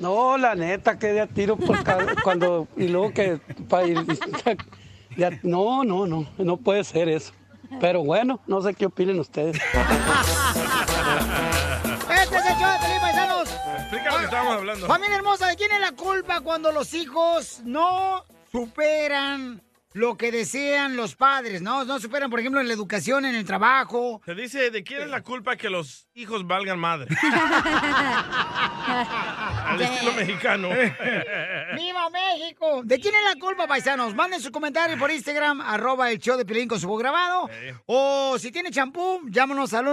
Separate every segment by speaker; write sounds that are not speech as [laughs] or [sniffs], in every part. Speaker 1: No, la neta, que de tiro por cada- cuando. Y luego que. pa- y- ya- no, no, no. No puede ser eso. Pero bueno, no sé qué opinen ustedes.
Speaker 2: Este es el show de Pelín Paisanos.
Speaker 3: Explica lo que estábamos hablando.
Speaker 2: Familia hermosa, ¿de quién es la culpa cuando los hijos no superan lo que desean los padres? No, no superan, por ejemplo, en la educación, en el trabajo.
Speaker 3: Se dice, ¿de quién es la culpa que los hijos valgan
Speaker 2: [laughs]
Speaker 3: madre? Al estilo mexicano.
Speaker 2: ¡Viva México! ¿De quién es la culpa, paisanos? Manden su comentario por Instagram, arroba el show de Pelín con su voz grabado. O si tiene champú, llámanos al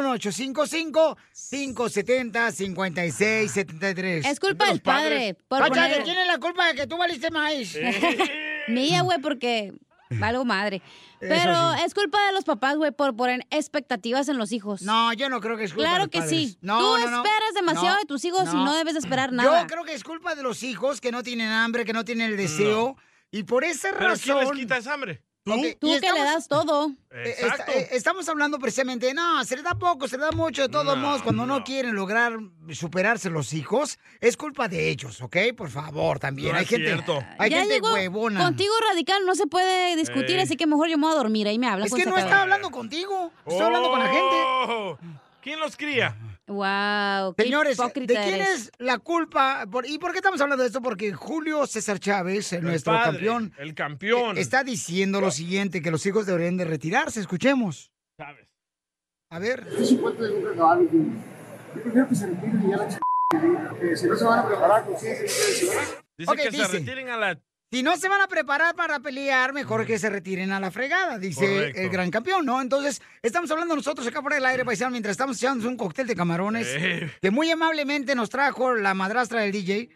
Speaker 2: 1-855-570-5673.
Speaker 4: Es culpa
Speaker 2: De los
Speaker 4: del padre
Speaker 2: padres.
Speaker 4: por
Speaker 2: Cacha,
Speaker 4: poner-
Speaker 2: ¿de quién es la culpa de que tú valiste maíz?
Speaker 4: [laughs] Mía, güey, porque valgo madre.
Speaker 2: Eso
Speaker 4: Pero
Speaker 2: sí.
Speaker 4: es culpa de los papás, güey, por poner expectativas en los hijos.
Speaker 2: No, yo no creo que es culpa de
Speaker 4: Claro
Speaker 2: los
Speaker 4: que
Speaker 2: padres.
Speaker 4: sí.
Speaker 2: No,
Speaker 4: Tú
Speaker 2: no, no.
Speaker 4: esperas demasiado
Speaker 2: No,
Speaker 4: de tus hijos
Speaker 2: no.
Speaker 4: y no debes de esperar nada.
Speaker 2: Yo creo que es culpa de los hijos que no tienen hambre, que no tienen el deseo. Y por esa
Speaker 3: ¿Pero quién les
Speaker 2: razón.
Speaker 3: quita esa hambre?
Speaker 2: Ok, y
Speaker 4: Tú que le das todo.
Speaker 2: eh,
Speaker 3: Exacto.
Speaker 2: esta- eh, estamos hablando precisamente de, no, se le da poco, se le da mucho, de todos modos, cuando no. quieren lograr superarse los hijos, es culpa de ellos, ¿ok? Por favor, también.
Speaker 3: No
Speaker 2: hay
Speaker 3: es
Speaker 2: gente,
Speaker 3: cierto.
Speaker 2: hay
Speaker 4: Ya
Speaker 2: gente
Speaker 4: llegó
Speaker 2: huevona.
Speaker 4: Contigo radical no se puede discutir,
Speaker 3: Ey.
Speaker 4: así que mejor yo me voy a dormir. Ahí me pues, hablas.
Speaker 2: es que no [laughs] estaba hablando contigo, estoy hablando con la gente.
Speaker 3: Oh, ¿Quién los cría?
Speaker 4: Wow, qué
Speaker 2: Señores, ¿de
Speaker 4: hipócrita
Speaker 2: quién
Speaker 4: eres.
Speaker 2: es la culpa? Por- ¿Y por qué estamos hablando de esto? Porque Julio César Chávez,
Speaker 3: El
Speaker 2: nuestro
Speaker 3: padre,
Speaker 2: campeón, Eh,
Speaker 3: El campeón.
Speaker 2: E, está diciendo lo siguiente, que los hijos deberían de retirarse. Escuchemos.
Speaker 3: ¿Sabes?
Speaker 2: A ver.
Speaker 5: Eso cuánto yo creo que vale, güey. Yo prefiero que se retiren y ya la ch... que si no se van a preparar, pues sí, sí, sí, sí.
Speaker 3: Dice
Speaker 2: Ok,
Speaker 3: que
Speaker 2: dice.
Speaker 3: se retiren a la...
Speaker 2: Si no se van a preparar para pelear, mejor que se retiren a la fregada, dice
Speaker 3: Correcto.
Speaker 2: el gran campeón, ¿no? Entonces, estamos hablando nosotros acá por el aire, paisano, mientras estamos echando un cóctel de camarones
Speaker 3: Eh.
Speaker 2: que muy amablemente nos trajo la madrastra del DJ.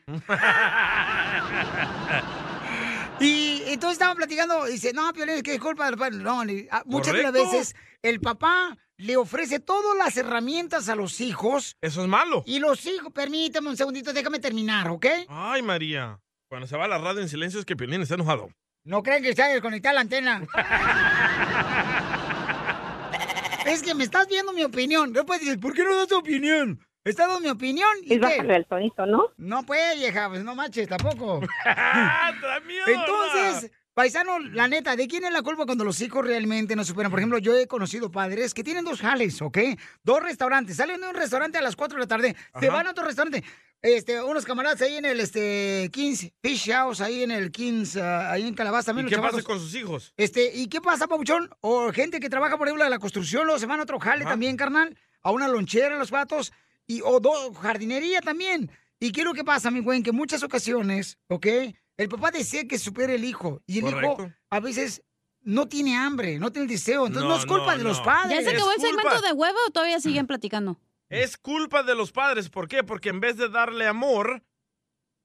Speaker 2: Y entonces estaban platicando, dice, no, Piolín, es que es culpa del padre. No, ni- ah, muchas de las
Speaker 3: Correcto.
Speaker 2: veces el papá le ofrece todas las herramientas a los hijos
Speaker 3: Eso es malo.
Speaker 2: y los hijos, permítame un segundito, déjame terminar, ¿ok?
Speaker 3: Ay, María. Cuando se va la radio en silencio es que Piolín está enojado.
Speaker 2: No crean que está desconectada la antena. es que me estás viendo mi opinión. No puedes decir, ¿por qué no das tu opinión? Está dando mi opinión. ¿Y
Speaker 6: Es bajarle
Speaker 2: qué?
Speaker 6: el tonito, ¿no?
Speaker 2: No puede, vieja, pues no
Speaker 6: [laughs]
Speaker 2: manches tampoco.
Speaker 3: ¡Ah, trae mierda!
Speaker 2: Entonces, paisano, la neta, ¿de quién es la culpa cuando los hijos realmente no superan?
Speaker 3: Mm.
Speaker 2: Por ejemplo, yo he conocido padres que tienen dos jales, ¿ok? Dos restaurantes. Salen de un restaurante a las 4 de la tarde, se
Speaker 3: Ajá.
Speaker 2: van a otro restaurante. Este, unos camaradas ahí en el este, Kings Fish House, ahí en el Kings, ah, ahí en Calabaza. también
Speaker 3: ¿Y
Speaker 2: los
Speaker 3: qué pasa
Speaker 2: chamacos.
Speaker 3: con sus hijos?
Speaker 2: Este, ¿y qué pasa, Pabuchón? O gente que trabaja, por ejemplo, en la construcción, luego se van a otro jale
Speaker 3: Ajá.
Speaker 2: también, carnal, a una lonchera, los vatos, y, o dos, jardinería también. ¿Y qué es lo que pasa, mi güey? Que en muchas ocasiones, ¿ok? El papá desea que supere el hijo, y el hijo
Speaker 3: Correcto.
Speaker 2: a veces no tiene hambre, no tiene el deseo, entonces no,
Speaker 3: No,
Speaker 2: es culpa
Speaker 3: no,
Speaker 2: de los
Speaker 3: no.
Speaker 4: ¿Ya
Speaker 2: padres.
Speaker 4: se acabó el
Speaker 3: Es culpa.
Speaker 4: segmento de huevo o todavía siguen platicando?
Speaker 3: Es culpa de los padres. ¿Por qué? Porque en vez de darle amor,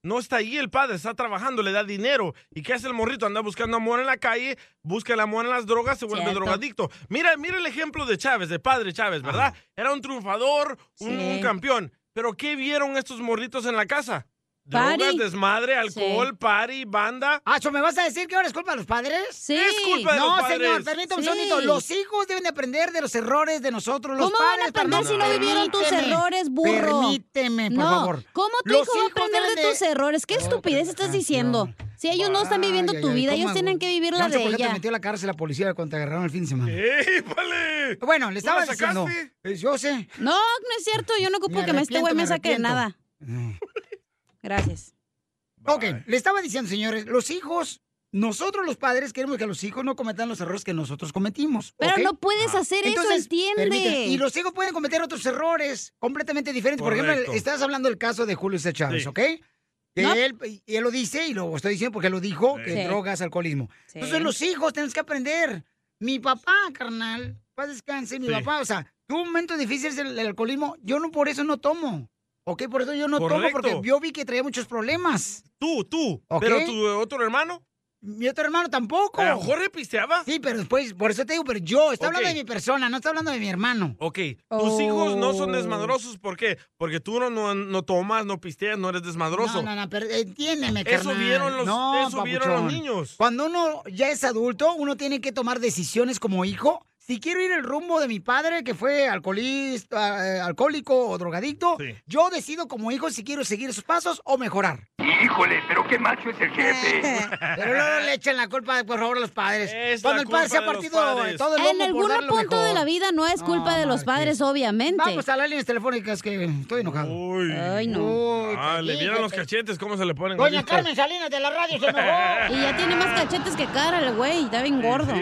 Speaker 3: no está ahí el padre, está trabajando, le da dinero. ¿Y qué hace el morrito? Anda buscando amor en la calle, busca el amor en las drogas, se vuelve
Speaker 4: Cierto.
Speaker 3: drogadicto. Mira, mira el ejemplo de Chávez, de padre Chávez, ¿verdad? Era un triunfador, un,
Speaker 4: Sí.
Speaker 3: un campeón. Pero ¿qué vieron estos morritos en la casa? Drogas,
Speaker 4: Party.
Speaker 3: desmadre, alcohol, party, banda.
Speaker 2: Ah, ¿so ¿me vas a decir que ahora es culpa de los padres?
Speaker 4: Sí.
Speaker 3: Es culpa de
Speaker 2: No,
Speaker 3: los padres.
Speaker 2: señor, permítame
Speaker 4: Sí.
Speaker 2: un segundito. Los hijos deben de aprender de los errores de nosotros, los
Speaker 4: ¿Cómo van a
Speaker 2: padres.
Speaker 4: aprender si no
Speaker 2: carnal.
Speaker 4: vivieron tus
Speaker 2: Permíteme,
Speaker 4: errores, burro?
Speaker 2: Permíteme, por
Speaker 4: no,
Speaker 2: favor.
Speaker 4: ¿cómo tu
Speaker 2: Los
Speaker 4: hijo va a
Speaker 2: hijos
Speaker 4: aprender
Speaker 2: deben
Speaker 4: de
Speaker 2: de-
Speaker 4: tus errores? ¿Qué
Speaker 2: Otra
Speaker 4: estupidez estás
Speaker 2: canción.
Speaker 4: diciendo? Si ellos no están viviendo
Speaker 2: Ay,
Speaker 4: tu
Speaker 2: ay, ay,
Speaker 4: vida, ellos
Speaker 2: toma,
Speaker 4: tienen que vivir la
Speaker 2: no sé
Speaker 4: de
Speaker 2: por qué te
Speaker 4: ella.
Speaker 2: metió a la cárcel la policía cuando te agarraron el fin de semana.
Speaker 3: ¡Ey, vale!
Speaker 2: Bueno, le
Speaker 3: ¿Tú la
Speaker 2: estaba diciendo.
Speaker 3: sacaste?
Speaker 2: eh, Yo sé.
Speaker 4: No, no es cierto, yo no ocupo
Speaker 2: Me
Speaker 4: que me este
Speaker 2: arrepiento,
Speaker 4: güey me
Speaker 2: me
Speaker 4: saque de
Speaker 2: arrepiento.
Speaker 4: nada. Gracias.
Speaker 2: Ok, le estaba diciendo, señores, los hijos, nosotros los padres queremos que los hijos no cometan los errores que nosotros cometimos.
Speaker 4: Pero
Speaker 2: ¿ok? Ah.
Speaker 4: no
Speaker 7: Ah.
Speaker 4: puedes hacer eso, entiende.
Speaker 2: permíteme, Y los hijos pueden cometer otros errores completamente diferentes. Por
Speaker 6: Correcto.
Speaker 2: ejemplo, estás hablando del caso de Julio C. Chávez,
Speaker 6: Sí.
Speaker 2: ¿ok? Que
Speaker 6: No.
Speaker 2: él, y él lo dice y lo estoy diciendo porque lo dijo, que
Speaker 6: Sí.
Speaker 2: drogas, alcoholismo.
Speaker 6: Sí.
Speaker 2: Entonces Pues los hijos tenemos que aprender. Mi papá, carnal, paz descanse, mi
Speaker 6: Sí.
Speaker 2: papá, o sea, tuvo un momento difícil el, el alcoholismo, yo no por eso no tomo. ¿Ok? Por eso yo no tomo,
Speaker 3: Correcto.
Speaker 2: porque yo vi que traía muchos problemas.
Speaker 3: Tú, tú.
Speaker 2: ¿Ok?
Speaker 3: Pero tu otro hermano.
Speaker 2: Mi otro hermano tampoco.
Speaker 3: Pero Jorge pisteaba.
Speaker 2: Sí, pero después, por eso te digo, pero yo, está
Speaker 3: Ok.
Speaker 2: hablando de mi persona, no está hablando de mi hermano. Oh.
Speaker 3: Ok, tus hijos no son desmadrosos, ¿por qué? Porque tú no, no, no tomas, no pisteas, no eres desmadroso.
Speaker 2: No, no, no, pero entiéndeme,
Speaker 3: Eso
Speaker 2: carnal.
Speaker 3: vieron los-
Speaker 2: No,
Speaker 3: eso vieron los
Speaker 2: papuchón.
Speaker 3: niños.
Speaker 2: Cuando uno ya es adulto, uno tiene que tomar decisiones como hijo. Si quiero ir el rumbo de mi padre, que fue alcoholista, eh, alcohólico o drogadicto, yo decido como hijo si quiero seguir sus pasos o mejorar.
Speaker 7: Híjole, pero qué macho es el jefe.
Speaker 2: [laughs] Pero no le echen la culpa, por favor, a los padres.
Speaker 7: Es
Speaker 2: Cuando
Speaker 7: la
Speaker 2: el padre se ha
Speaker 7: culpa de los
Speaker 2: partido
Speaker 7: padres.
Speaker 2: todo el
Speaker 4: En
Speaker 2: lomo
Speaker 4: algún
Speaker 2: por dar lo
Speaker 4: punto de
Speaker 2: mejor.
Speaker 4: la vida no es culpa de los padres, obviamente.
Speaker 2: Vamos a las líneas telefónicas que estoy enojado.
Speaker 4: Ay, no.
Speaker 3: Ah, le vieron los cachetes, ¿cómo se le ponen?
Speaker 2: Doña
Speaker 3: ahorita?
Speaker 2: Carmen Salinas de la radio se enojó.
Speaker 4: [laughs] Y ya tiene más cachetes que cara el güey, está bien gordo.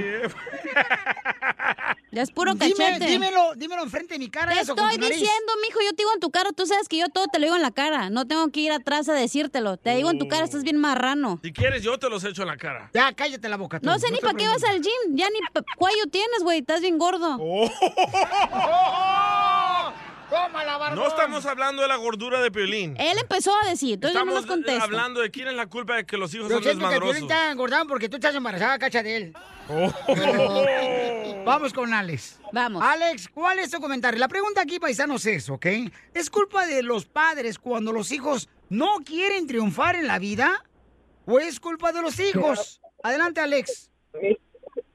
Speaker 4: Ya es puro
Speaker 2: Dime-
Speaker 4: cachete.
Speaker 2: dímelo, dímelo enfrente de mi cara.
Speaker 4: Te
Speaker 2: eso, con
Speaker 4: estoy
Speaker 2: tu nariz.
Speaker 4: diciendo, mijo, yo te digo en tu cara, tú sabes que yo todo te lo digo en la cara. No tengo que ir atrás a decírtelo. Te digo en tu cara, estás bien marrano.
Speaker 3: Si quieres, yo te los echo en la cara.
Speaker 2: Mm. Ya, cállate la boca.
Speaker 4: No sé ni para qué vas al gym, ya ni pa- cuello tienes, güey, estás bien gordo.
Speaker 2: Oh. ¡Toma la
Speaker 3: No estamos hablando de la gordura de Piolín.
Speaker 4: Él empezó a decir, entonces yo
Speaker 3: Estamos
Speaker 4: nomás contesto.
Speaker 3: hablando de quién es la culpa de que los hijos
Speaker 2: Yo
Speaker 3: son
Speaker 2: siento que el Piolín
Speaker 3: desmadrosos.
Speaker 2: está engordado porque tú estás embarazada, cacha de él.
Speaker 3: Oh.
Speaker 2: Vamos con Alex.
Speaker 4: Vamos.
Speaker 2: Alex, ¿cuál es tu comentario? La pregunta aquí, paisanos, es, ¿ok? ¿Es culpa de los padres cuando los hijos no quieren triunfar en la vida? ¿O es culpa de los hijos? Adelante, Alex.
Speaker 8: Pues,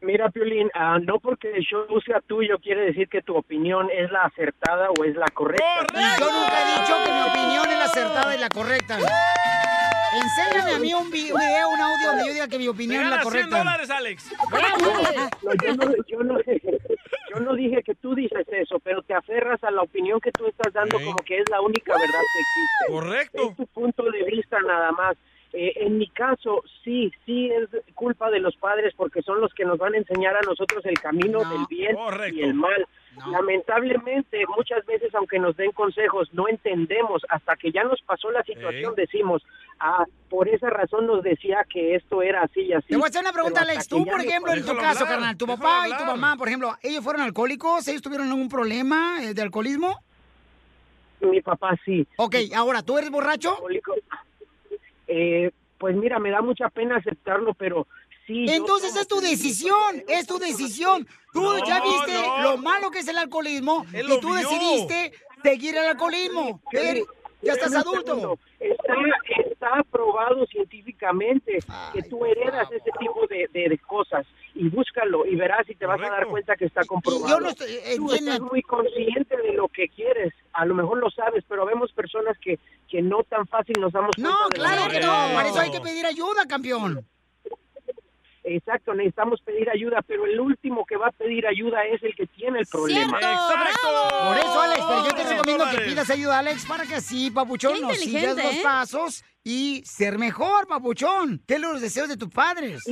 Speaker 8: Mira, Piolín, ah, no porque el show sea tuyo quiere decir que tu opinión es la acertada o es la correcta.
Speaker 2: Yo nunca he dicho que mi opinión es la acertada y la correcta. Enséñame a mí un vi- un video, un audio donde yo diga que mi
Speaker 3: Te
Speaker 2: opinión es la
Speaker 3: ganas 100
Speaker 2: correcta.
Speaker 3: dólares,
Speaker 2: [laughs]
Speaker 3: Alex.
Speaker 8: No, yo, no, yo no- yo no dije que tú dices eso, pero te aferras a la opinión que tú estás dando como que es la única verdad que existe.
Speaker 3: Correcto.
Speaker 8: Es tu punto de vista nada más. Eh, en mi caso, sí, sí es culpa de los padres porque son los que nos van a enseñar a nosotros el camino del bien y el mal. Lamentablemente, muchas veces, aunque nos den consejos, no entendemos hasta que ya nos pasó la situación, decimos, ah, por esa razón nos decía que esto era así y así.
Speaker 2: Te voy a hacer una pregunta,
Speaker 8: Pero hasta
Speaker 2: Alex.
Speaker 8: que
Speaker 2: Tú,
Speaker 8: ya
Speaker 2: por
Speaker 8: nos
Speaker 2: ejemplo, en tu
Speaker 8: pasó-
Speaker 2: caso, carnal, tu papá y tu mamá, por ejemplo, ¿ellos fueron alcohólicos? ¿Ellos tuvieron algún problema eh, de alcoholismo?
Speaker 8: Mi papá sí.
Speaker 2: Ok, ahora, ¿tú eres borracho?
Speaker 8: Eh, pues mira, me da mucha pena aceptarlo, pero sí. yo
Speaker 2: Entonces
Speaker 8: tomo-
Speaker 2: pues, es tu decisión, es tu decisión. Tú
Speaker 8: No,
Speaker 2: ya viste
Speaker 8: no.
Speaker 2: lo malo que es el alcoholismo
Speaker 8: Él
Speaker 2: y
Speaker 8: lo
Speaker 2: tú
Speaker 8: vio.
Speaker 2: decidiste seguir el alcoholismo. Ver, Ya estás
Speaker 8: Espérame un
Speaker 2: adulto.
Speaker 8: segundo. Está, está aprobado científicamente que tú heredas ese tipo de, de- de cosas y búscalo y verás y te vas a dar cuenta que está comprobado.
Speaker 2: yo no estoy- eh,
Speaker 8: tú estás muy consciente de lo que quieres, a lo mejor lo sabes, pero vemos personas que, que no tan fácil nos damos cuenta.
Speaker 2: No,
Speaker 8: de lo
Speaker 2: claro que no. Para eso hay que
Speaker 8: hacemos.
Speaker 2: pedir ayuda, campeón.
Speaker 8: Exacto, necesitamos pedir ayuda, pero el último que va a pedir ayuda es el que tiene el problema.
Speaker 2: Por eso, Alex, pero yo te
Speaker 8: Sí,
Speaker 2: recomiendo que
Speaker 8: dólares.
Speaker 2: pidas ayuda, Alex, para que así, papuchón,
Speaker 8: Qué
Speaker 2: nos sigas
Speaker 8: inteligente,
Speaker 2: los
Speaker 8: ¿eh?
Speaker 2: pasos y ser mejor, papuchón. ¿Qué los deseos de tus padres?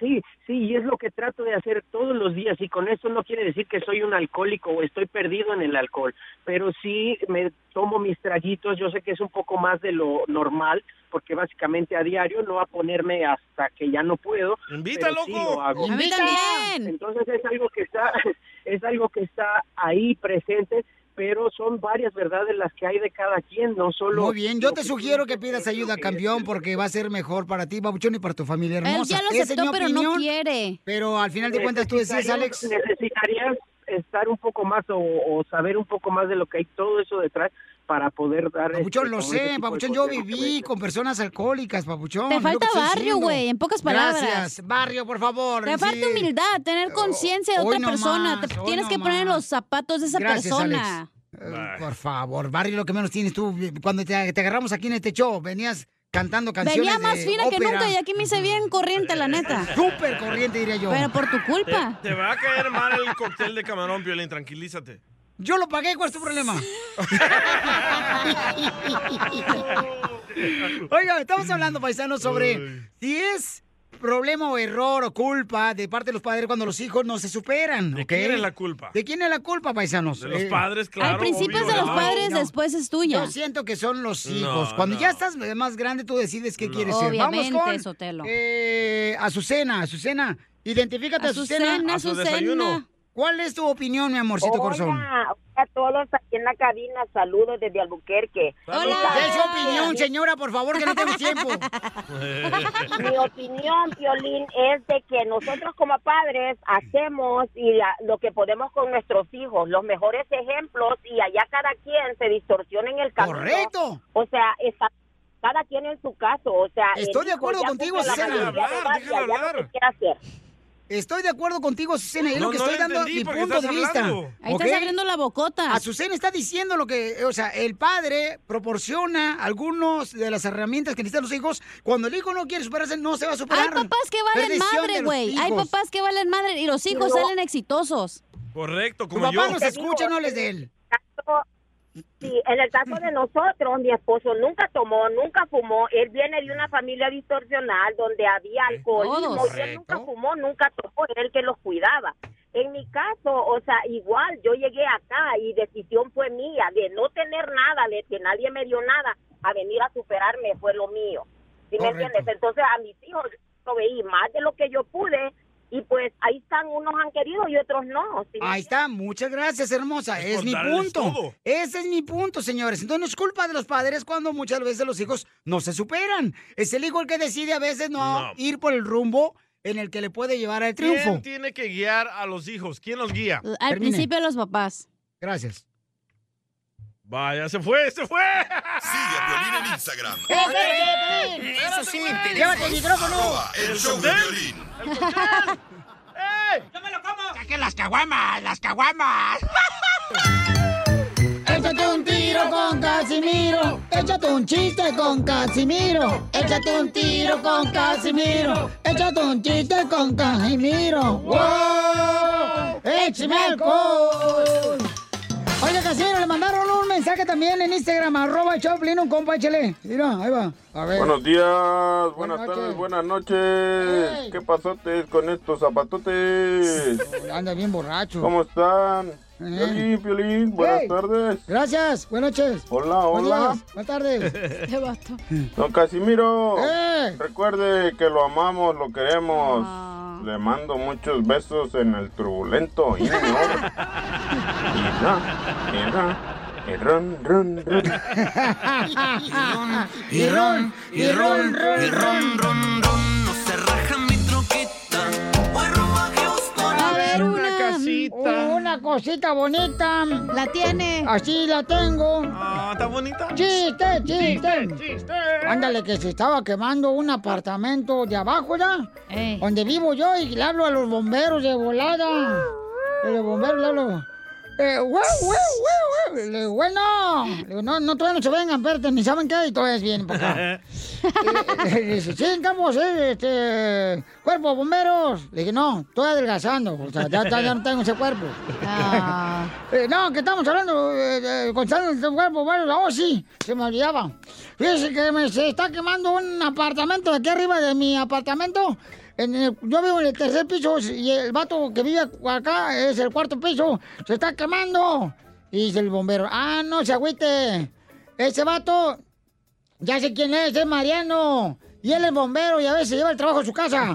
Speaker 8: Sí, sí, y es lo que trato de hacer todos los días y con esto no quiere decir que soy un alcohólico o estoy perdido en el alcohol, pero sí me tomo mis traguitos, yo sé que es un poco más de lo normal, porque básicamente a diario no va a ponerme hasta que ya no puedo.
Speaker 3: Invita,
Speaker 8: pero sí
Speaker 3: loco.
Speaker 8: lo hago.
Speaker 3: A mí Invita. también.
Speaker 8: Entonces es algo que está [laughs] es algo que está ahí presente, pero son varias verdades las que hay de cada quien, no solo
Speaker 2: Muy bien, yo
Speaker 8: lo
Speaker 2: te
Speaker 8: que
Speaker 2: sugiero que pidas ayuda, campeón, porque va a ser mejor para ti, papuchón, y para tu familia hermosa.
Speaker 4: Él ya lo
Speaker 2: Esa es
Speaker 4: aceptó,
Speaker 2: mi
Speaker 4: pero no
Speaker 2: opinión.
Speaker 4: quiere.
Speaker 2: Pero al final de cuentas tú decías,
Speaker 8: Necesitarías-
Speaker 2: Alex.
Speaker 8: Necesitarías estar un poco más o, o saber un poco más de lo que hay todo eso detrás para poder dar...
Speaker 2: Papuchón,
Speaker 8: este,
Speaker 2: lo
Speaker 8: como ese tipo
Speaker 2: sé,
Speaker 8: de
Speaker 2: Papuchón, yo
Speaker 8: consejos.
Speaker 2: viví con personas alcohólicas, Papuchón.
Speaker 4: Te
Speaker 2: es lo que
Speaker 4: falta
Speaker 2: estoy
Speaker 4: barrio,
Speaker 2: diciendo.
Speaker 4: güey, en pocas palabras.
Speaker 2: Gracias, barrio, por favor.
Speaker 4: Te
Speaker 2: sí. Oh,
Speaker 4: falta humildad, tener conciencia de
Speaker 2: hoy
Speaker 4: otra
Speaker 2: no
Speaker 4: persona.
Speaker 2: más,
Speaker 4: Te-
Speaker 2: hoy
Speaker 4: tienes
Speaker 2: no
Speaker 4: que poner en los zapatos de esa
Speaker 2: Gracias,
Speaker 4: persona.
Speaker 2: Alex. Eh, Por favor, barrio, lo que menos tienes tú. Cuando te, te agarramos aquí en este show, venías cantando canciones
Speaker 4: Venía más
Speaker 2: de
Speaker 4: fina que
Speaker 2: ópera.
Speaker 4: nunca y aquí me hice bien corriente, la neta.
Speaker 2: Súper corriente, diría yo.
Speaker 4: Pero por tu culpa.
Speaker 3: Te va a caer mal el cóctel de camarón, Piolín, tranquilízate.
Speaker 2: [laughs] Yo lo pagué, ¿cuál es tu problema? Oigan, estamos hablando, paisanos, sobre si es problema o error o culpa de parte de los padres cuando los hijos no se superan.
Speaker 3: ¿De
Speaker 2: ¿ok?
Speaker 3: quién es la culpa?
Speaker 2: ¿De quién es la culpa, paisanos?
Speaker 3: De los
Speaker 2: Eh,
Speaker 3: padres, claro.
Speaker 4: Al principio es de los padres, después es tuya.
Speaker 2: Yo siento que son los
Speaker 3: No,
Speaker 2: hijos. Cuando
Speaker 3: no.
Speaker 2: ya estás más grande, tú decides qué quieres ser.
Speaker 4: Obviamente,
Speaker 2: Vamos con
Speaker 4: Sotelo.
Speaker 2: eh, Azucena, Azucena. Identifícate, Azucena.
Speaker 4: Azucena, A su Azucena. desayuno.
Speaker 2: ¿Cuál es tu opinión, mi amorcito
Speaker 6: Hola,
Speaker 2: corazón?
Speaker 6: a todos aquí en la cabina, saludos desde Albuquerque.
Speaker 2: ¿Qué es su opinión, señora? Por favor, que no tengo tiempo.
Speaker 6: [laughs] Mi opinión, Violín, es de que nosotros como padres hacemos y la- lo que podemos con nuestros hijos, los mejores ejemplos y allá cada quien se distorsiona en el camino.
Speaker 2: Correcto.
Speaker 6: O sea, está- cada quien en su caso. O sea, el
Speaker 2: Estoy de
Speaker 6: hijo
Speaker 2: acuerdo
Speaker 6: Pues ya
Speaker 2: contigo,
Speaker 6: cumple la
Speaker 2: Susana.
Speaker 6: mayoría de
Speaker 2: Déjala
Speaker 6: edad y allá lo que quiera hacer.
Speaker 2: Estoy de acuerdo contigo, Azucena. Es
Speaker 6: No,
Speaker 2: lo que
Speaker 6: no
Speaker 2: estoy
Speaker 6: la
Speaker 2: dando
Speaker 6: entendí
Speaker 2: mi
Speaker 6: porque
Speaker 2: punto de
Speaker 6: estás
Speaker 2: vista.
Speaker 6: hablando.
Speaker 4: Ahí estás abriendo
Speaker 2: la bocota. Azucena está diciendo lo que, o sea, el padre proporciona algunos de las herramientas que necesitan los hijos. Cuando el hijo no quiere superarse, no se va a superar.
Speaker 4: Hay papás que valen madre, güey. Hay papás que valen madre y los hijos
Speaker 2: No.
Speaker 4: salen exitosos.
Speaker 3: Correcto,
Speaker 2: Tu
Speaker 3: como yo.
Speaker 2: papá nos escucha, no les de él.
Speaker 6: Sí, en el caso de nosotros, mi esposo nunca tomó, nunca fumó. Él viene de una familia distorsional donde había alcoholismo.
Speaker 9: Todos.
Speaker 6: y Él nunca fumó, nunca tomó. Era el que los cuidaba. En mi caso, o sea, igual yo llegué acá y decisión fue mía de no tener nada, de que nadie me dio nada, a venir a superarme fue lo mío. ¿Sí me
Speaker 9: Correcto.
Speaker 6: entiendes? Entonces a mis hijos lo veí más de lo que yo pude y pues ahí están, unos han querido y otros no. ¿sí me
Speaker 2: Ahí está, muchas gracias, hermosa. Es,
Speaker 6: por
Speaker 2: mi
Speaker 6: darles
Speaker 2: punto.
Speaker 6: todo.
Speaker 2: Ese es mi punto, señores. Entonces no es culpa de los padres cuando muchas veces los hijos no se superan. Es el hijo el que decide a veces no,
Speaker 3: No.
Speaker 2: ir por el rumbo en el que le puede llevar al triunfo.
Speaker 3: ¿Quién tiene que guiar a los hijos? ¿Quién los guía?
Speaker 4: Al principio los papás.
Speaker 2: Gracias.
Speaker 3: Vaya, se fue, se fue.
Speaker 10: Sigue a Piolín en
Speaker 2: [laughs]
Speaker 10: Instagram.
Speaker 2: Eso sí me interesa. Llévate el micrófono.
Speaker 10: Arroba el show de Piolín.
Speaker 2: ¡Yo me lo como! ¡Saquen las caguamas! ¡Las caguamas! Échate un tiro con Casimiro. Échate un chiste con Casimiro. Échate un tiro con Casimiro. Échate un chiste con Casimiro. ¡Wow! ¡Échame alcohol! Oiga, Casimiro, le mandaron un mensaje también en Instagram, arroba Choplin, un compa, échale. Mira, ahí va. A ver.
Speaker 11: Buenos días, buenas
Speaker 2: Buenas
Speaker 11: tardes,
Speaker 2: noches.
Speaker 11: buenas noches.
Speaker 2: Ey.
Speaker 11: ¿Qué pasotes con estos zapatotes?
Speaker 2: Anda bien borracho.
Speaker 11: ¿Cómo están?
Speaker 2: Eh.
Speaker 11: Piolín, Piolín, buenas
Speaker 2: Ey.
Speaker 11: tardes.
Speaker 2: Gracias, buenas noches.
Speaker 11: Hola,
Speaker 2: Buenos
Speaker 11: hola.
Speaker 2: días, Buenas tardes. Te basto.
Speaker 11: Don Casimiro,
Speaker 2: Eh.
Speaker 11: recuerde que lo amamos, lo queremos. Le mando muchos besos en el turbulento.
Speaker 2: [laughs]
Speaker 11: Y no. Y ron, y ron, y ron, ron, ron.
Speaker 2: [laughs] Y ron, y
Speaker 9: y
Speaker 2: ron,
Speaker 9: ron, ron, ron, no se raja mi troquita. Voy rumbo a Houston.
Speaker 2: A ver, una, casita. Una cosita bonita. La tiene. Así la tengo.
Speaker 3: Ah, ¿está bonita?
Speaker 2: Chiste, chiste.
Speaker 3: Chiste, chiste.
Speaker 2: Ándale, que se estaba quemando un apartamento de abajo, ¿ya? Donde vivo yo y le hablo a los bomberos de volada. Y los bomberos le hablo. Eh, guau, guau, guau, guau. Le digo, bueno, Le digo, no, no, todavía no se vengan, espérate, ni saben qué, y todavía vienen para acá. [laughs] Le dice, sí, estamos, eh, este, cuerpo, de bomberos. Le dije, no, estoy adelgazando, o sea, ya, ya- ya no tengo ese cuerpo. [laughs] Eh, no, que estamos hablando, eh, eh, contando el cuerpo, bueno, oh, sí, se me olvidaba. Fíjese que me, se está quemando un apartamento de aquí arriba de mi apartamento. En el- yo vivo en el tercer piso y el vato que vive acá es el cuarto piso. Se está quemando. Y dice el bombero, ah, no se agüite. Ese vato ya sé quién es, es Mariano. Y él es bombero y a veces lleva el trabajo a
Speaker 9: [laughs]
Speaker 2: su casa.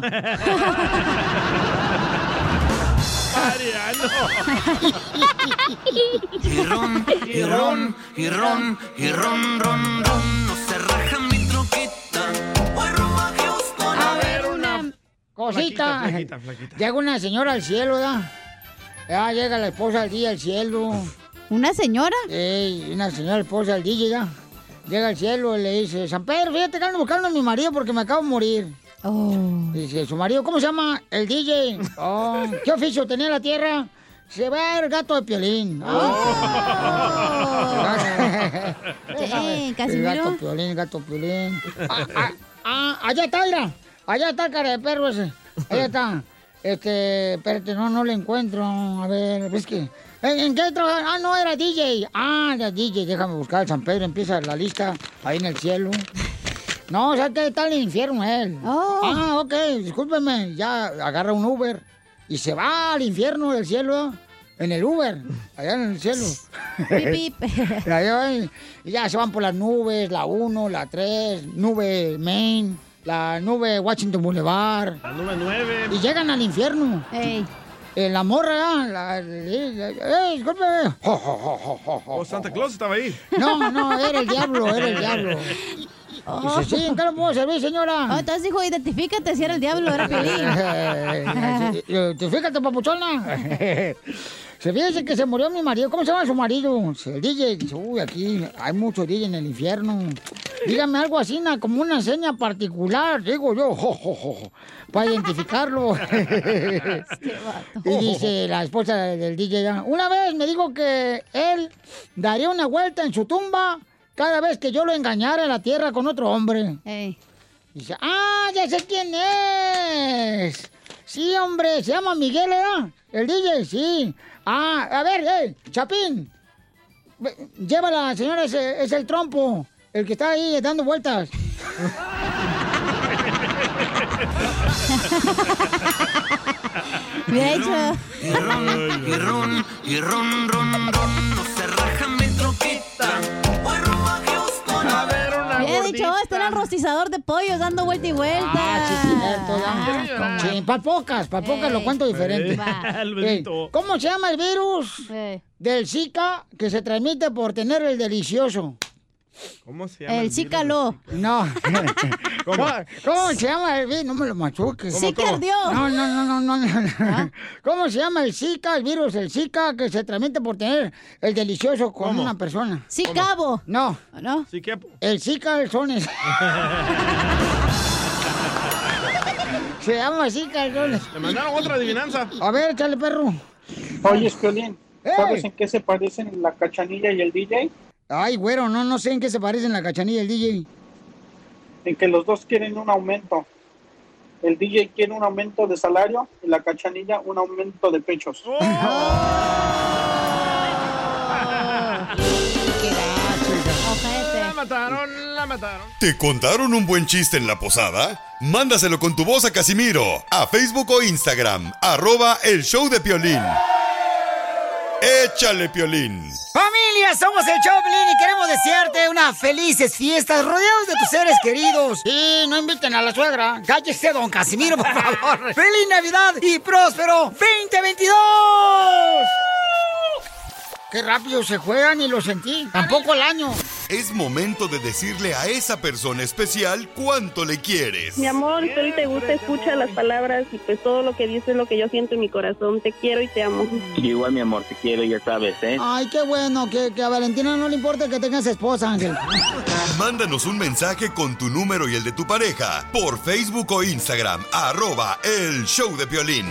Speaker 9: Y ron, y ron, y ron, y ron, ron, ron, no se raja mi troquita. Voy rumbo a Houston. A ver una
Speaker 2: Cosita.
Speaker 9: Flaquita, flaquita, flaquita.
Speaker 2: Llega una señora al cielo, ¿verdad? Ya llega la esposa al día al cielo. ¿Una señora? Sí, una señora esposa al día, ya. Llega al cielo y le dice, San Pedro, fíjate que ando buscando a mi marido porque me acabo de morir. Dice, su marido, ¿cómo se llama? El DJ. "Oh, ¿Qué oficio tenía en la tierra? Se va el gato de piolín.
Speaker 9: [laughs]
Speaker 2: Ah.
Speaker 9: Dang,
Speaker 2: El gato
Speaker 9: Casimiro.
Speaker 2: piolín, el gato piolín. Ah, ah, ah, allá está, mira. Allá está el cara de perro ese. Allá está. Este, espérate, no, no le encuentro. A ver, es pues que. ¿En, en qué trabaja? Ah, no, era DJ. Ah, era DJ. Déjame buscar el San Pedro. Empieza la lista ahí en el cielo. No, o sea que está en el infierno él.
Speaker 9: Oh.
Speaker 2: Ah, ok, discúlpeme. Ya agarra un Uber y se va al infierno del cielo. En el Uber, allá en el cielo.
Speaker 9: [laughs] Pip,
Speaker 2: [laughs] Allá van, y ya se van por las nubes, la 1, la 3, nube Main, la nube Washington Boulevard.
Speaker 3: La nube 9.
Speaker 2: Y llegan al infierno. Eh, la morra, ah, la, la- la- ¡eh, disculpe! Jo, jo, jo, jo, jo, jo.
Speaker 3: Oh, Santa Claus estaba ahí.
Speaker 2: No, no, era el diablo,
Speaker 3: [laughs]
Speaker 2: era [laughs] el diablo. Dice, sí, ¿en qué le puedo servir, señora?
Speaker 4: Oh, entonces dijo, identifícate si era el diablo,
Speaker 2: [laughs]
Speaker 4: era Piolín.
Speaker 2: Eh, eh, eh, Fíjate, papuchona. [laughs] Se fíjese que se murió mi marido. ¿Cómo se llama su marido? Dice, El DJ. Dice, uy, aquí hay mucho DJ en el infierno. Dígame algo así, na, como una seña particular, digo yo, [laughs] jo, jo, jo, jo, para identificarlo. [laughs] y dice la esposa del DJ, ya, una vez me dijo que él daría una vuelta en su tumba cada vez que yo lo engañara en la tierra con otro hombre. Dice, ah, ya sé quién es. Sí, hombre, se llama Miguel, ¿verdad? El DJ, sí. Ah, a ver, hey, Chapín. ve- Llévala, señora, ese es el trompo. El que está ahí dando vueltas.
Speaker 9: De hecho. Y ron, y ron, y ron, ron, ron. No se raja mi troquita.
Speaker 4: A ver, una Hubiera dicho, oh, está en el rostizador de pollos dando vuelta y vuelta. Ah,
Speaker 2: Sí, para pocas, para pocas lo cuento diferente.
Speaker 4: Eh, va.
Speaker 2: Eh,
Speaker 4: Alberito.
Speaker 2: ¿Cómo se llama el virus del Zika que se transmite por tener el delicioso?
Speaker 3: ¿Cómo se llama?
Speaker 2: El Zícalo. No.
Speaker 3: ¿Cómo?
Speaker 2: ¿Cómo? se llama el virus? No me lo machuques.
Speaker 9: ¿Cómo, Zika cómo? ardió.
Speaker 2: No, no, no, no, no. no. ¿Cómo se llama el Zika, el virus, el Zika que se transmite por tener el delicioso con una persona?
Speaker 4: Zicabo.
Speaker 2: No.
Speaker 4: ¿No?
Speaker 3: Ziquepo.
Speaker 2: El Zika del Sones. se llama Zika del Sones.
Speaker 3: Le mandaron otra adivinanza.
Speaker 2: A ver, échale, perro. Eh.
Speaker 12: Oye, Piolín, ¿sabes
Speaker 2: ¡Ey!
Speaker 12: en qué se parecen la cachanilla y el DJ?
Speaker 2: Ay, güero, no, no sé en qué se parecen la cachanilla y el DJ.
Speaker 12: En que los dos quieren un aumento. El DJ quiere un aumento de salario y la cachanilla un aumento
Speaker 3: [laughs]
Speaker 12: de pechos.
Speaker 3: ¡Oh! La mataron, la mataron.
Speaker 10: ¿Te contaron un buen chiste en la posada? Mándaselo con tu voz a Casimiro a Facebook o Instagram, arroba el show de Piolín. Échale, Piolín.
Speaker 2: Familia, somos el Choplin y queremos desearte unas felices fiestas rodeados de tus seres queridos. Y no inviten a la suegra. Cállese, don Casimiro, por [laughs] favor. ¡Feliz Navidad y próspero 2022! Qué rápido se juegan y lo sentí. Tampoco el año.
Speaker 10: Es momento de decirle a esa persona especial cuánto le quieres.
Speaker 13: Mi amor, si hoy te gusta, escucha las palabras y pues todo lo que dices es lo que yo siento en mi corazón. Te quiero y te amo.
Speaker 14: Igual, mi amor, te quiero, ya sabes, ¿eh?
Speaker 2: Ay, qué bueno, que, que a Valentina no le importa que tengas esposa, Ángel.
Speaker 10: Mándanos un mensaje con tu número y el de tu pareja por Facebook o Instagram, arroba el show de Piolín.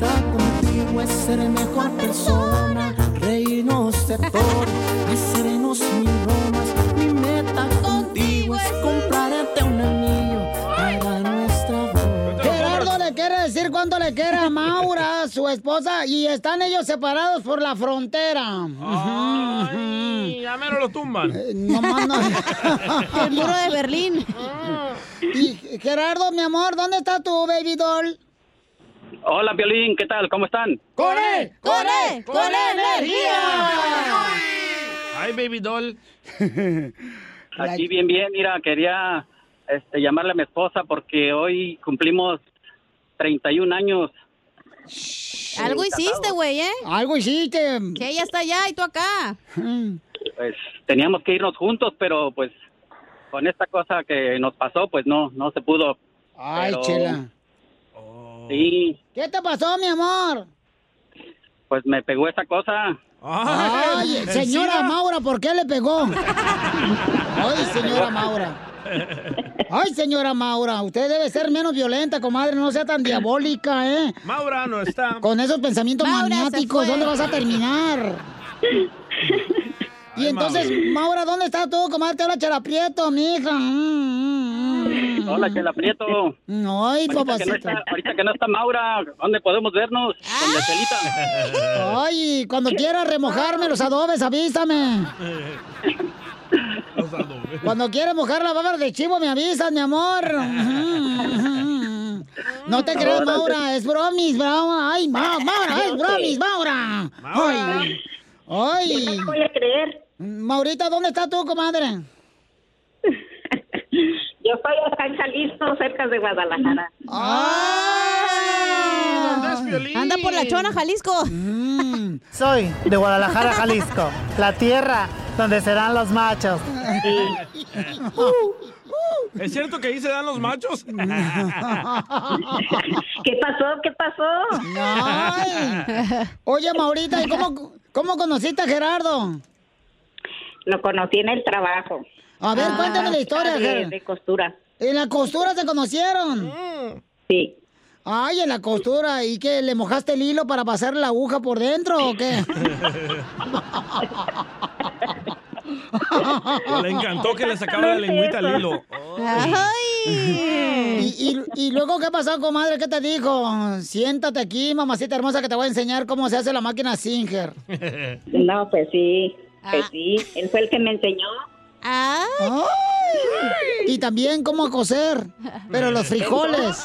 Speaker 9: Contigo es ser mejor persona. Reírnos de todo. Hacernos mil bromas. Mi meta contigo es comprarte un anillo para nuestra boda.
Speaker 2: Gerardo le quiere decir cuánto le quiere a Maura, su esposa, y están ellos separados por la frontera.
Speaker 3: Ay, ya mero lo tumban.
Speaker 2: No más Eh, no.
Speaker 3: El muro de
Speaker 2: Berlín. Y Gerardo, mi amor, ¿dónde está tu baby doll?
Speaker 15: Hola, Violín, ¿qué tal? ¿Cómo están?
Speaker 2: ¡Con él! ¡Con él! ¡Con energía!
Speaker 3: Ay, baby doll.
Speaker 15: Aquí bien, bien. Mira, quería este, llamarle a mi esposa porque hoy cumplimos 31 años.
Speaker 4: Algo hiciste, güey, ¿eh?
Speaker 2: Algo hiciste.
Speaker 4: Que ella está allá y tú acá.
Speaker 15: Pues teníamos que irnos juntos, pero pues con esta cosa que nos pasó, pues no, no se pudo.
Speaker 2: Ay,
Speaker 15: Pero-
Speaker 2: chela.
Speaker 15: Sí,
Speaker 2: ¿Qué te pasó, mi amor?
Speaker 15: pues me pegó esa cosa.
Speaker 2: Ah. Ay, señora Maura, ¿por qué le pegó? Ay, señora Maura. Ay, señora Maura, usted debe ser menos violenta, comadre, no sea tan diabólica, ¿eh?
Speaker 3: [laughs] Maura no está.
Speaker 2: Con esos pensamientos
Speaker 3: Maura se
Speaker 2: maniáticos,
Speaker 3: fue.
Speaker 2: ¿dónde vas a terminar? y entonces, Maura, ¿dónde está tú, comadre? Te habla Chela Prieto, mija. Mm, mm, mm.
Speaker 15: Hola, que la aprieto.
Speaker 2: Ay,
Speaker 15: Ahorita que, no
Speaker 2: papacito.
Speaker 15: está, ahorita que no está Maura, ¿dónde podemos vernos? Con la Chelita.
Speaker 2: Ay, cuando quieras remojarme los adobes, avísame.
Speaker 3: rosado.
Speaker 2: Cuando quieras mojar la baba de chivo, me avisas, mi amor. No te creas,
Speaker 9: Ahora
Speaker 2: Maura, es bromis, Maura. Ay, Ma- Maura, es bromis, Maura.
Speaker 9: Maura.
Speaker 2: Ay, ay.
Speaker 9: Yo no
Speaker 2: voy a creer. Maurita, ¿dónde estás tú, comadre?
Speaker 16: [laughs] Yo estoy acá en Jalisco, cerca de Guadalajara.
Speaker 4: Anda por
Speaker 3: [laughs]
Speaker 4: la chona, Jalisco.
Speaker 17: Soy de Guadalajara, Jalisco, la tierra donde serán los machos.
Speaker 3: ¿Es cierto que ahí se dan los
Speaker 2: [laughs]
Speaker 3: machos?
Speaker 2: ¿Qué pasó? ¿Qué pasó? Ay. Oye, Maurita, ¿y cómo, cómo conociste a Gerardo?
Speaker 16: Lo conocí en el trabajo. Ah,
Speaker 2: A ver, cuéntame la historia,
Speaker 16: de,
Speaker 2: Ger.
Speaker 16: de costura.
Speaker 2: ¿En la costura se conocieron? Sí. Ay, en la costura. ¿Y qué? ¿Le mojaste el hilo para pasar la aguja por dentro o qué?
Speaker 3: Le encantó que le sacara la lengüita al hilo.
Speaker 2: Ay. ¿Y, y, y luego qué pasó, comadre? ¿Qué te dijo? Siéntate aquí, mamacita hermosa, que te voy a enseñar cómo se hace la máquina Singer.
Speaker 16: No, pues sí, pues sí. Él fue el que me enseñó.
Speaker 2: Ay. Y también cómo coser, pero
Speaker 4: [laughs]
Speaker 2: los frijoles.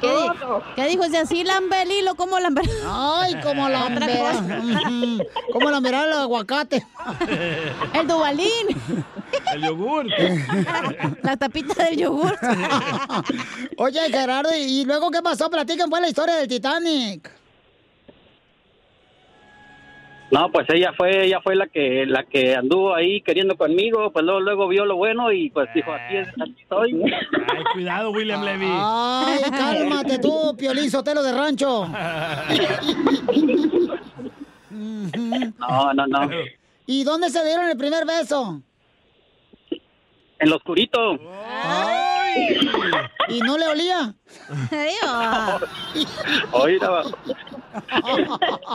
Speaker 4: ¿Qué, di- qué dijo? Si así lambe el hilo, ¿cómo lambe?
Speaker 2: Ay, como lambe- Ujú. [laughs] ¿Cómo lamberá el aguacate?
Speaker 4: El dubalín.
Speaker 3: [laughs] El yogur.
Speaker 4: La tapita del yogur.
Speaker 2: [laughs] Oye, Gerardo, ¿y luego qué pasó? Platiquen pues la historia del Titanic.
Speaker 18: No, pues ella fue, ella fue la que, la que anduvo ahí queriendo conmigo, pues luego, luego vio lo bueno y pues dijo, aquí es, aquí estoy.
Speaker 3: Ay, cuidado, William Levy.
Speaker 2: Ah. Ay, cálmate tú, Piolín Sotelo de Rancho.
Speaker 18: [laughs] No, no, no.
Speaker 2: ¿Y dónde se dieron el primer beso?
Speaker 18: En lo oscurito.
Speaker 2: ¿Y no le olía?
Speaker 4: oh.
Speaker 18: Oiga,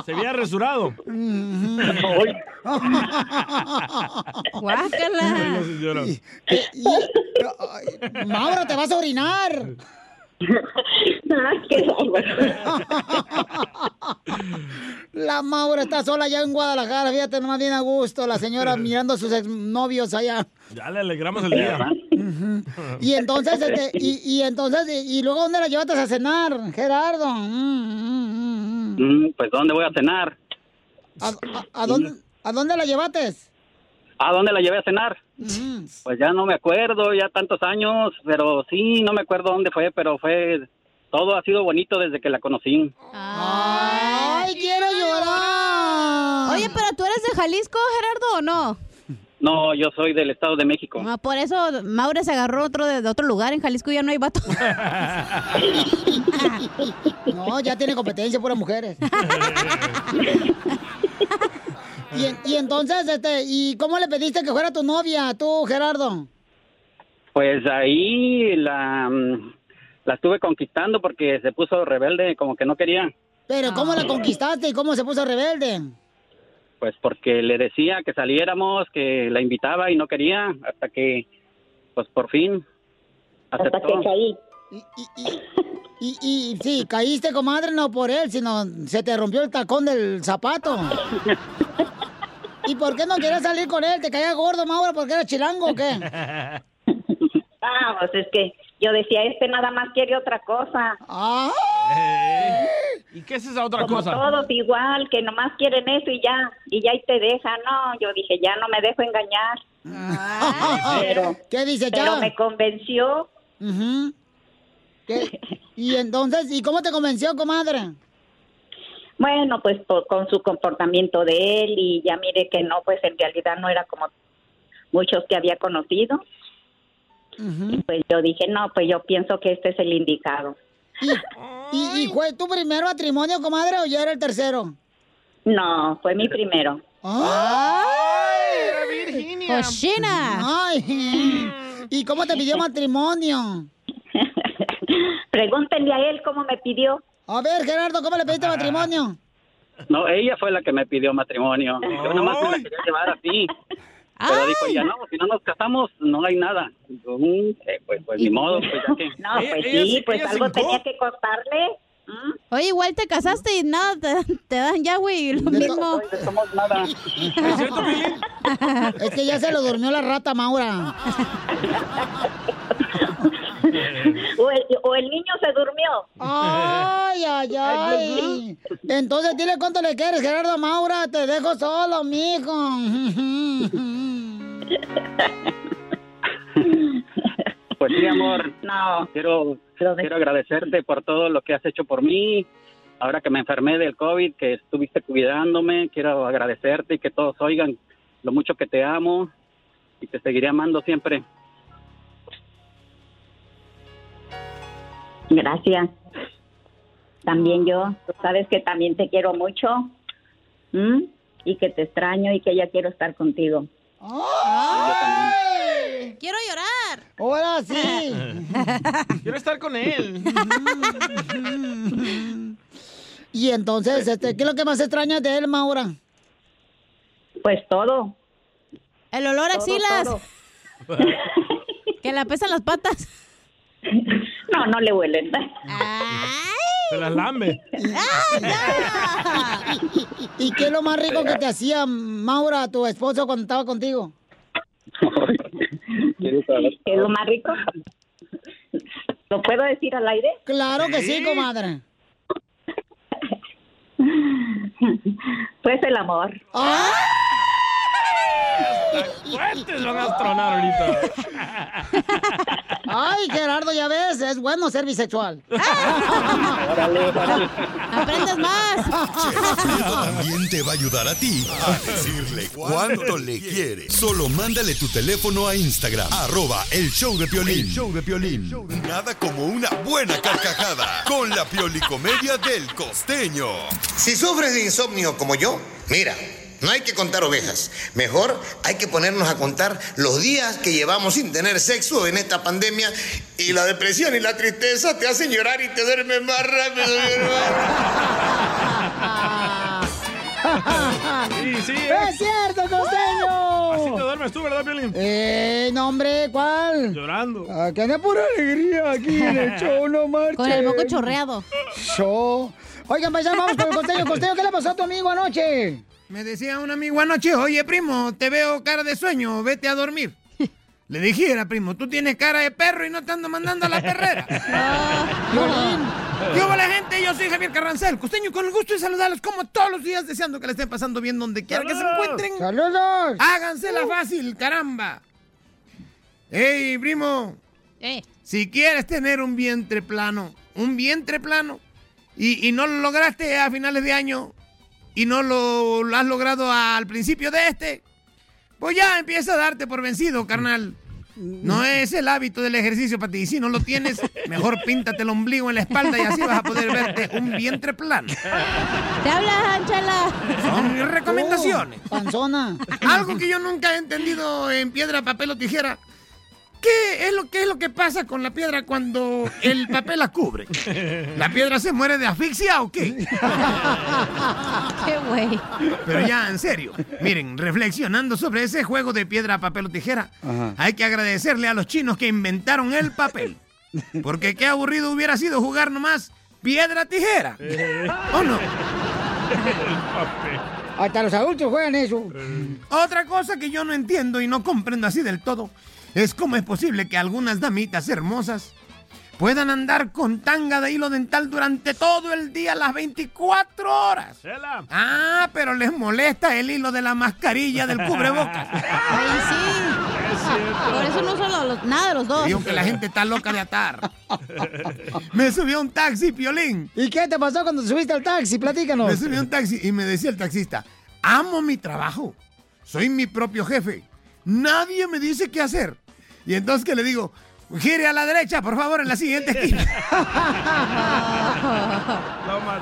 Speaker 3: Se había resurado.
Speaker 2: Guácala. Maura, te vas a orinar. [laughs] La Maura está sola allá en Guadalajara, fíjate nomás bien a gusto, la señora mirando a sus exnovios allá.
Speaker 3: Ya le alegramos el día.
Speaker 2: Y entonces, este, y, y entonces, y, y luego dónde la llevaste a cenar, Gerardo? Mm, mm, mm.
Speaker 18: mm, pues ¿dónde voy a cenar?
Speaker 2: ¿A, a- a dónde, ¿A dónde la llevaste?
Speaker 18: ¿A dónde la llevé a cenar?
Speaker 2: Mm.
Speaker 18: Pues ya no me acuerdo, ya tantos años, pero sí, no me acuerdo dónde fue, pero fue... Todo ha sido bonito desde que la conocí.
Speaker 2: ¡Ay, quiero llorar!
Speaker 4: Oye, pero tú eres de Jalisco, Gerardo, o no?
Speaker 18: No, yo soy del Estado
Speaker 2: [laughs]
Speaker 18: de México.
Speaker 4: Ah, por eso Maura se agarró otro de, de otro lugar. En Jalisco ya no hay vato.
Speaker 2: [laughs] No, ya tiene competencia, puras mujeres. y, en- y entonces, este, ¿y cómo le pediste que fuera tu novia, tú, Gerardo?
Speaker 18: Pues ahí la, mm, la estuve conquistando porque se puso rebelde, como que no quería.
Speaker 2: Pero ¿cómo la conquistaste y cómo se puso rebelde?
Speaker 18: Pues porque le decía que saliéramos, que la invitaba y no quería, hasta que, pues por fin, aceptó.
Speaker 2: Y, y sí, caíste, comadre, no por él, sino se te rompió el tacón del zapato. ¿Y por qué no querías salir con él? ¿Te caía gordo, Maura, porque era chilango o qué?
Speaker 16: Ah, pues es que yo decía, este nada más quiere otra cosa.
Speaker 3: ¿Y qué es esa otra
Speaker 16: Como
Speaker 3: cosa?
Speaker 16: todos igual, que nomás quieren eso y ya, y ya y te dejan. No, yo dije, ya no me dejo engañar. Pero,
Speaker 2: Ah. ¿Qué dice ya?
Speaker 16: Pero me convenció.
Speaker 2: Ujú. ¿Qué? Y entonces, ¿y cómo te convenció, comadre?
Speaker 16: Bueno, pues por- con su comportamiento de él y ya mire que no, pues en realidad no era como muchos que había conocido. Y pues yo dije, no, pues yo pienso que este es el indicado.
Speaker 2: ¿Y, y fue tu primer matrimonio, comadre, o ya era el tercero?
Speaker 16: No, fue mi primero.
Speaker 2: ¡Ay!
Speaker 3: ¡Era Virginia!
Speaker 2: ¡Cochina! ¡Ay! ¿Y cómo te pidió matrimonio?
Speaker 16: Pregúntenle a él cómo me pidió.
Speaker 2: A ver, Gerardo, ¿cómo
Speaker 16: [laughs]
Speaker 2: le pediste matrimonio?
Speaker 18: No, ella fue la que me pidió matrimonio. Yo nomás me la quería llevar así. Pero dijo ella, no, si no nos casamos, no hay nada. [laughs] Y yo, mm, eh, pues, pues ni modo, pues ya que...
Speaker 16: No, pues sí, pues algo tenía que cortarle.
Speaker 4: Oye, igual te casaste y nada, te, te dan ya, güey, lo [laughs] mismo.
Speaker 2: Es que ya se lo durmió la rata Maura.
Speaker 16: O el, o el niño se durmió. [laughs]
Speaker 2: Ay, ay, ay. Entonces dile cuánto le quieres, Gerardo a Maura. Te dejo solo, mijo. [laughs]
Speaker 15: Pues sí, amor. Quiero, quiero agradecerte por todo lo que has hecho por mí. Ahora que me enfermé del COVID, que estuviste cuidándome, quiero agradecerte y que todos oigan lo mucho que te amo y te seguiré amando siempre.
Speaker 16: Gracias. También yo, tú sabes que también te quiero mucho ¿m? y que te extraño y que ya quiero estar contigo.
Speaker 4: Quiero llorar.
Speaker 16: [laughs]
Speaker 2: Ahora sí.
Speaker 3: Quiero estar [laughs] con él.
Speaker 2: Y entonces, este, ¿qué es lo que más extrañas de él, Maura?
Speaker 16: Pues todo.
Speaker 4: El olor a axilas. [laughs] que la pesan las patas.
Speaker 16: No, no le huelen.
Speaker 3: Se las lambe.
Speaker 2: ¿Y qué es lo más rico que te hacía Maura, tu esposo, cuando estaba contigo?
Speaker 16: ¿Qué [laughs] es lo más rico? ¿Lo puedo decir al aire?
Speaker 2: Claro que sí, comadre.
Speaker 16: [laughs] Pues el amor.
Speaker 2: Ah,
Speaker 3: Fuertes van a tronar ahorita.
Speaker 2: Ay, Gerardo, ya ves, es bueno ser bisexual.
Speaker 4: Aprendes
Speaker 10: [laughs] Ah.
Speaker 4: más.
Speaker 10: También te va a ayudar a ti a decirle cuánto le quieres. Solo mándale tu teléfono a Instagram, arroba el show de Piolín. show de Piolín. Nada como una buena carcajada con la piolicomedia del costeño.
Speaker 19: Si sufres de insomnio como yo, mira, no hay que contar ovejas. Mejor hay que ponernos a contar los días que llevamos sin tener sexo en esta pandemia y la depresión y la tristeza te hacen llorar y te duermes más rápido, mi hermano.
Speaker 3: Sí, sí.
Speaker 2: ¡Es cierto, costeño!
Speaker 3: Así te duermes tú, ¿verdad, Piolín?
Speaker 2: Eh, no, hombre, ¿cuál?
Speaker 3: Llorando.
Speaker 2: Acá anda pura alegría aquí en el show,
Speaker 3: [laughs]
Speaker 2: no marches.
Speaker 4: Con el moco chorreado.
Speaker 2: Show. Oigan, paisanos, vamos con el costeño. Costeño, ¿qué le pasó a tu amigo anoche?
Speaker 20: Me decía un amigo anoche, oye primo, te veo cara de sueño, vete a dormir. Le dije, era primo, tú tienes cara de perro y no te ando mandando a la perrera. Yo hola gente, yo soy Javier Carrancel, costeño, con el gusto de saludarlos como todos los días, deseando que la estén pasando bien donde quiera que se
Speaker 2: ¡Saludos!
Speaker 20: encuentren.
Speaker 2: ¡Saludos!
Speaker 20: Hágansela fácil, caramba. Ey, primo, si quieres tener un vientre plano, un vientre plano, y, y no lo lograste a finales de año, y no lo, lo has logrado al principio de este, pues ya empieza a darte por vencido, carnal. No es el hábito del ejercicio para ti. Si no lo tienes, mejor píntate el ombligo en la espalda y así vas a poder verte un vientre plano.
Speaker 4: Te habla, Ángela.
Speaker 20: Son mis recomendaciones.
Speaker 2: Panzona.
Speaker 20: Algo que yo nunca he entendido en piedra, papel o tijera. ¿Qué es lo, qué es lo que pasa con la piedra cuando el papel la cubre? ¿La piedra se muere de asfixia o qué?
Speaker 4: Qué güey.
Speaker 20: Pero ya, en serio, miren, reflexionando sobre ese juego de piedra, papel o tijera, hay que agradecerle a los chinos que inventaron el papel. Porque qué aburrido hubiera sido jugar nomás piedra, tijera. ¿O no?
Speaker 2: Hasta los adultos juegan eso.
Speaker 20: Otra cosa que yo no entiendo y no comprendo así del todo es cómo es posible que algunas damitas hermosas puedan andar con tanga de hilo dental durante todo el día, las 24 horas. Ah, pero les molesta el hilo de la mascarilla del cubrebocas.
Speaker 4: [laughs] Ay, sí. Por eso no uso los- los- nada de los dos.
Speaker 20: Digo que la gente está loca de atar. Me subió un taxi, Piolín.
Speaker 2: ¿Y qué te pasó cuando te subiste al taxi? Platícanos.
Speaker 20: Me subió un taxi y me decía el taxista, amo mi trabajo, soy mi propio jefe, nadie me dice qué hacer. Y entonces que le digo, gire a la derecha, por favor, en la
Speaker 2: [laughs]
Speaker 20: siguiente esquina.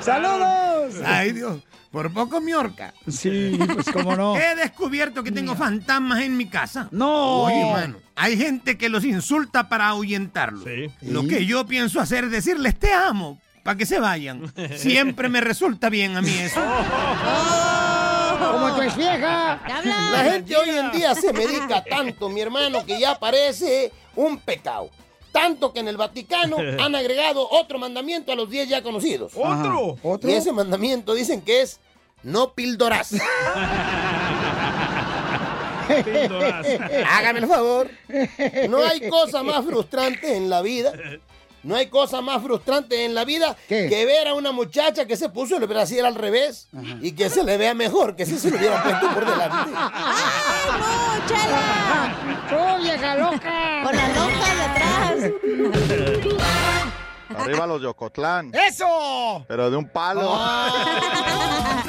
Speaker 2: [laughs] ¡Saludos!
Speaker 20: Ay, Dios, por poco mi horca.
Speaker 2: Sí, pues cómo no.
Speaker 20: He descubierto que tengo fantasmas en mi casa.
Speaker 2: No.
Speaker 20: Oye, hermano, hay gente que los insulta para ahuyentarlos. Lo que yo pienso hacer es decirles te amo para que se vayan. Siempre me resulta bien a mí eso.
Speaker 2: Como tu ex vieja.
Speaker 9: [laughs]
Speaker 21: La gente hoy en día se medica tanto, mi hermano, que ya parece un pecado.
Speaker 22: Tanto que en el
Speaker 9: [laughs]
Speaker 22: Vaticano han agregado otro mandamiento a los 10 ya conocidos.
Speaker 9: ¿Otro? Ajá, ¿otro?
Speaker 22: Y ese mandamiento dicen que es no pildorás.
Speaker 9: [laughs]
Speaker 22: Ah,
Speaker 9: Píldoras.
Speaker 22: [laughs] Hágame el favor. No hay cosa más frustrante en la vida. No hay cosa más frustrante en la vida que ver a una muchacha que se puso el brasier al revés y que se le vea mejor que si se lo hubiera puesto por delante.
Speaker 9: ¡Ay, no, chela! ¡Oh, vieja loca!
Speaker 4: Con la loca de atrás.
Speaker 23: Arriba los Yocotlán.
Speaker 10: Oh.
Speaker 2: ¡Eso!
Speaker 23: Pero de un palo.
Speaker 10: Ah,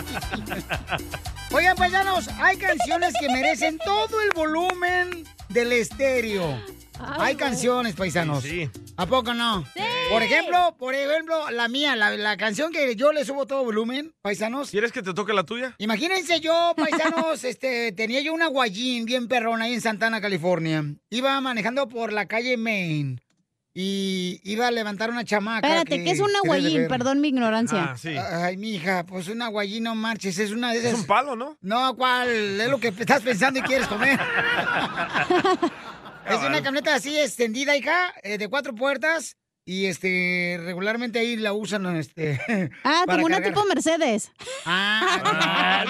Speaker 2: Oigan, paisanos, hay canciones que merecen todo el volumen del estéreo. hay canciones, paisanos. ¿A poco no? Por ejemplo, por ejemplo, la mía, la, la canción que yo le subo todo volumen, paisanos.
Speaker 3: [laughs] ¿Quieres que te toque la tuya?
Speaker 2: Imagínense yo, paisanos, [laughs] este, tenía yo una guayín bien perrona ahí en Santana, California. Iba manejando por la calle Main y iba a levantar una chamaca.
Speaker 4: Espérate, ¿qué es una
Speaker 2: que debe de
Speaker 4: guayín?
Speaker 2: ver.
Speaker 4: Perdón mi ignorancia.
Speaker 2: Ay, mija, pues una guayín, no marches, es una de esas.
Speaker 4: Es un
Speaker 3: palo, ¿no?
Speaker 2: No, ¿cuál? Es lo que estás pensando y quieres comer. es una camioneta así extendida, hija, eh, de cuatro puertas. Y este, regularmente ahí la usan, este. [laughs]
Speaker 4: Ah,
Speaker 2: para
Speaker 4: como una
Speaker 2: cargar.
Speaker 4: tipo Mercedes.
Speaker 3: [laughs]
Speaker 2: No, ah,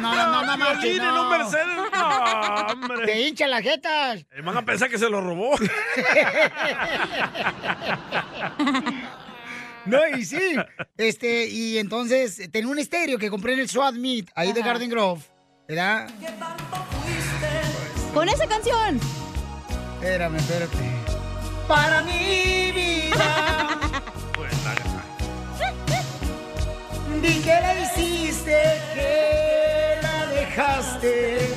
Speaker 2: no, no, no, no, marches,
Speaker 3: Violín en
Speaker 2: no.
Speaker 3: un Mercedes. No, hombre.
Speaker 2: Te hincha las jetas.
Speaker 3: Eh, Van a pensar que se lo
Speaker 2: [laughs]
Speaker 3: robó.
Speaker 2: [laughs] No, y sí. Este, y entonces eh, tenía un estéreo que compré en el SWAT Meet, ahí de Garden Grove. ¿Verdad?
Speaker 4: Con esa canción.
Speaker 2: Espérame, espérate. Para mi vida. Vi que la hiciste, que la dejaste.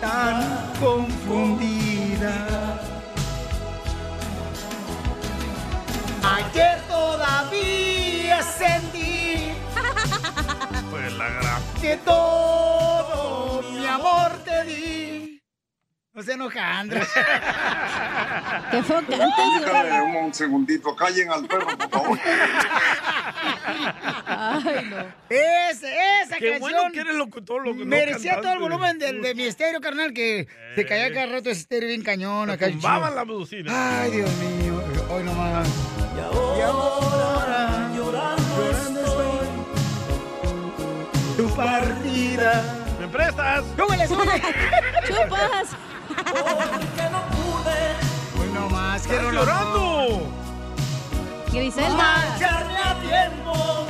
Speaker 2: Tan confundida. Ayer todavía sentí
Speaker 3: Pues la gran.
Speaker 2: que todo mi amor te di. No se enoja, Andrés. [laughs]
Speaker 4: Qué feo
Speaker 21: Déjale un, un segundito, callen al perro, por favor.
Speaker 2: [laughs] Ay, no. Esa, esa
Speaker 9: Qué
Speaker 2: canción.
Speaker 9: bueno que eres locutor, loco, no
Speaker 2: Merecía todo el
Speaker 9: cantante.
Speaker 2: volumen del, de mi estéreo, carnal, que se caía cada rato ese estéreo bien cañón. Acá
Speaker 3: Tumbaban
Speaker 2: chido.
Speaker 3: la bocina.
Speaker 2: Ay, Dios mío. Hoy nomás.
Speaker 9: Y ahora llorando estoy.
Speaker 2: Tu partida.
Speaker 3: ¿Me prestas?
Speaker 2: ¡Súbele,
Speaker 9: súbele!
Speaker 4: ¡Chupas!
Speaker 9: Porque no pude.
Speaker 2: Hoy nomás,
Speaker 9: quiero
Speaker 3: ¡Estás llorando!
Speaker 9: Marcharme a tiempo.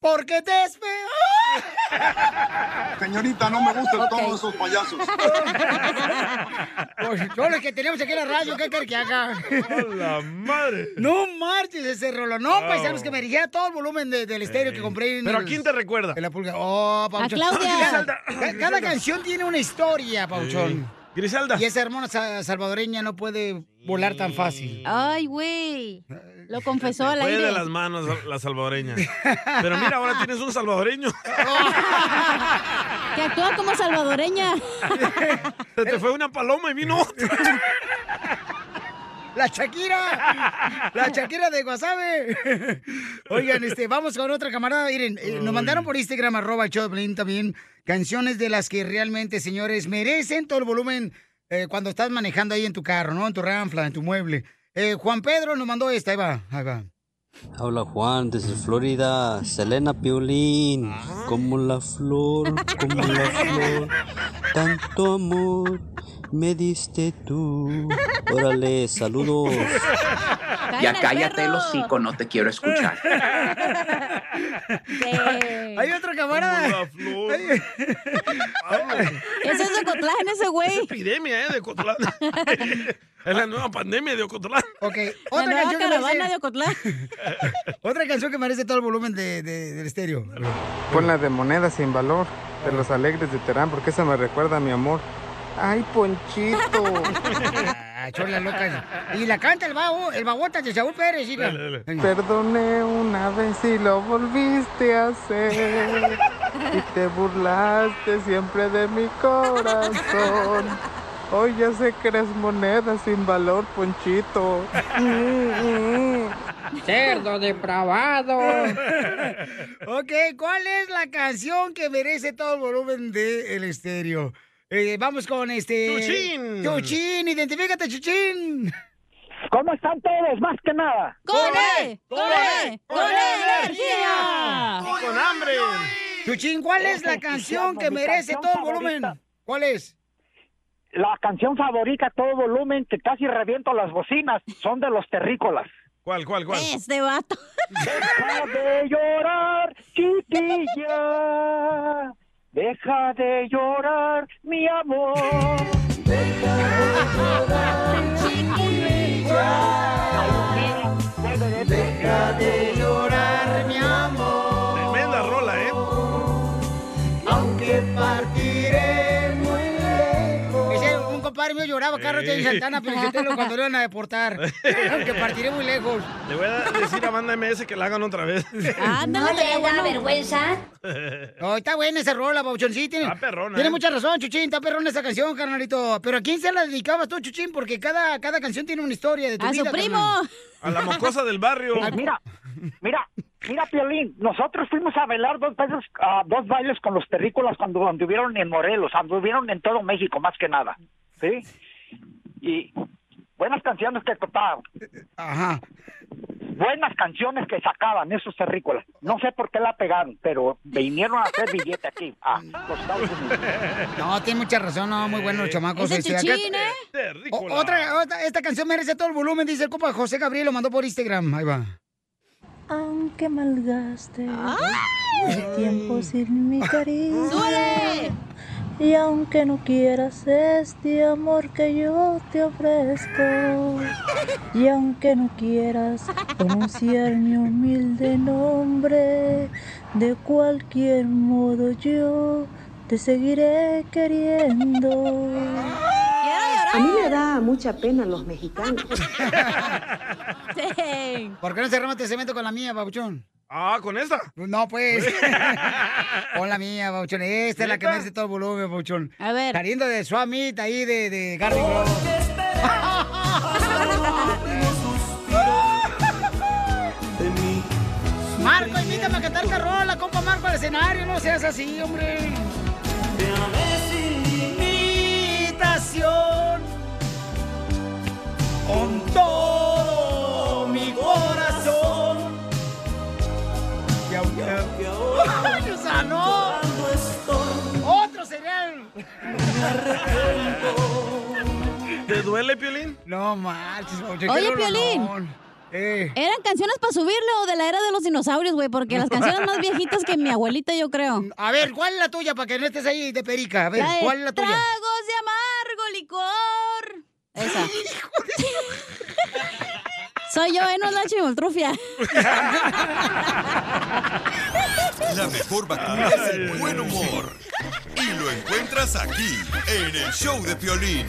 Speaker 2: Porque te espero.
Speaker 21: Señorita, no me gustan todos esos
Speaker 3: [laughs]
Speaker 21: payasos.
Speaker 2: Pues, Todos los que tenemos aquí en la radio, ¿qué quieres que haga?
Speaker 3: la madre!
Speaker 2: No marches ese rolo. No,
Speaker 3: Wow.
Speaker 2: paisanos, que merecía todo el volumen de- del estéreo que compré en
Speaker 3: ¿Pero a
Speaker 2: el-
Speaker 3: quién te recuerda?
Speaker 2: la pulga. Oh, Pauchón. Cada, cada canción tiene una historia, Pauchón.
Speaker 3: Griselda.
Speaker 2: Y esa hermana sa- salvadoreña no puede volar tan fácil.
Speaker 4: [laughs] Ay, güey. Lo confesó al
Speaker 3: Fue
Speaker 4: aire.
Speaker 3: de las manos la
Speaker 2: [laughs]
Speaker 3: salvadoreña. Pero mira, ahora tienes un salvadoreño.
Speaker 4: Que actúa como salvadoreña.
Speaker 3: Se te fue una paloma y vino otra.
Speaker 2: ¡La Shakira! ¡La Shakira de Guasave! Oigan, este, vamos con otra camarada. Miren, eh, nos mandaron por Instagram, arroba el show de Piolín también, canciones de las que realmente, señores, merecen todo el volumen eh, cuando estás manejando ahí en tu carro, ¿no? En tu ranfla, en tu mueble. Eh, Juan Pedro nos mandó esta, ahí va, ahí va.
Speaker 18: Habla Juan desde Florida, Selena Piolín, como la flor, como la flor, tanto amor me diste tú. Órale, saludos.
Speaker 14: Ya cállate el hocico, no te quiero escuchar.
Speaker 2: Hay otro camarada. Hay-
Speaker 4: Ese es Ocotlán, ese güey.
Speaker 3: Es epidemia, ¿eh? De
Speaker 2: [laughs]
Speaker 3: Ocotlán. es la nueva pandemia de Ocotlán.
Speaker 2: Ok,
Speaker 4: La
Speaker 2: otra
Speaker 4: nueva
Speaker 2: canción, que
Speaker 4: caravana de
Speaker 2: merece,
Speaker 4: Ocotlán.
Speaker 2: [laughs] otra canción que merece todo el volumen de- de- del estéreo.
Speaker 24: Pon la de monedas sin valor de los alegres de Terán, porque esa me recuerda a mi amor. Ay, Ponchito.
Speaker 2: Ah, chola loca. Y la canta el babo, el babota de Saúl Pérez, hija.
Speaker 24: Perdoné una vez y lo volviste a
Speaker 3: [laughs]
Speaker 24: hacer. Y te burlaste siempre de mi corazón. Hoy ya sé que eres moneda sin valor, Ponchito.
Speaker 2: Cerdo depravado. ok, ¿cuál es la canción que merece todo el volumen del estéreo? Eh, vamos con este.
Speaker 9: Chuchín.
Speaker 2: Chuchín, identifícate, Chuchín.
Speaker 11: ¿Cómo están todos? Más que nada.
Speaker 2: ¡Corre! E,
Speaker 9: ¡Corre! ¡Corre E energía!
Speaker 11: Y con hambre.
Speaker 2: Chuchín, ¿cuál es la canción que merece todo el volumen? ¿Cuál es?
Speaker 11: La canción favorita a todo volumen que casi reviento las bocinas son de los terrícolas.
Speaker 3: ¿Cuál, cuál, cuál?
Speaker 4: Este vato.
Speaker 11: Deja de llorar, chiquilla. Deja de llorar, mi amor. Deja de llorar, chiquilla. Deja de llorar, mi amor.
Speaker 3: Tremenda rola, ¿eh?
Speaker 11: Aunque partiré muy lejos.
Speaker 2: Ese, un compadre mío lloraba Carlos de
Speaker 3: Sí.
Speaker 2: Santana, pero yo te lo cuando lo iban a deportar. Aunque partiré muy lejos.
Speaker 3: Le voy a decir a Banda MS que la hagan otra
Speaker 2: [laughs]
Speaker 3: vez.
Speaker 2: no le da vergüenza.
Speaker 3: Pero
Speaker 2: No, Oh, está buena esa rola, Bauchón. Sí, tiene,
Speaker 3: perrona,
Speaker 2: tiene
Speaker 3: eh.
Speaker 2: mucha razón, Chuchín. Está perrona esa canción, carnalito. Pero ¿a quién se la dedicabas tú, Chuchín? Porque cada, cada canción tiene una historia de tu vida, carnal.
Speaker 3: A la
Speaker 2: [laughs]
Speaker 3: mocosa del barrio.
Speaker 2: Pues
Speaker 11: Mira, mira, [laughs] mira, Piolín, nosotros fuimos a bailar dos veces, a ah, dos bailes con los terrícolas cuando anduvieron en Morelos, anduvieron en todo México, más que nada, ¿sí? Y buenas canciones que tocaban.
Speaker 2: Ajá.
Speaker 11: Buenas canciones que sacaban esos terrícolas. No sé por qué la pegaron, pero vinieron a hacer billete aquí, a los Estados Unidos.
Speaker 2: No, tiene mucha razón. No, muy
Speaker 3: Eh,
Speaker 2: buenos los chamacos.
Speaker 11: Ese
Speaker 2: este, acá-
Speaker 11: Chuchín, ¿eh?
Speaker 2: O- otra, otra- esta canción merece todo el volumen, dice el compa José Gabriel, lo mandó por Instagram. Ahí va.
Speaker 13: Aunque malgaste el tiempo sin mi cariño. Y aunque no quieras este amor que yo te ofrezco. Y aunque no quieras pronunciar mi humilde nombre. De cualquier modo yo te seguiré queriendo.
Speaker 25: A mí me da mucha pena los mexicanos.
Speaker 2: ¿Por qué no cerramos este cemento con la mía, Babuchón?
Speaker 3: Ah, ¿con esta?
Speaker 2: No,
Speaker 3: [laughs]
Speaker 2: pues. con la mía, Babuchón. Esta es la que merece todo el volumen, Babuchón. A ver. Saliendo de Swamit, ahí de, de Garden Grove. Marco, invítame a cantar esta rola, compa Marco, al escenario. No seas así, hombre. Te invitación.
Speaker 9: Con todo mi corazón.
Speaker 2: ¡Ay, Susano! ¡Otro cereal!
Speaker 3: ¿Te duele, Piolín?
Speaker 2: No marches,
Speaker 4: Oye, Piolín.
Speaker 2: Eh.
Speaker 4: ¿Eran canciones para subirle o de la era de los dinosaurios, güey? Porque las canciones más viejitas que mi abuelita, yo creo.
Speaker 2: A ver, ¿cuál es la tuya para que no estés ahí de perica? A ver,
Speaker 4: La de
Speaker 2: ¿cuál es la tuya?
Speaker 4: Tragos de amargo licor.
Speaker 2: [laughs]
Speaker 4: Esa. Soy yo, ¿eh? No es la
Speaker 2: [laughs]
Speaker 4: chimoltrufia.
Speaker 10: La mejor vacuna es el buen humor. Y lo encuentras aquí, en el show de Piolín.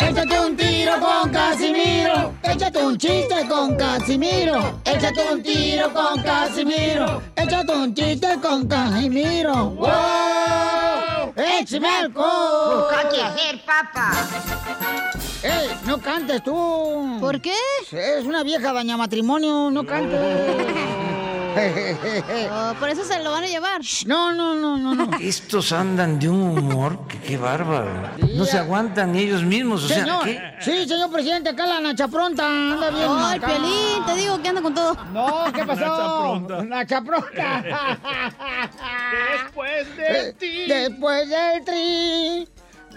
Speaker 2: Échate un tiro con Casimiro. Échate un chiste con Casimiro. Échate un tiro con Casimiro. Échate un chiste con Casimiro.
Speaker 9: ¡Wow!
Speaker 2: ¡Échame alcohol!
Speaker 9: Busca
Speaker 6: é
Speaker 9: qué hacer,
Speaker 2: papa! ¡Ey! ¡No cantes tú! ¿Por qué? Es una vieja daña matrimonio, no
Speaker 4: [laughs]
Speaker 2: cantes.
Speaker 4: Oh, por eso se lo van a llevar.
Speaker 2: No, no, no, no, no.
Speaker 26: Estos andan de un humor que qué bárbaro. No se aguantan ni ellos mismos, o sea,
Speaker 2: Señor,
Speaker 26: ¿qué?
Speaker 2: sí, señor presidente, acá la Nacha Pronta anda bien.
Speaker 4: Ay,
Speaker 2: acá.
Speaker 4: Piolín, te digo que anda con todo.
Speaker 2: No,
Speaker 4: [laughs]
Speaker 2: ¿qué pasó?
Speaker 4: Nacha Pronta.
Speaker 2: Nacha Pronta.
Speaker 4: [laughs]
Speaker 9: Después
Speaker 2: Eh, Después del tri,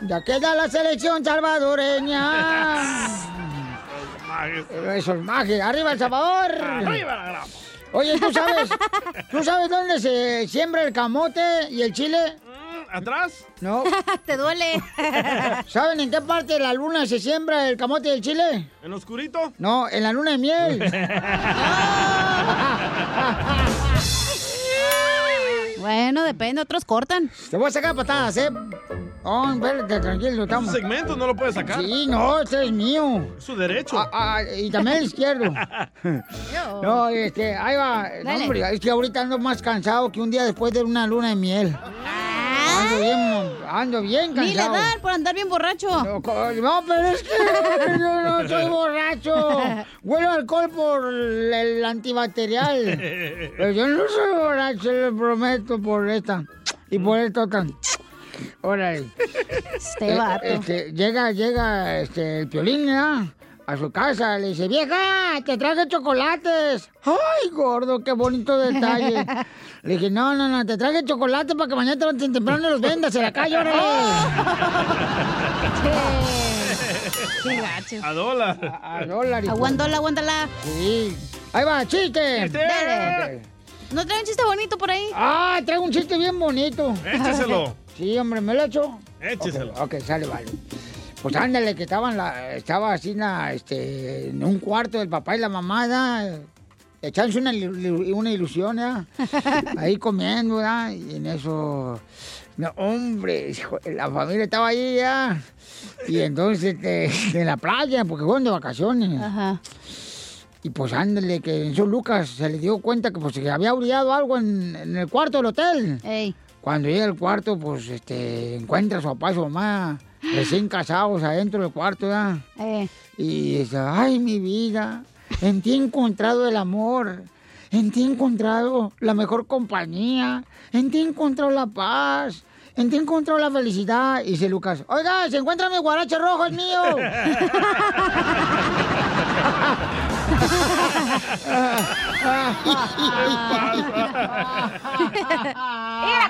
Speaker 2: ya queda la selección
Speaker 9: Ah.
Speaker 2: salvadoreña. Eso es magia. Arriba El Salvador.
Speaker 9: Arriba la grama.
Speaker 2: Oye, ¿tú sabes, ¿tú sabes dónde se siembra el camote y el chile?
Speaker 3: ¿Atrás?
Speaker 2: No.
Speaker 4: [laughs] Te duele.
Speaker 2: ¿Saben en qué parte de la luna se siembra el camote y el chile?
Speaker 3: ¿En oscurito?
Speaker 2: No, en la luna de
Speaker 4: [laughs]
Speaker 2: miel.
Speaker 4: Bueno, depende, otros cortan.
Speaker 2: Te voy a sacar patadas, ¿eh? Oh, espérate, tranquilo, estamos.
Speaker 3: Un segmento no lo puedes sacar.
Speaker 2: Sí, no, este es mío.
Speaker 3: Es su derecho.
Speaker 2: Ah, ah, y también el
Speaker 3: [laughs]
Speaker 2: izquierdo. No, este, ahí va. No,
Speaker 3: Dale.
Speaker 2: hombre, es que ahorita ando más cansado que un día después de una luna de miel. Ando bien, ando bien
Speaker 4: Ah. Ni le
Speaker 2: cansado.
Speaker 4: dan por andar bien borracho.
Speaker 2: No, co- no, pero es que yo no estoy borracho. Huelo a alcohol por el antibacterial. Pero yo no soy borracho, lo prometo por esta y por esta otra. Órale.
Speaker 4: Este
Speaker 2: Eh,
Speaker 9: [laughs]
Speaker 4: vato.
Speaker 2: este, llega, llega este, el piolín, ¿verdad? A su casa, le dice, vieja, te traje chocolates. Ay, gordo, qué bonito
Speaker 4: [laughs]
Speaker 2: detalle. Le dije, no, no, no, te traje chocolates para que mañana te- temprano los vendas en la calle,
Speaker 4: [laughs]
Speaker 2: órale.
Speaker 4: Qué gacho.
Speaker 3: [laughs] A dólar.
Speaker 2: A Ah, dólar.
Speaker 4: Aguántala, aguántala.
Speaker 2: Sí. Ahí va, chiste.
Speaker 4: Dale. ¿No trae un chiste bonito por ahí?
Speaker 2: Ah, traigo un chiste bien bonito.
Speaker 3: Écheselo.
Speaker 2: [laughs] Sí, hombre, ¿me lo echo?
Speaker 3: Écheselo.
Speaker 2: Ok, ok, sale, vale. Pues ándale, que estaban la, estaba así na, este, en un cuarto el papá y la mamá, ¿da? echándose una, ilu- una ilusión, ¿da? ahí comiendo, ¿da? y en eso, no, hombre, hijo, la familia estaba ahí ya, y entonces este, [laughs] en la playa, porque fueron de vacaciones. Y pues ándale, que en eso Lucas se le dio cuenta que pues que había brillado algo en, en el cuarto del hotel. Cuando llega al cuarto, pues este, encuentra a su papá y su mamá recién casados adentro del cuarto, ¿verdad? Y dice, ay, mi vida, en ti he encontrado el amor, en ti he encontrado la mejor compañía, en ti he encontrado la paz, en ti he encontrado la felicidad. Y dice Lucas, oiga, se encuentra mi guarache rojo, es mío.
Speaker 3: [laughs]
Speaker 2: [laughs]
Speaker 27: Mira,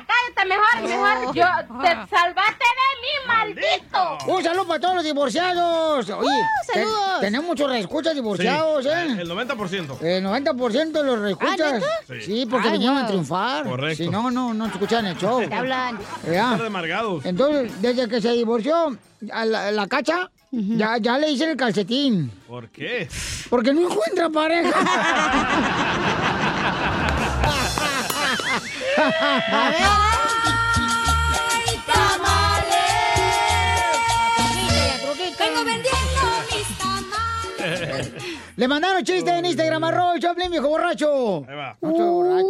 Speaker 27: cállate
Speaker 2: Ah.
Speaker 27: mejor, mejor. Yo te
Speaker 4: Ah.
Speaker 27: salvaste de mí, maldito.
Speaker 2: Un saludo para todos los divorciados. Oye,
Speaker 27: Uh,
Speaker 2: te-
Speaker 27: saludos.
Speaker 2: tenemos muchos reescuchas
Speaker 3: Sí,
Speaker 2: divorciados, ¿eh?
Speaker 3: El 90%.
Speaker 2: El 90% de los
Speaker 3: ¿Ah,
Speaker 2: reescuchas.
Speaker 3: neta? Sí.
Speaker 2: sí, porque
Speaker 3: Ay,
Speaker 2: vinieron
Speaker 3: wow.
Speaker 2: a triunfar.
Speaker 3: Correcto.
Speaker 2: Si no, no, no escuchan el show.
Speaker 3: Te hablan.
Speaker 2: Ya.
Speaker 3: Estar amargados.
Speaker 2: Entonces, desde que se divorció a la, la cacha, ya, ya le hice el calcetín.
Speaker 3: ¿Por qué?
Speaker 2: Porque no encuentra pareja.
Speaker 3: [laughs]
Speaker 9: Vengo vendiendo mis
Speaker 2: le mandaron chiste en Instagram, arroba el Choplin, viejo borracho. Ahí
Speaker 3: va.
Speaker 28: Hola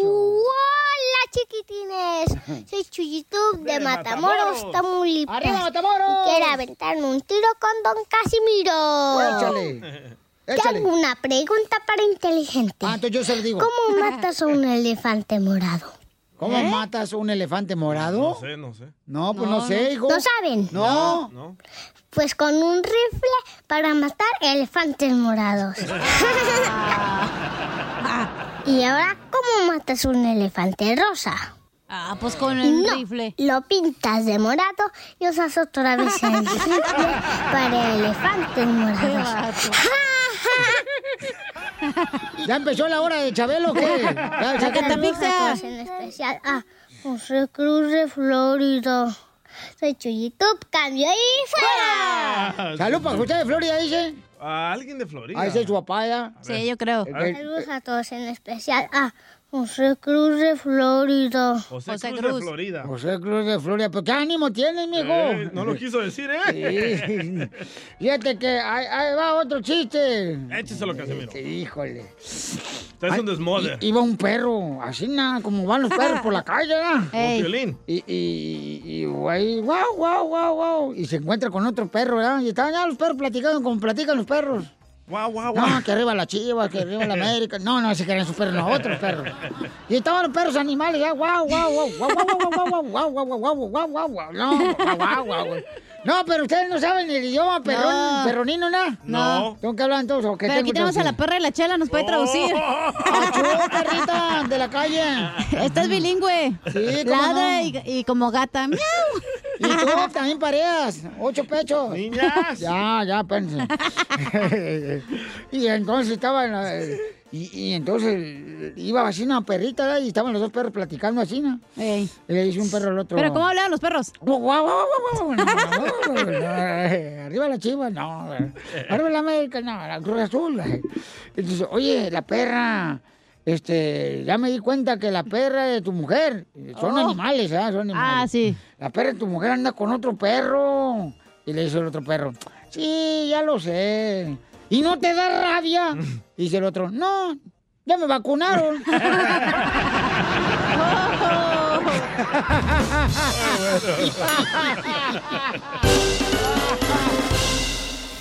Speaker 28: chiquitines, soy Chuyitub de Matamoros,
Speaker 2: Matamoros.
Speaker 28: Tamaulipas.
Speaker 2: ¡Arriba, Matamoros!
Speaker 28: Y quiero aventarme un tiro con Don
Speaker 3: Oh.
Speaker 28: Casimiro.
Speaker 2: Échale. Ah,
Speaker 28: Tengo una pregunta para inteligente.
Speaker 2: yo se lo digo. [laughs]
Speaker 28: ¿Cómo matas a un elefante morado? ¿Eh?
Speaker 2: ¿Cómo matas un elefante morado?
Speaker 3: ¿Eh? No sé, no sé.
Speaker 2: No, pues no, sé, hijo.
Speaker 28: ¿No saben?
Speaker 2: No.
Speaker 3: No.
Speaker 28: Pues con un rifle para matar elefantes [laughs] morados. y ahora, ¿cómo matas un elefante rosa? Ah, pues con
Speaker 4: el
Speaker 28: rifle. Lo pintas de morado y usas otra vez [laughs] el rifle para elefantes morados. [laughs]
Speaker 2: ¿Ya empezó la hora de Chabelo
Speaker 3: [laughs]
Speaker 2: o [laughs] qué? Ya, saca la pizza.
Speaker 28: En especial a José Cruz de Florida. Soy Chuyitub, cambio y fuera.
Speaker 2: Salud para José de Florida, dice.
Speaker 3: A alguien de Florida.
Speaker 2: Ahí se su papá, ya.
Speaker 28: Sí, yo creo.
Speaker 2: A ver.
Speaker 28: Saludos a todos, en especial a José Cruz de Florida.
Speaker 3: José, Cruz, de Florida.
Speaker 2: José Cruz de Florida. Pues qué ánimo tienes, mijo.
Speaker 3: Eh, no lo quiso decir, ¿eh?
Speaker 2: Sí. [laughs] Fíjate que ahí, ahí va otro chiste.
Speaker 3: Écheselo, Casimiro.
Speaker 2: híjole.
Speaker 3: Traes un desmoder.
Speaker 2: Iba un perro, así nada, como van los perros por la calle, ¿no?
Speaker 3: Como Ey. Piolín.
Speaker 2: Y, y, y, güey, guau, guau, guau, guau. Y se encuentra con otro perro, ¿verdad? Y estaban ya los perros platicando, como platican los perros.
Speaker 3: Guau, guau,
Speaker 2: guau. No, que arriba la chiva, que arriba la América. No, no, se querían sus perros, no, otros [laughs] perros. Y estaban los perros animales, ya, guau, guau, guau, guau, guau, guau, guau, guau, guau, guau, guau, guau, guau, guau, no, guau, guau, guau, guau. No, pero ustedes no saben el idioma perrón,
Speaker 4: No.
Speaker 2: perronino, ¿no?
Speaker 4: No.
Speaker 2: Tengo que hablar entonces.
Speaker 4: Pero aquí tenemos a la perra de la chela, nos puede
Speaker 2: [laughs]
Speaker 4: traducir.
Speaker 2: ¡Achú, perrita de la calle!
Speaker 4: [laughs] Esta es bilingüe.
Speaker 2: Sí, cómo no.
Speaker 4: Ladra y, y como gata. ¡Miau!
Speaker 2: Y tú también pareas, ocho pechos.
Speaker 3: Niñas.
Speaker 2: Ya, ya, pensé. y entonces estaban. eh, Y, y entonces iba así una perrita ¿verdad? y estaban los dos perros platicando así, ¿no? Y le dice un perro al otro.
Speaker 4: Pero ¿cómo hablaban los perros?
Speaker 2: Guau, guau, guau, guau, guau, no, no, no, no, Arriba la chiva, no. eh. Arriba la América, no, la Cruz Azul. eh. Entonces, oye, la perra, este, ya me di cuenta que la perra de tu mujer, son
Speaker 4: Oh.
Speaker 2: animales, ¿ah? Son animales. Ah, sí. La perra de tu mujer anda con otro perro. Y le dice el otro perro, sí, ya lo sé. ¿Y no te da [laughs] rabia? Y dice el otro, no, ya me [laughs] vacunaron. Oh. [laughs]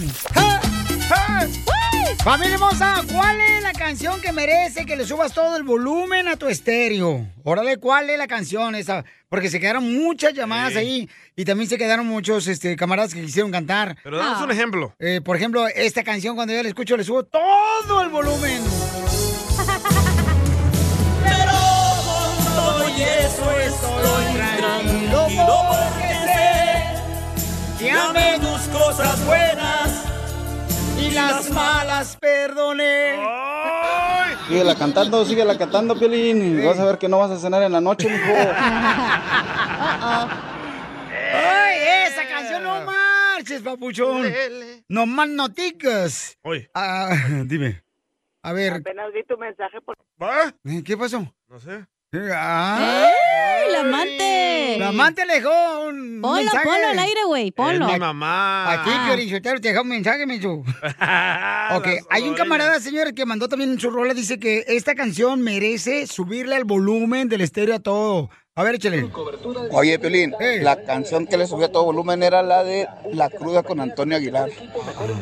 Speaker 2: [laughs] Familia hermosa, ¿cuál es la canción que merece que le subas todo el volumen a tu estéreo? Órale, ¿cuál es la canción esa? Porque se quedaron muchas llamadas
Speaker 3: Sí.
Speaker 2: ahí y también se quedaron muchos este, camaradas que quisieron cantar.
Speaker 3: Pero danos un ejemplo.
Speaker 2: Eh, por ejemplo, esta canción cuando yo la escucho le subo todo el volumen.
Speaker 9: Pero con todo y eso estoy tranquilo porque sé que amé tus cosas buenas
Speaker 2: y las malas perdoné.
Speaker 11: Síguela cantando, síguela cantando, Piolín. y Vas a ver que no vas a cenar en la noche, [laughs] mijo.
Speaker 2: Ah, ¡Ay, esa canción no marches, papuchón! No más noticas. Ah, [laughs] dime. A ver.
Speaker 12: Apenas vi tu mensaje por...
Speaker 2: eh, ¿Qué pasó?
Speaker 3: [laughs] No sé.
Speaker 2: Eh, ah.
Speaker 4: ¡Ey, la amante!
Speaker 2: La amante le dejó un
Speaker 4: Ponlo,
Speaker 2: mensaje.
Speaker 4: ponlo al aire, güey, ponlo.
Speaker 2: Es
Speaker 4: Es
Speaker 2: mi
Speaker 4: mi
Speaker 3: mamá.
Speaker 2: A ti, Piolín Sotelo, te dejó un mensaje, Michu. Ok, hay un camarada, señor, que mandó también en su rola, dice que esta canción merece subirle al volumen del estéreo a todo. A ver, échale.
Speaker 11: Oye, Piolín, la canción que le subí a todo volumen era la de La Cruda con Antonio Aguilar.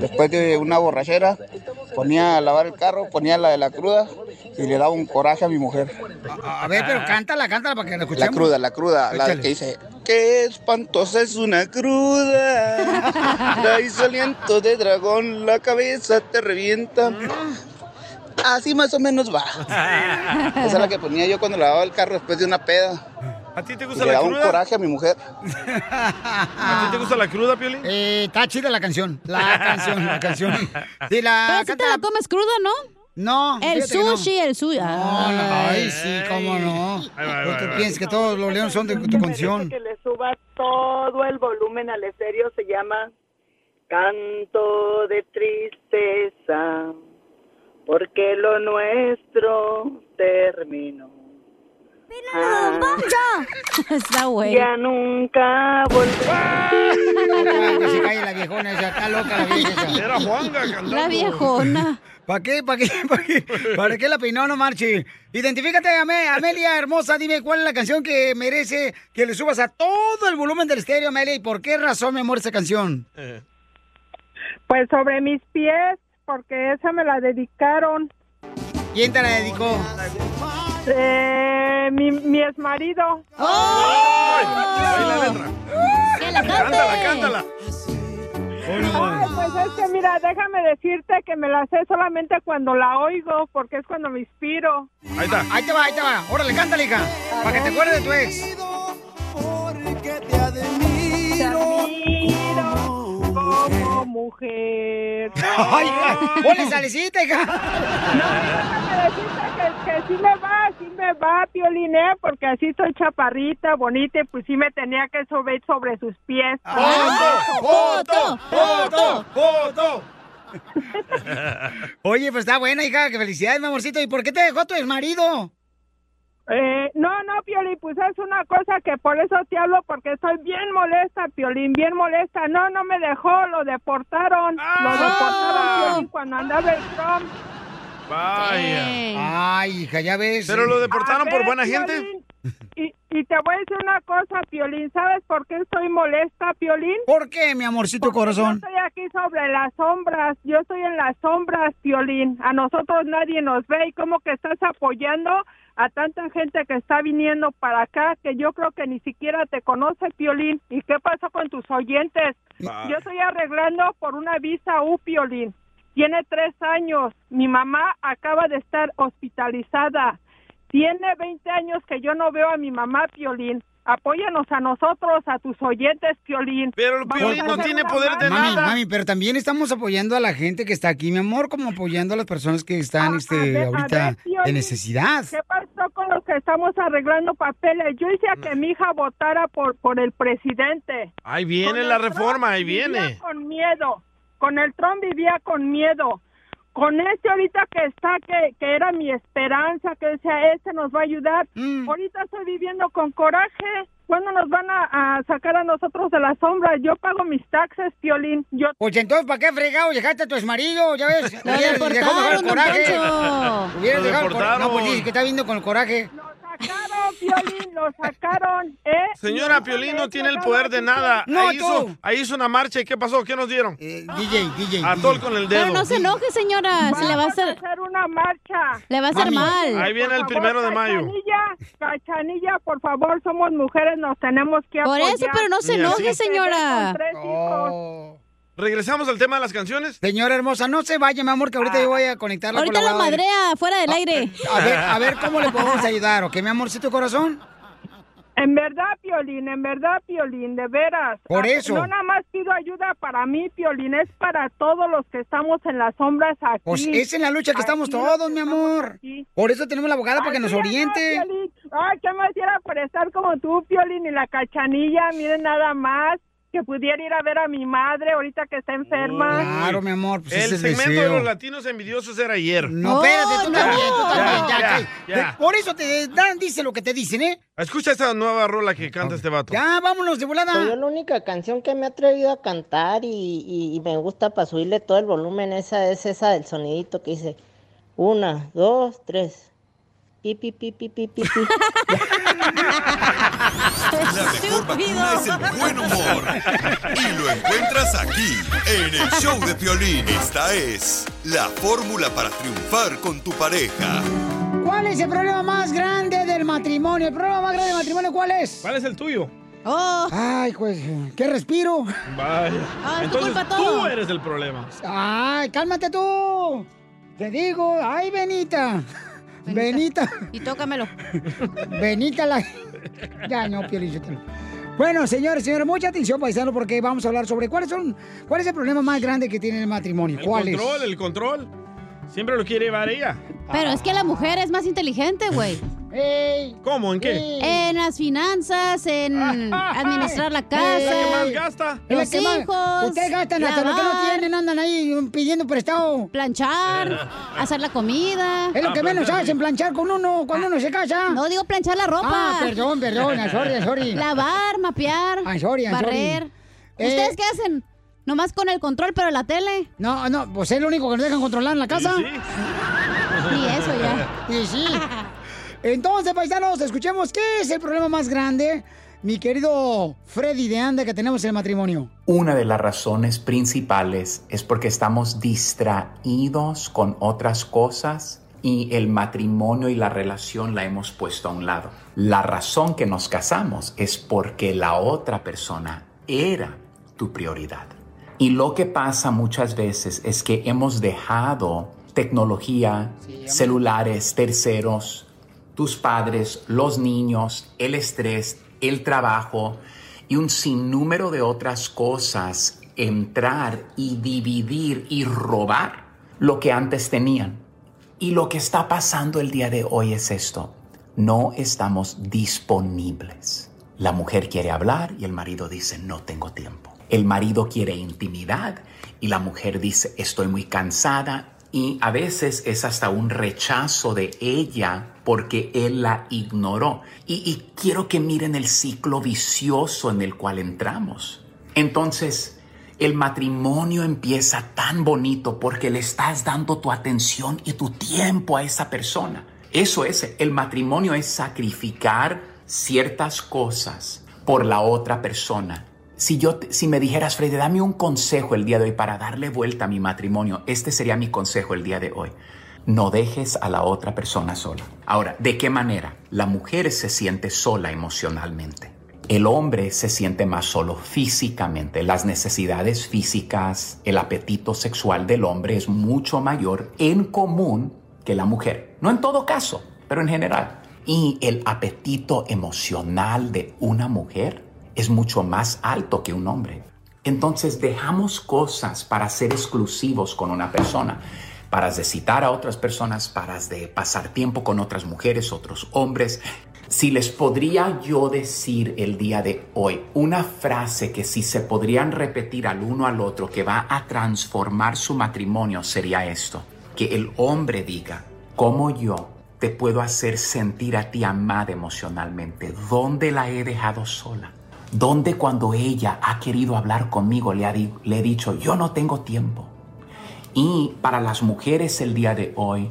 Speaker 11: Después de una borrachera, ponía a lavar el carro, ponía la de La Cruda y le daba un coraje a mi mujer.
Speaker 2: A ver, pero cántala, cántala para que la escuchemos.
Speaker 11: La Cruda, La Cruda, la
Speaker 2: Échale.
Speaker 11: que dice... Qué espantosa es
Speaker 3: [laughs]
Speaker 11: una cruda. Traes aliento de dragón, la cabeza te revienta.
Speaker 3: Ah.
Speaker 11: Así más o menos
Speaker 3: [laughs]
Speaker 11: va. Esa es la que ponía yo cuando lavaba el carro después de una peda.
Speaker 3: ¿A ti te
Speaker 11: y
Speaker 3: gusta
Speaker 11: le
Speaker 3: la
Speaker 11: daba un
Speaker 3: cruda?
Speaker 11: coraje a mi mujer.
Speaker 2: ¿A
Speaker 3: ti te gusta la cruda, Piolín?
Speaker 2: Ah. Eh, está chida la canción. La canción, la canción. Sí, la
Speaker 4: Pero si te la comes cruda, ¿no?
Speaker 2: No.
Speaker 4: El
Speaker 2: fíjate que no.
Speaker 4: sushi, el sushi.
Speaker 2: No, no, ay, sí, cómo no. ¿Tú te piensas que todos los leones son de tu condición?
Speaker 12: Que le suba todo el volumen al estéreo se llama Canto de Tristeza, porque lo nuestro terminó. Ah.
Speaker 4: [laughs] Está güey.
Speaker 12: Ya nunca
Speaker 3: Ah.
Speaker 2: volverá.
Speaker 12: que
Speaker 2: se calle la viejona esa, está loca la vieja esa.
Speaker 3: Era Juanga cantando.
Speaker 2: La viejona. ¿Para qué? ¿Para qué? [laughs] ¿Para qué? ¿Para qué la peinó no marche? Identifícate, Ame- Amelia hermosa. Dime cuál es la canción que merece que le subas a todo el volumen del estéreo, Amelia. ¿Y por qué razón, mi amor, esa canción?
Speaker 4: Eh.
Speaker 12: Pues sobre mis pies, porque esa me la dedicaron.
Speaker 2: ¿Quién te la dedicó?
Speaker 12: Eh, mi, mi ex marido.
Speaker 2: ¡Oh!
Speaker 4: ¡Que la cante! Cántala, cántala.
Speaker 12: Ay, pues es que mira, déjame decirte que me la sé solamente cuando la oigo, porque es cuando me inspiro.
Speaker 3: Ahí está.
Speaker 2: Ahí te va, ahí te va. Órale, cántale, hija. Para que te acuerdes de tu ex.
Speaker 12: Te admiro como mujer.
Speaker 10: [laughs]
Speaker 2: ¡Ay,
Speaker 3: Ah.
Speaker 2: hija! ¡Ponle salecita,
Speaker 12: hija! Que, que sí me va, sí me va, Pioliné, porque así estoy chaparrita, bonita, y pues sí me tenía que subir sobre sus pies.
Speaker 2: Ah,
Speaker 12: Ah,
Speaker 2: ¡Foto! ¡Foto! ¡Foto! Oye, pues está buena, hija. Que felicidades, mi amorcito. ¿Y por qué te dejó tu exmarido?
Speaker 12: Eh, no, no, Piolín, pues es una cosa que por eso te hablo, porque estoy bien molesta, Piolín, bien molesta. No, no me dejó, lo deportaron. Lo deportaron, Piolín, cuando andaba el Trump.
Speaker 3: Vaya.
Speaker 2: Ay, hija, ya ves.
Speaker 3: ¿Pero lo deportaron
Speaker 12: A
Speaker 3: por
Speaker 12: ver,
Speaker 3: buena gente?
Speaker 12: Piolín, Y, y te voy a decir una cosa, Piolín, ¿sabes por qué estoy molesta, Piolín?
Speaker 2: ¿Por qué, mi amorcito corazón?
Speaker 12: Yo estoy aquí sobre las sombras, yo estoy en las sombras, Piolín. A nosotros nadie nos ve y como que estás apoyando a tanta gente que está viniendo para acá que yo creo que ni siquiera te conoce, Piolín. ¿Y qué pasó con tus oyentes?
Speaker 9: Bye.
Speaker 12: Yo estoy arreglando por una visa U, Piolín. Tiene tres años. Mi mamá acaba de estar hospitalizada. Tiene 20 años que yo no veo a mi mamá, Piolín. Apóyanos a nosotros, a tus oyentes, Piolín.
Speaker 3: Pero
Speaker 2: Piolín no
Speaker 3: tiene poder de
Speaker 2: mami,
Speaker 3: nada.
Speaker 2: Mami, pero también estamos apoyando a la gente que está aquí, mi amor, como apoyando a las personas que están este,
Speaker 12: ver, Ah, a
Speaker 2: ahorita
Speaker 12: ver, Piolín.
Speaker 2: en necesidad.
Speaker 12: ¿Qué pasó con los que estamos arreglando papeles? Yo hice a que mi hija votara por, por el presidente.
Speaker 3: Ahí viene la reforma, ahí viene.
Speaker 12: Vivía con miedo. Con el Trump vivía con miedo. Con este ahorita que está, que, que era mi esperanza, que decía, este nos va a ayudar.
Speaker 2: Mm.
Speaker 12: Ahorita estoy viviendo con coraje. ¿Cuándo nos van a, a sacar a nosotros de la sombra? Yo pago mis taxes, Piolín. Yo...
Speaker 2: Pues entonces, ¿para qué fregado llegaste a tu exmarido? Ya ves,
Speaker 12: [laughs] Lo
Speaker 2: hubieras
Speaker 12: deportaron,
Speaker 2: dejado mejor el
Speaker 12: don
Speaker 2: coraje.
Speaker 12: Poncho.
Speaker 2: Hubieras
Speaker 12: Lo
Speaker 2: dejado el coraje. No, pues
Speaker 3: deportaron.
Speaker 2: dice que está viendo con el coraje.
Speaker 12: sacaron, Piolín, lo sacaron, ¿eh?
Speaker 3: Señora Piolín no tiene el poder de nada.
Speaker 4: No,
Speaker 3: ahí,
Speaker 4: tú.
Speaker 3: hizo, ahí hizo una marcha y ¿qué pasó? ¿Qué nos dieron?
Speaker 2: Eh, DJ, DJ.
Speaker 3: Atol con el dedo.
Speaker 4: Pero no se enoje, señora. Se le va a hacer...
Speaker 12: una marcha.
Speaker 4: Le va a hacer
Speaker 3: Mami.
Speaker 4: mal.
Speaker 3: Ahí viene el
Speaker 12: Por
Speaker 3: primero de
Speaker 12: favor,
Speaker 3: mayo.
Speaker 12: Cachanilla, Cachanilla, por favor, somos mujeres, nos tenemos que
Speaker 4: Por
Speaker 12: apoyar.
Speaker 4: eso, pero no se
Speaker 3: Ni enoje, así.
Speaker 4: señora.
Speaker 12: Con tres hijos.
Speaker 3: ¿Regresamos al tema de las canciones?
Speaker 2: Oh. Señora hermosa, no se vaya, mi amor, que
Speaker 12: Ah.
Speaker 2: ahorita yo voy a conectarla
Speaker 4: Ahorita
Speaker 2: con
Speaker 4: la
Speaker 2: la madre.
Speaker 4: madrea fuera
Speaker 2: Ah,
Speaker 4: del aire.
Speaker 2: A ver, a ver cómo le podemos ayudar, ¿ok, mi amorcito corazón?
Speaker 12: En verdad, Piolín, en verdad, Piolín, de veras.
Speaker 2: Por
Speaker 12: Ah,
Speaker 2: eso.
Speaker 12: No nada más pido ayuda para mí, Piolín, es para todos los que estamos en las sombras aquí.
Speaker 2: Pues es en la lucha que estamos todos, mi amor. Por eso tenemos la abogada para que nos oriente.
Speaker 12: Ay, qué más era por estar como tú, Piolín, y la cachanilla, miren nada más. Que pudiera ir a ver a mi madre ahorita que está enferma.
Speaker 2: Claro, mi amor, pues ese
Speaker 3: el
Speaker 2: es el
Speaker 3: segmento de
Speaker 2: deseo.
Speaker 3: los latinos envidiosos era ayer.
Speaker 2: No,
Speaker 13: Oh,
Speaker 2: espérate, tú también, tú también, ya,
Speaker 3: ya,
Speaker 2: ya. Por eso te dan, dice lo que te dicen, ¿eh?
Speaker 3: Escucha esta nueva rola que canta este vato.
Speaker 2: Ya, vámonos de volada.
Speaker 13: Pues yo la única canción que me he atrevido a cantar y, y- y me gusta para subirle todo el volumen esa es esa del sonidito que dice una, dos, tres. Pi, pi, pi, pi, pi, pi, pi.
Speaker 10: La mejor vacuna es el buen humor. Y lo encuentras aquí, en el show de Piolín. Esta es la fórmula para triunfar con tu pareja.
Speaker 2: ¿Cuál es el problema más grande del matrimonio? ¿El problema más grande del matrimonio cuál es?
Speaker 3: ¿Cuál es el tuyo?
Speaker 2: Ay, pues, qué respiro.
Speaker 3: Vaya.
Speaker 2: Ah, es tu
Speaker 3: Entonces
Speaker 2: culpa
Speaker 3: tú
Speaker 2: todo.
Speaker 3: eres el problema.
Speaker 2: Ay, cálmate tú. Te digo, ay, Benita. Benita.
Speaker 4: Y tócamelo.
Speaker 2: Benita la... Ya no, Piolín, yo te lo- Bueno, señores, señores, mucha atención, paisano, porque vamos a hablar sobre cuáles son, cuál es el problema más grande que tiene el matrimonio.
Speaker 3: El
Speaker 2: ¿Cuál es?
Speaker 3: control, el control. Siempre lo quiere llevar ella.
Speaker 4: Pero es que la mujer es más inteligente, güey.
Speaker 3: ¿Cómo? ¿En qué?
Speaker 4: En las
Speaker 2: [laughs]
Speaker 4: finanzas, en administrar la casa.
Speaker 3: Es la que más gasta.
Speaker 4: Los
Speaker 2: Es la que más-
Speaker 4: hijos.
Speaker 2: Ustedes gastan hasta lo que no
Speaker 4: lavar,
Speaker 2: tienen, andan ahí pidiendo prestado.
Speaker 4: Planchar, hacer la comida.
Speaker 2: Es lo
Speaker 3: Ah,
Speaker 2: que menos hacen, planchar con uno cuando uno se casa.
Speaker 4: No, digo planchar la ropa.
Speaker 2: Ah, perdón, perdón, I'm sorry, I'm sorry.
Speaker 4: Lavar, mapear,
Speaker 2: I'm sorry, I'm
Speaker 4: barrer.
Speaker 2: sorry. Eh,
Speaker 4: ¿Ustedes qué hacen? Nomás con el control, pero la tele.
Speaker 2: No, no, pues es lo único que nos dejan controlar en la casa.
Speaker 4: [laughs] Y eso ya.
Speaker 2: Y sí. Entonces, paisanos, escuchemos qué es el problema más grande, mi querido Freddy de Anda, que tenemos en el matrimonio.
Speaker 15: Una de las razones principales es porque estamos distraídos con otras cosas y el matrimonio y la relación la hemos puesto a un lado. La razón que nos casamos es porque la otra persona era tu prioridad. Y lo que pasa muchas veces es que hemos dejado tecnología, celulares, terceros, tus padres, los niños, el estrés, el trabajo y un sinnúmero de otras cosas entrar y dividir y robar lo que antes tenían. Y lo que está pasando el día de hoy es esto. No estamos disponibles. La mujer quiere hablar y el marido dice, no tengo tiempo. El marido quiere intimidad y la mujer dice, estoy muy cansada. Y a veces es hasta un rechazo de ella porque él la ignoró. Y, y quiero que miren el ciclo vicioso en el cual entramos. Entonces, el matrimonio empieza tan bonito porque le estás dando tu atención y tu tiempo a esa persona. Eso es, el matrimonio es sacrificar ciertas cosas por la otra persona. Si yo te- si me dijeras, Freddy, dame un consejo el día de hoy para darle vuelta a mi matrimonio, este sería mi consejo el día de hoy. No dejes a la otra persona sola. Ahora, ¿de qué manera? La mujer se siente sola emocionalmente. El hombre se siente más solo físicamente. Las necesidades físicas, el apetito sexual del hombre es mucho mayor en común que la mujer. No en todo caso, pero en general. Y el apetito emocional de una mujer es mucho más alto que un hombre. Entonces dejamos cosas para ser exclusivos con una persona, para de citar a otras personas, para de pasar tiempo con otras mujeres, otros hombres, Si les podría yo decir el día de hoy una frase que si se podrían repetir al uno al otro que va a transformar su matrimonio sería esto. Que el hombre diga, ¿cómo yo te puedo hacer sentir a ti amada emocionalmente? ¿Dónde la he dejado sola? ¿Dónde cuando ella ha querido hablar conmigo le, ha di- le he dicho, yo no tengo tiempo? Y para las mujeres el día de hoy,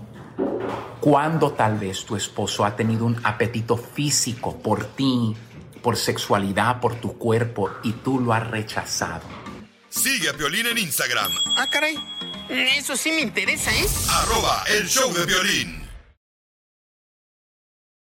Speaker 15: cuando tal vez tu esposo ha tenido un apetito físico por ti, por sexualidad, por tu cuerpo, y tú lo has rechazado.
Speaker 10: Sigue a Piolín en Instagram.
Speaker 22: Ah, caray. Eso sí me interesa, ¿eh?
Speaker 10: Arroba el show de violín.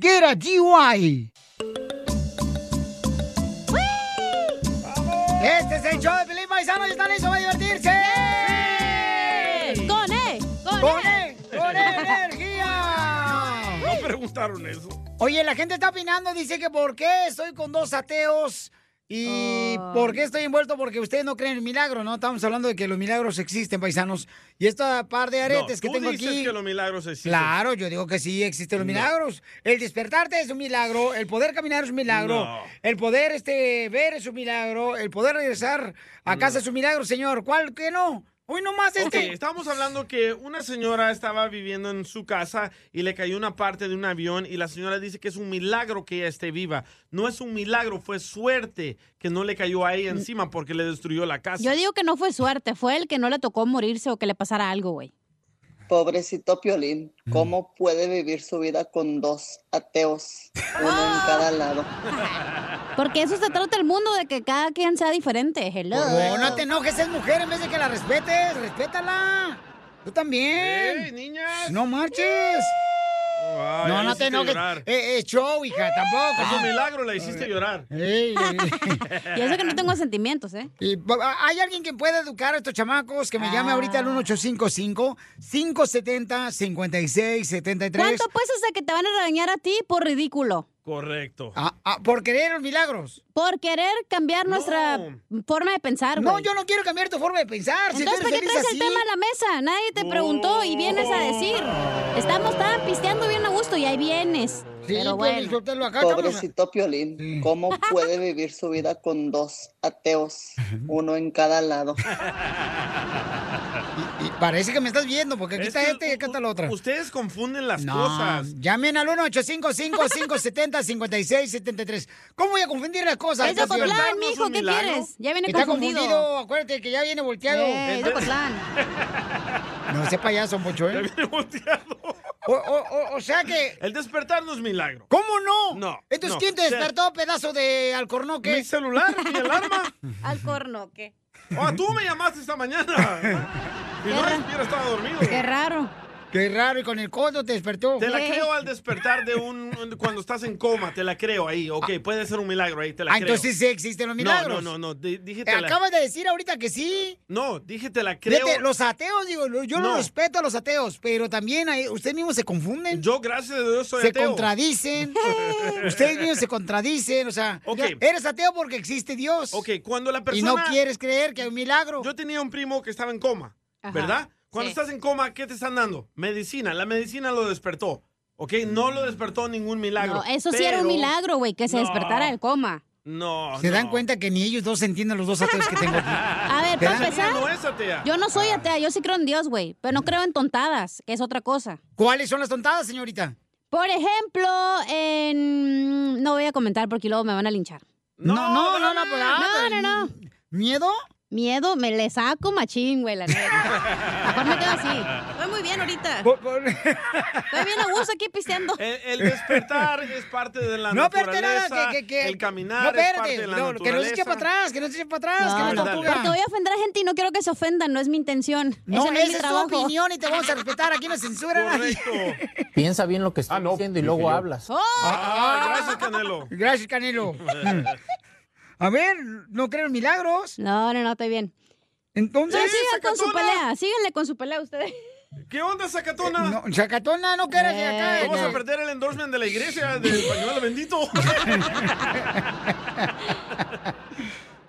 Speaker 2: Get a GY. Este es el show de Felipe Paisano y están listos para divertirse.
Speaker 4: ¡Con E! ¡Con,
Speaker 2: ¡Con
Speaker 4: E!
Speaker 2: E! ¡Con energía!
Speaker 3: Ah, No preguntaron eso.
Speaker 2: Oye, la gente está opinando, dice que por qué estoy con dos ateos y
Speaker 4: Oh.
Speaker 2: por qué estoy envuelto porque ustedes no creen en el milagro, ¿no? Estamos hablando de que los milagros existen, paisanos. Y esta par de aretes
Speaker 3: No,
Speaker 2: que
Speaker 3: tú
Speaker 2: tengo
Speaker 3: dices
Speaker 2: aquí.
Speaker 3: que los milagros existen.
Speaker 2: Claro, yo digo que sí existen los
Speaker 3: No.
Speaker 2: milagros. El despertarte es un milagro, el poder caminar es un milagro,
Speaker 3: No.
Speaker 2: el poder este ver es un milagro, el poder regresar a casa es un milagro, señor. ¿Cuál que no? Hoy nomás
Speaker 3: Ok,
Speaker 2: este.
Speaker 3: estábamos hablando que una señora estaba viviendo en su casa y le cayó una parte de un avión y la señora dice que es un milagro que ella esté viva. No es un milagro, fue suerte que no le cayó a
Speaker 2: Mm.
Speaker 3: ella encima porque le destruyó la casa.
Speaker 4: Yo digo que no fue suerte, fue el que no le tocó morirse o que le pasara algo, güey.
Speaker 16: Pobrecito Piolín,
Speaker 3: Mm.
Speaker 16: ¿cómo puede vivir su vida con dos ateos, uno
Speaker 2: ¡Ah!
Speaker 16: en cada lado?
Speaker 4: [laughs] Porque eso se trata el mundo de que cada quien sea diferente. Hello.
Speaker 3: Pues
Speaker 2: No, no te enojes, es mujer, en vez de que la respetes, respétala. Tú también. No marches.
Speaker 3: Ay,
Speaker 2: no,
Speaker 3: ahí
Speaker 2: no
Speaker 3: hiciste
Speaker 2: te enojes.
Speaker 3: llorar.
Speaker 2: Eh, eh, show, hija, tampoco.
Speaker 3: Es un milagro, la hiciste llorar. [laughs]
Speaker 2: Ey, ey.
Speaker 4: Y eso que no tengo sentimientos, ¿eh?
Speaker 2: Y, pa- a- ¿Hay alguien que pueda educar a estos chamacos? Que me llame ahorita al
Speaker 3: Ah.
Speaker 2: 1855-570-5673.
Speaker 4: ¿Cuánto apuestas a que te van a regañar a ti por ridículo?
Speaker 3: Correcto.
Speaker 2: Ah, por querer los milagros.
Speaker 4: Por querer cambiar nuestra forma de pensar,
Speaker 2: No,
Speaker 4: güey.
Speaker 2: yo no quiero cambiar tu forma de pensar. si tú
Speaker 4: Entonces,
Speaker 2: eres
Speaker 4: ¿por qué
Speaker 2: feliz
Speaker 4: traes el
Speaker 2: así?
Speaker 4: tema a la mesa? Nadie te preguntó y vienes a decir. Estamos tan pisteando bien a gusto y ahí vienes. Pero
Speaker 2: pues,
Speaker 4: bueno.
Speaker 16: Pobrecito Piolín, ¿cómo puede vivir su vida con dos ateos, uno en cada
Speaker 3: [laughs]
Speaker 16: lado?
Speaker 2: Parece que me estás viendo, porque aquí
Speaker 16: Es
Speaker 2: está
Speaker 16: que
Speaker 2: este y acá está la otra.
Speaker 3: Ustedes confunden las
Speaker 2: No,
Speaker 3: cosas.
Speaker 2: Llamen al 1-855-570-5673. ¿Cómo voy a confundir las cosas?
Speaker 4: Es de
Speaker 2: Ocotlán,
Speaker 4: Ocotlán, mijo, ¿qué quieres? Ya viene
Speaker 2: Está
Speaker 4: confundido.
Speaker 2: acuérdate que ya viene volteado.
Speaker 4: Eh, es de Ocotlán.
Speaker 2: No sea payaso, Poncho, ¿eh?
Speaker 3: Ya viene volteado.
Speaker 2: O, o- o- o sea que...
Speaker 3: El despertar no es milagro.
Speaker 2: ¿Cómo no?
Speaker 3: No.
Speaker 2: Entonces,
Speaker 3: no.
Speaker 2: ¿quién te despertó, pedazo de alcornoque?
Speaker 3: Mi celular, mi alarma.
Speaker 4: Al corno, ¿qué?
Speaker 3: Oh, tú me llamaste esta
Speaker 2: [laughs]
Speaker 3: mañana. Y no respira, estaba dormido.
Speaker 4: Qué raro.
Speaker 2: Qué raro, y con el codo te despertó.
Speaker 3: Te la creo al despertar de un, un- cuando estás en coma, te la creo ahí. Ok, puede ser un milagro ahí, te la
Speaker 2: Ah,
Speaker 3: creo.
Speaker 2: entonces sí existen los
Speaker 3: No,
Speaker 2: milagros.
Speaker 3: No, no, no, di- dije
Speaker 2: Eh,
Speaker 3: te la-
Speaker 2: Acabas de decir ahorita que sí.
Speaker 3: No, dije te la creo.
Speaker 2: Fíjate, los ateos, digo, lo- yo
Speaker 3: No.
Speaker 2: no respeto a los ateos, pero también hay- ustedes mismos se confunden.
Speaker 3: Yo, gracias a Dios, soy
Speaker 2: Se
Speaker 3: ateo. [laughs]
Speaker 2: contradicen. ustedes mismos se contradicen, o sea,
Speaker 3: Ok.
Speaker 2: eres ateo porque existe Dios.
Speaker 3: Ok, cuando la persona...
Speaker 2: Y no quieres creer que hay un milagro.
Speaker 3: Yo tenía un primo que estaba en coma,
Speaker 2: Ajá,
Speaker 3: ¿verdad? Cuando
Speaker 2: sí.
Speaker 3: estás en coma, ¿qué te están dando? Medicina, la medicina lo despertó. Ok, no lo despertó ningún milagro.
Speaker 4: No, eso sí era un
Speaker 3: pero-
Speaker 4: milagro, güey, que se
Speaker 3: No.
Speaker 4: despertara del coma.
Speaker 3: No,
Speaker 2: Se
Speaker 3: no.
Speaker 2: dan cuenta que ni ellos dos entienden los dos ateos que tengo aquí.
Speaker 4: [laughs] A ver,
Speaker 2: ¿Te
Speaker 4: para
Speaker 2: dan-
Speaker 4: empezar,
Speaker 3: No es atea.
Speaker 4: yo no
Speaker 2: Ah.
Speaker 4: soy atea, yo sí creo en Dios, güey, pero no creo en tontadas, que es otra cosa.
Speaker 2: ¿Cuáles son las tontadas, señorita?
Speaker 4: Por ejemplo, mm, en... no voy a comentar porque luego me van a linchar.
Speaker 2: No, no, no, no, pues, ah,
Speaker 4: no, no, no.
Speaker 2: ¿Miedo?
Speaker 4: miedo, me le saco machín, güey,
Speaker 3: [laughs]
Speaker 4: la neta. Mejor me quedo así. Estoy muy bien ahorita.
Speaker 2: Por-
Speaker 4: Estoy bien a gusto aquí pisteando.
Speaker 3: El
Speaker 4: [laughs]
Speaker 3: despertar es Eh, parte de la
Speaker 2: No, espérate
Speaker 3: naturaleza.
Speaker 2: nada, que, que, que-
Speaker 3: El caminar
Speaker 2: no,
Speaker 3: es
Speaker 2: espérate,
Speaker 3: parte de la
Speaker 2: no, que no se eche
Speaker 3: naturaleza.
Speaker 2: para atrás, que no se eche para atrás, que
Speaker 4: No,
Speaker 2: no, tortuga.
Speaker 4: porque voy a ofender a gente y no quiero que se ofendan, no es mi intención.
Speaker 2: No,
Speaker 4: Ese no es
Speaker 2: esa
Speaker 4: mi
Speaker 2: es
Speaker 4: trabajo.
Speaker 2: tu opinión y te vamos a respetar, aquí no censura nadie. [laughs]
Speaker 15: Piensa bien lo que estás diciendo y luego
Speaker 2: Ah, dije yo.
Speaker 15: hablas.
Speaker 3: Ah, gracias, Canelo.
Speaker 2: Gracias,
Speaker 3: [laughs]
Speaker 2: Canelo. A ver, ¿no creo en milagros?
Speaker 4: No, no, no, estoy bien.
Speaker 2: Entonces...
Speaker 4: No, sigan con su pelea, síganle con su pelea ustedes.
Speaker 3: ¿Qué onda, Zacatona?
Speaker 2: No, Chacatona, no quieres que acá.
Speaker 3: Vamos
Speaker 2: eh,
Speaker 3: a perder el endorsement de la iglesia del pañuelo bendito. [laughs]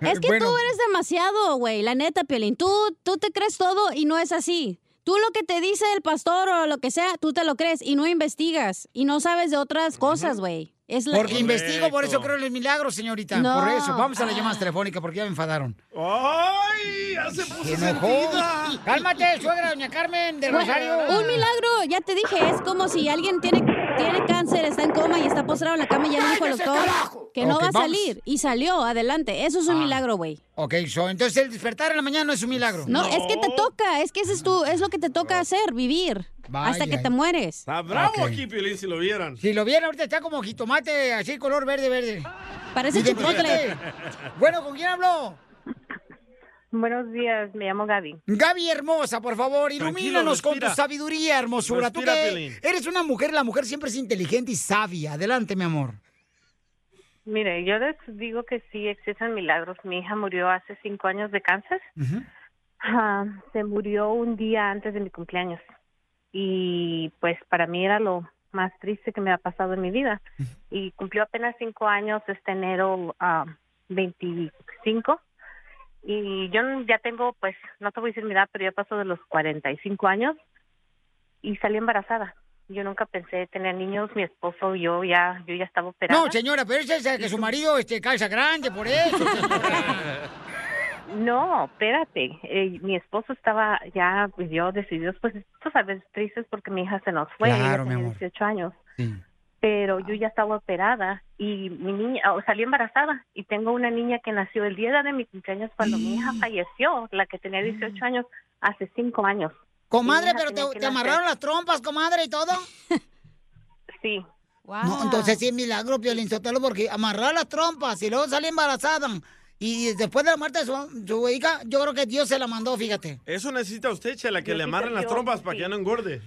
Speaker 2: Eh,
Speaker 4: Es que
Speaker 3: Bueno.
Speaker 4: tú eres demasiado, güey, la neta, Piolín. Tú, tú te crees todo y no es así. Tú lo que te dice el pastor o lo que sea, tú te lo crees y no investigas y no sabes de otras cosas, güey. Es la-
Speaker 2: Porque investigo, por eso creo en los milagros, señorita.
Speaker 4: No. Ah.
Speaker 2: Por eso. Vamos a las llamadas telefónicas porque ya me enfadaron.
Speaker 3: Oh. ¡Ay! Ya se puso
Speaker 2: Se enojó.
Speaker 3: sentida.
Speaker 2: Cálmate, suegra, doña Carmen del
Speaker 4: Güey,
Speaker 2: Rosario.
Speaker 4: Un milagro, ya te dije, es como si alguien tiene, tiene cáncer, está en coma y está postrado en la cama y ya le dijo el
Speaker 2: ¡Cállese,
Speaker 4: doctor
Speaker 2: carajo! Ah.
Speaker 4: que no
Speaker 2: Ok,
Speaker 4: va a
Speaker 2: vamos.
Speaker 4: salir y salió, adelante. Eso es un milagro, güey.
Speaker 2: Ok, so, entonces el despertar en la mañana no es un milagro.
Speaker 4: No, es que te toca, es que ese es tú, es lo que te toca hacer, vivir hasta que
Speaker 2: Vaya.
Speaker 4: te mueres. [laughs]
Speaker 3: Está Ah, bravo
Speaker 2: Ok.
Speaker 3: aquí, Piolín, si lo vieran.
Speaker 2: Si lo vieran ahorita está como jitomate, así color verde, verde.
Speaker 4: Parece
Speaker 2: Identifícate. Bueno, ¿con quién habló?
Speaker 29: Buenos días, me llamo Gaby.
Speaker 2: Gaby hermosa, por favor, ilumínanos con tu
Speaker 29: respira.
Speaker 2: sabiduría, hermosura.
Speaker 29: Respira,
Speaker 2: Tú que
Speaker 29: Piolín.
Speaker 2: eres una mujer, la mujer siempre es inteligente y sabia. Adelante, mi amor.
Speaker 29: Mire, yo les digo que sí existen milagros. Mi hija murió hace cinco años de cáncer. Ah, se murió un día antes de mi cumpleaños. Y pues para mí era lo más triste que me ha pasado en mi vida. Y cumplió apenas cinco años este enero ah, 25. Y yo ya tengo, pues, no te voy a decir mi edad, pero ya paso de los 45 años y salí embarazada. Yo nunca pensé tener niños, mi esposo, yo ya, yo ya estaba operada.
Speaker 2: No, señora, pero esa es la que su marido este, calza grande, por eso.
Speaker 29: No, espérate. Eh, mi esposo estaba ya, pues yo decidió, pues tú sabes, tristes porque mi hija se nos fue. ella
Speaker 23: Claro, mi
Speaker 29: tenía
Speaker 23: amor.
Speaker 29: 18 años.
Speaker 23: Sí.
Speaker 29: Pero yo ya estaba operada y mi niña, o salí embarazada y tengo una niña que nació el día de mi cumpleaños cuando mi
Speaker 2: Mm.
Speaker 29: hija falleció, la que tenía 18 años, hace 5 años.
Speaker 2: Comadre,
Speaker 29: Mi hija
Speaker 2: pero
Speaker 29: tenía
Speaker 2: te,
Speaker 29: que
Speaker 2: te
Speaker 29: nacer.
Speaker 2: amarraron las trompas, comadre, y todo.
Speaker 29: [laughs] Sí.
Speaker 2: No, entonces sí es milagro, Piolín Sotelo, porque amarrar las trompas y luego sale embarazada. Y después de la muerte de su, su hija, yo creo que Dios se la mandó, fíjate.
Speaker 3: Eso necesita usted, Chela, que
Speaker 29: Yo
Speaker 3: le
Speaker 29: sí
Speaker 3: amarren las
Speaker 29: yo,
Speaker 3: trompas para que ya no engorde.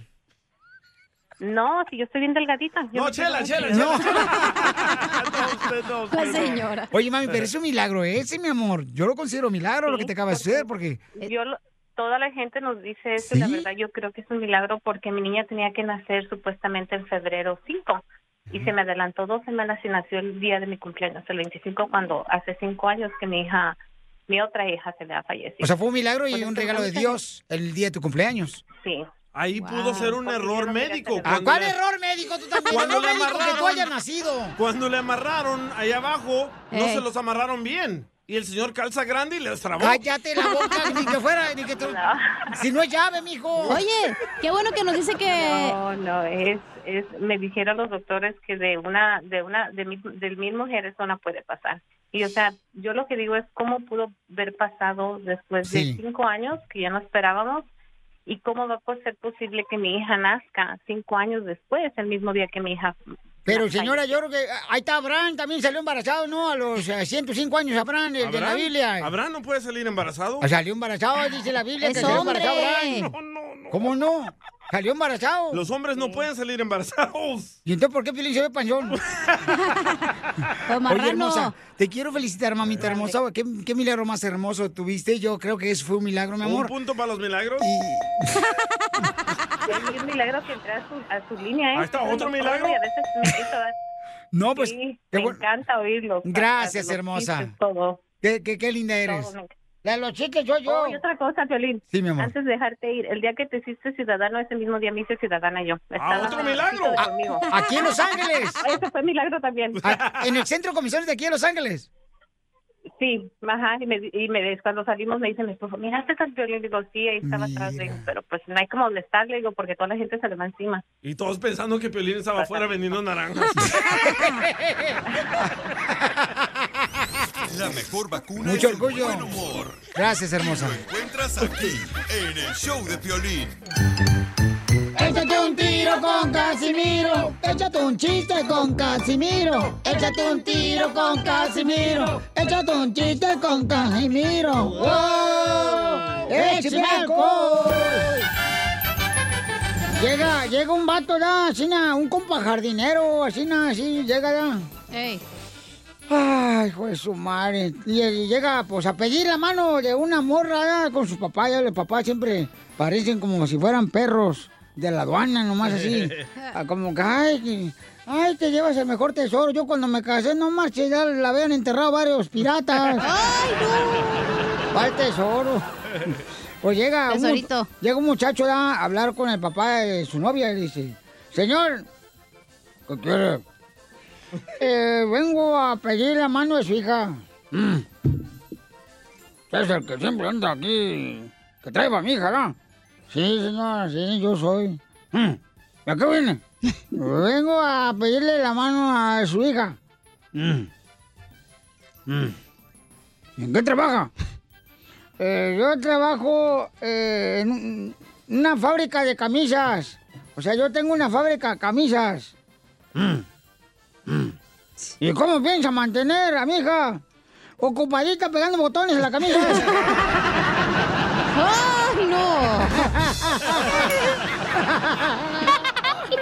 Speaker 29: No, si yo estoy bien delgadita. yo
Speaker 3: No,
Speaker 29: me quedo
Speaker 3: Chela,
Speaker 29: con
Speaker 3: Chela, [laughs]
Speaker 29: que-
Speaker 3: Chela,
Speaker 2: [laughs]
Speaker 3: Chela. No, usted no, usted no.
Speaker 2: Oye, mami, pero es un milagro ese, mi amor. Yo lo considero milagro lo que te acabas de hacer, porque...
Speaker 29: Yo lo- toda la gente nos dice eso y la verdad yo creo que es un milagro porque mi niña tenía que nacer supuestamente en febrero 5 y se me adelantó dos semanas y nació el día de mi cumpleaños, el 25, cuando hace cinco años que mi hija, mi otra hija se le ha fallecido.
Speaker 2: O sea, fue un milagro y
Speaker 29: Por
Speaker 2: un
Speaker 29: eso
Speaker 2: regalo de
Speaker 29: nunca-
Speaker 2: Dios el día de tu cumpleaños.
Speaker 29: Sí.
Speaker 3: Ahí pudo ser un error médico.
Speaker 2: ¿A
Speaker 3: cuando
Speaker 2: cuál
Speaker 3: le-
Speaker 2: error médico tú también?
Speaker 3: Cuando
Speaker 2: Error
Speaker 3: le
Speaker 2: médico que tú
Speaker 3: amarraron.
Speaker 2: hayas nacido.
Speaker 3: Cuando le amarraron ahí abajo, no
Speaker 2: Ey.
Speaker 3: se los amarraron bien. Y el señor calza grande y les trabó.
Speaker 2: Cállate la
Speaker 3: [laughs]
Speaker 2: boca, ni que fuera, ni que tú... Si no es llave, mijo.
Speaker 29: Oye,
Speaker 4: qué bueno que nos dice que-
Speaker 29: [laughs] No, no, es, es, me dijeron los doctores que de una, de una, de mil, de mil mujeres una puede pasar. Y o sea, yo lo que digo es cómo pudo haber pasado después
Speaker 2: Sí.
Speaker 29: de cinco años que ya no esperábamos y cómo va a ser posible que mi hija nazca cinco años después, el mismo día que mi hija.
Speaker 2: Pero señora, yo creo que ahí está Abraham, también salió embarazado, ¿no? A los eh, 105 años Abraham, el de la
Speaker 3: ¿Abraham?
Speaker 2: Biblia.
Speaker 3: ¿Abraham no puede salir embarazado?
Speaker 2: Salió embarazado, dice la Biblia que
Speaker 3: ¡Es
Speaker 2: salió
Speaker 3: hombre!
Speaker 2: embarazado Abraham. ¿Cómo no? Salió embarazado.
Speaker 3: Los hombres no pueden salir embarazados.
Speaker 2: ¿Y entonces por qué Piolín se ve
Speaker 3: [laughs]
Speaker 2: panzón? Oye,
Speaker 3: marrano.
Speaker 2: hermosa, te quiero felicitar, mamita hermosa. güey. ¿Qué, qué milagro más hermoso tuviste. Yo creo que eso fue un milagro, mi
Speaker 3: Un
Speaker 2: amor.
Speaker 3: punto para los milagros.
Speaker 29: Es un milagro que entré a su, a su línea. ¿eh?
Speaker 3: Ahí está,
Speaker 29: Soy
Speaker 3: otro
Speaker 29: doctora
Speaker 3: milagro.
Speaker 29: y a veces me quiso dar-
Speaker 2: No, pues.
Speaker 29: Sí,
Speaker 2: qué
Speaker 29: me
Speaker 2: bueno.
Speaker 29: encanta oírlo.
Speaker 2: Gracias, hermosa. Qué, qué- qué linda eres.
Speaker 29: Todo,
Speaker 2: La lochita yo, yo.
Speaker 29: Oh, y otra cosa, Violín.
Speaker 2: Sí, mi amor.
Speaker 29: Antes de dejarte ir, el día que te hiciste ciudadano, ese mismo día me hice ciudadana yo. Estaba
Speaker 2: Ah, otro
Speaker 29: en el
Speaker 2: milagro!
Speaker 29: sitio de
Speaker 2: Ah,
Speaker 29: conmigo.
Speaker 2: aquí en Los Ángeles.
Speaker 29: [laughs] Ese fue milagro también.
Speaker 2: [laughs] Ah, En el centro de comisiones de aquí de Los Ángeles.
Speaker 29: Sí, ajá, y me, y me- cuando salimos me dice mi esposo, miraste al violín, digo, sí, ahí estaba atrás de él, pero pues no hay como molestarle, digo, porque toda la gente se le
Speaker 2: [laughs]
Speaker 29: va encima.
Speaker 3: Y todos pensando que Piolín estaba afuera vendiendo naranjas.
Speaker 10: La mejor vacuna
Speaker 2: Mucho
Speaker 10: es el
Speaker 2: orgullo.
Speaker 10: buen humor.
Speaker 2: Gracias, hermosa.
Speaker 10: Encuentras aquí, en el show de Piolín.
Speaker 2: Échate un tiro con Casimiro. Échate un chiste con Casimiro. Échate un tiro con Casimiro. Échate un chiste con Casimiro. Eh, ¡Wow! ¡Échame alcohol! Llega, llega un vato, da, así, na, un compa jardinero, así, na, así, llega, da. Ay, hijo de su madre. Y, y llega, pues, a pedir la mano de una morra ¿verdad? con sus papás. Ya los papás siempre parecen como si fueran perros de la aduana, nomás así. Ah, Como que, ay, que- ay, te llevas el mejor tesoro. Yo cuando me casé, no marché, ya la habían enterrado varios piratas.
Speaker 9: [laughs]
Speaker 2: ¡Ay, no! ¿Cuál tesoro? Pues llega un,
Speaker 4: Tesorito.
Speaker 2: llega un muchacho ¿verdad? a hablar con el papá de su novia y dice, señor, ¿qué quiere? Eh, vengo a pedir la mano de su hija. Mm. Es el que siempre anda aquí, que trae a mi hija, ¿no? Sí, señora, sí, yo soy. Mm. ¿Y a qué viene? "Pues vengo a pedirle la mano a su hija. Mm. Mm. ¿En qué trabaja? Eh, yo trabajo eh, en un- una fábrica de camisas. O sea, yo tengo una fábrica de camisas. ¿Y cómo piensa mantener a mi hija? Ocupadita pegando botones en la camisa. ¡Ay, [laughs] no!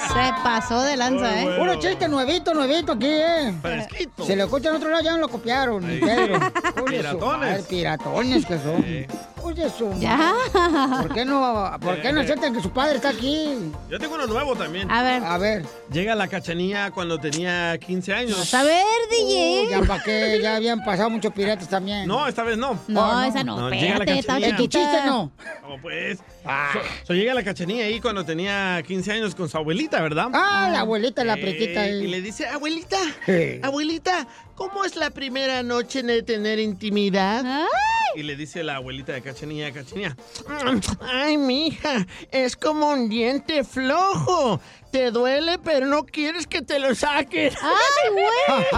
Speaker 2: Se pasó de lanza, ¿eh? Uno chiste nuevito, nuevito aquí, ¿eh?
Speaker 9: Fresquito.
Speaker 2: Se lo escuchan en otro lado, ya no lo copiaron. ni
Speaker 9: Ahí.
Speaker 2: Pedro.
Speaker 3: [laughs]
Speaker 2: Oye, su
Speaker 9: Piratones.
Speaker 2: madre, piratones que son. Oye, su
Speaker 9: Ya.
Speaker 2: madre. ¿Por qué no, por
Speaker 3: Eh.
Speaker 2: qué no aceptan que su padre está aquí?
Speaker 3: Yo tengo uno nuevo también.
Speaker 2: A ver. A ver.
Speaker 3: Llega la cachanilla cuando tenía 15
Speaker 2: Pues,
Speaker 3: años.
Speaker 2: Uh, ya pa' qué, ya habían pasado muchos piratas también.
Speaker 3: No, esta vez no.
Speaker 2: No, Oh, no. esa
Speaker 4: no,
Speaker 3: llega la
Speaker 4: espérate, está
Speaker 3: cachanilla.
Speaker 2: Eh, tu chiste no.
Speaker 3: No, pues. So- so llega la cachanilla ahí cuando tenía 15 años con su abuelita, ¿verdad? Eh,
Speaker 2: Ah, la abuelita, la prietita ahí.
Speaker 3: Y le dice, abuelita,
Speaker 2: Eh.
Speaker 3: abuelita, ¿cómo es la primera noche de tener intimidad?
Speaker 2: Ah.
Speaker 3: Y le dice la abuelita de cachanilla, cachanilla. Ay, mija, es como un diente flojo. Te duele, pero no quieres que te lo saquen.
Speaker 9: ¡Ay,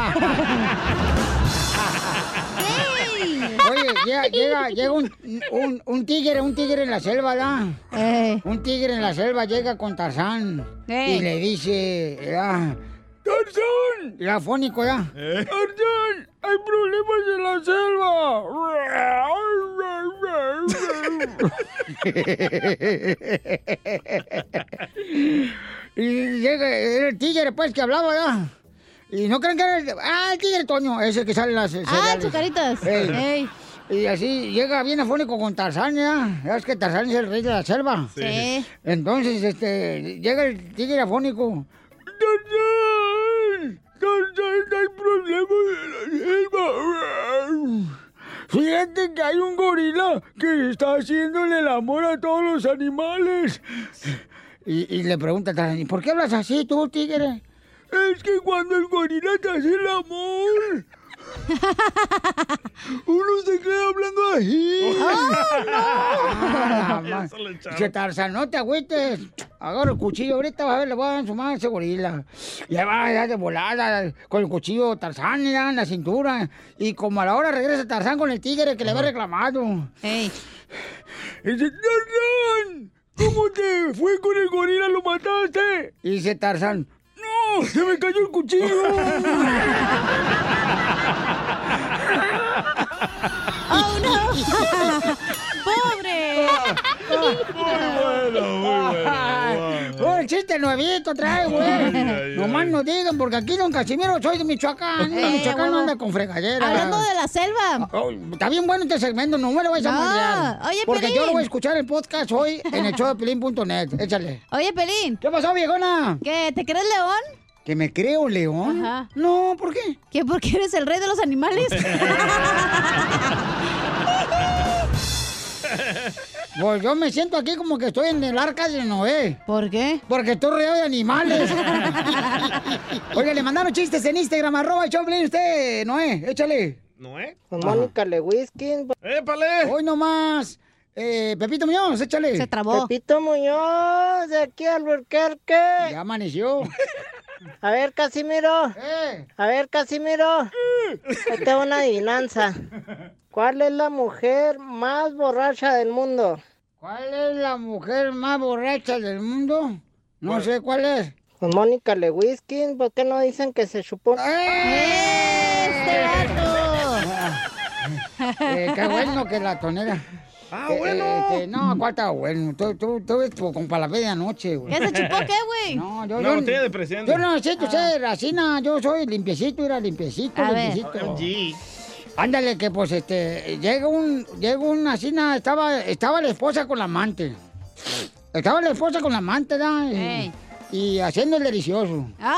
Speaker 3: [laughs]
Speaker 2: Oye, llega, llega, llega un, un, un tigre, un tigre en la selva, ¿da? Un tigre en la selva llega con Tarzán
Speaker 9: Ey.
Speaker 2: y le dice, ah, ¡Tarzán! Y afónico, ¿da? ¡Tarzán! ¡Hay problemas en la [laughs] selva! [laughs] y llega, era el tigre, pues, que hablaba, ¿da? Y no creen que era el... ¡Ah, el tigre Toño! Ese que sale en las... ¡Ah, chucaritas! Y así llega bien afónico con Tarzán, ¿ya? ¿Sabes que Tarzán es el rey de la selva?
Speaker 9: Sí.
Speaker 2: Entonces, este, llega el tigre afónico. ¡Tarzán! ¡Tarzán, hay problemas en la selva! Fíjate que hay un gorila que está haciéndole el amor a todos los animales. Y, y le pregunta a Tarzán, ¿y por qué hablas así tú, tigre? Es que cuando el gorila te hace el [laughs] amor, uno se queda hablando así. [laughs] ¡Ah, no!
Speaker 9: Eso le echaron.
Speaker 2: Dice Tarzán, no te agüites. Agarra el cuchillo, ahorita vas a ver, le voy a dar en su mano a ese gorila. Le va a dar de volada con el cuchillo Tarzán, mira, en la cintura. Y como a la hora regresa Tarzán con el tigre que le había reclamado. Y dice, Tarzán, ¿cómo te fue con el gorila? ¿Lo mataste? Y dice Tarzán, ¡no! ¡Se me cayó el cuchillo!
Speaker 9: ¡Oh,
Speaker 2: [laughs]
Speaker 9: no! ¡Pobre!
Speaker 2: Muy bueno, muy bueno. el chiste nuevito trae, güey. Nomás no digan, porque aquí don Casimiro soy de Michoacán.
Speaker 4: Eh,
Speaker 2: Michoacán no
Speaker 4: huevo.
Speaker 2: anda con fregadera. Oh,
Speaker 4: Hablando de la selva.
Speaker 2: está bien bueno este segmento, no me lo vais a
Speaker 4: No,
Speaker 2: mandar.
Speaker 4: oye,
Speaker 2: Porque yo lo
Speaker 4: Pelín.
Speaker 2: voy a escuchar el podcast hoy en el show
Speaker 4: [laughs]
Speaker 2: de pelín.net. Échale.
Speaker 4: Oye, Pelín.
Speaker 2: ¿Qué pasó, viejona?
Speaker 4: ¿Qué? ¿Te crees león?
Speaker 2: ¿Que me creo, León? No, ¿por qué?
Speaker 4: ¿Que porque eres el rey de los
Speaker 2: [laughs]
Speaker 4: animales?
Speaker 2: Pues yo me siento aquí como que estoy en el arca de Noé.
Speaker 4: ¿Por qué?
Speaker 2: Porque estoy rodeado de
Speaker 4: [laughs]
Speaker 2: animales. Oiga, le mandaron chistes en Instagram, arroba el Choplin, usted, Noé, échale.
Speaker 3: ¿No es?
Speaker 2: Con Mónica Lewinskin.
Speaker 3: ¡Épale!
Speaker 2: Hoy nomás. Eh, Pepito Muñoz, échale. Se
Speaker 4: trabó.
Speaker 13: Pepito Muñoz, de aquí al Burquerque.
Speaker 2: Ya amaneció.
Speaker 13: A ver, Casimiro.
Speaker 2: Eh.
Speaker 13: A ver, Casimiro. Ahí te va una adivinanza. ¿Cuál es la mujer más borracha del mundo?
Speaker 2: ¿Cuál es la mujer más borracha del mundo? No sé cuál es.
Speaker 13: Pues Mónica Lewinsky, ¿por qué no dicen que se chupó?
Speaker 2: [laughs] ¡Eh! ¡Este Eh, qué bueno que la tonera. Ah, bueno. no, ¿cuál está bueno? Tú, tú, tú, tú con palabé de anoche, güey.
Speaker 3: ¿Qué se chupó qué,
Speaker 2: güey? No, [laughs] yo
Speaker 3: No,
Speaker 2: yo,
Speaker 3: usted es de presidente.
Speaker 2: Yo no necesito
Speaker 3: Ah.
Speaker 2: ser racina, yo soy limpiecito, era limpiecito,
Speaker 3: A ver.
Speaker 2: limpiecito.
Speaker 3: OMG.
Speaker 2: Ándale, que pues este, llega un, llega un asina, estaba, estaba la esposa con la amante. Estaba la esposa con la amante, ¿da? Y, y haciendo el delicioso. ¡Ay!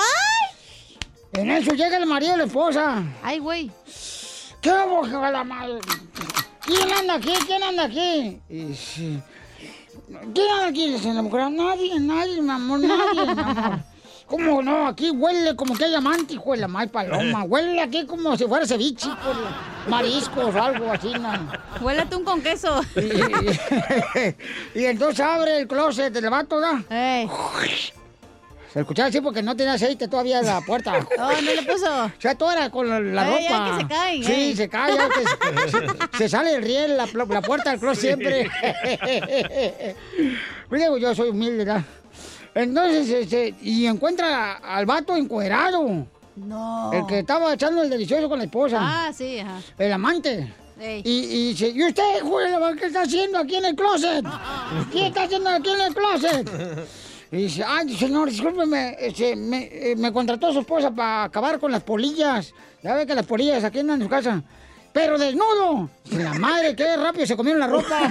Speaker 2: En eso llega el marido de la esposa. ¡Ay, [laughs] güey! ¿Qué hago, hija de la madre? ¿Quién anda aquí? ¿Quién anda aquí? Y sí, ¿Quién anda aquí? Dice la mujer. Nadie, nadie, mi amor, nadie,
Speaker 9: [laughs]
Speaker 2: mi amor. ¿Cómo no? Aquí huele como que hay amante, hijo de la madre paloma.
Speaker 9: [laughs]
Speaker 2: Huele aquí como si fuera ceviche, hijo de la- mariscos, algo así, ¿no? Huele atún con queso. [laughs] Y, y entonces abre el closet del vato, ¿da? Se escuchaba así porque no tenía aceite todavía en la puerta.
Speaker 9: [laughs] Oh, no le
Speaker 2: puso. O sea, todo era con la, la
Speaker 9: Ay, ya
Speaker 2: ropa.
Speaker 9: que se caen,
Speaker 2: Sí,
Speaker 9: eh.
Speaker 2: se cae, ya que se, se- se sale el riel, la, pl- la puerta del closet
Speaker 9: Sí.
Speaker 2: siempre. Luego yo soy humilde, ¿verdad? Entonces, este, y encuentra al vato encuerado.
Speaker 4: No.
Speaker 2: El que estaba echando el delicioso con la esposa.
Speaker 4: Oh. Ah, sí, ajá.
Speaker 2: El amante.
Speaker 4: Ey.
Speaker 2: Y,
Speaker 4: [laughs]
Speaker 2: y dice, ¿y usted, Julio, qué está haciendo aquí en el closet? ¿Qué está haciendo aquí en el closet? Y dice, ay, señor, discúlpeme, este, me, eh, me contrató su esposa para acabar con las polillas. Ya ve que las polillas aquí andan en su casa. Pero desnudo. Dice, la madre, qué rápido se comieron la ropa.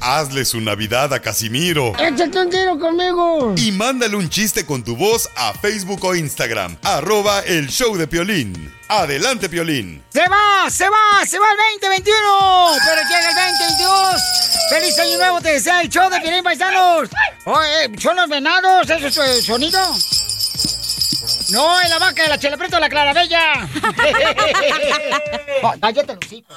Speaker 10: Hazle su Navidad a Casimiro.
Speaker 2: ¡Échate un tiro conmigo!
Speaker 10: Y mándale un chiste con tu voz a Facebook o Instagram. Arroba el show de Piolín. Adelante, Piolín.
Speaker 2: ¡Se va! ¡Se va! ¡Se va el 2021! ¡Pero llega el 2022! ¡Feliz año nuevo! ¡Te desea el show de Piolín Paisanos! Oye, ¿son los venados? ¿Eso es eh, sonido? No, es la vaca, la chelapreta, la clarabella. Ah, Cállate, los hijos.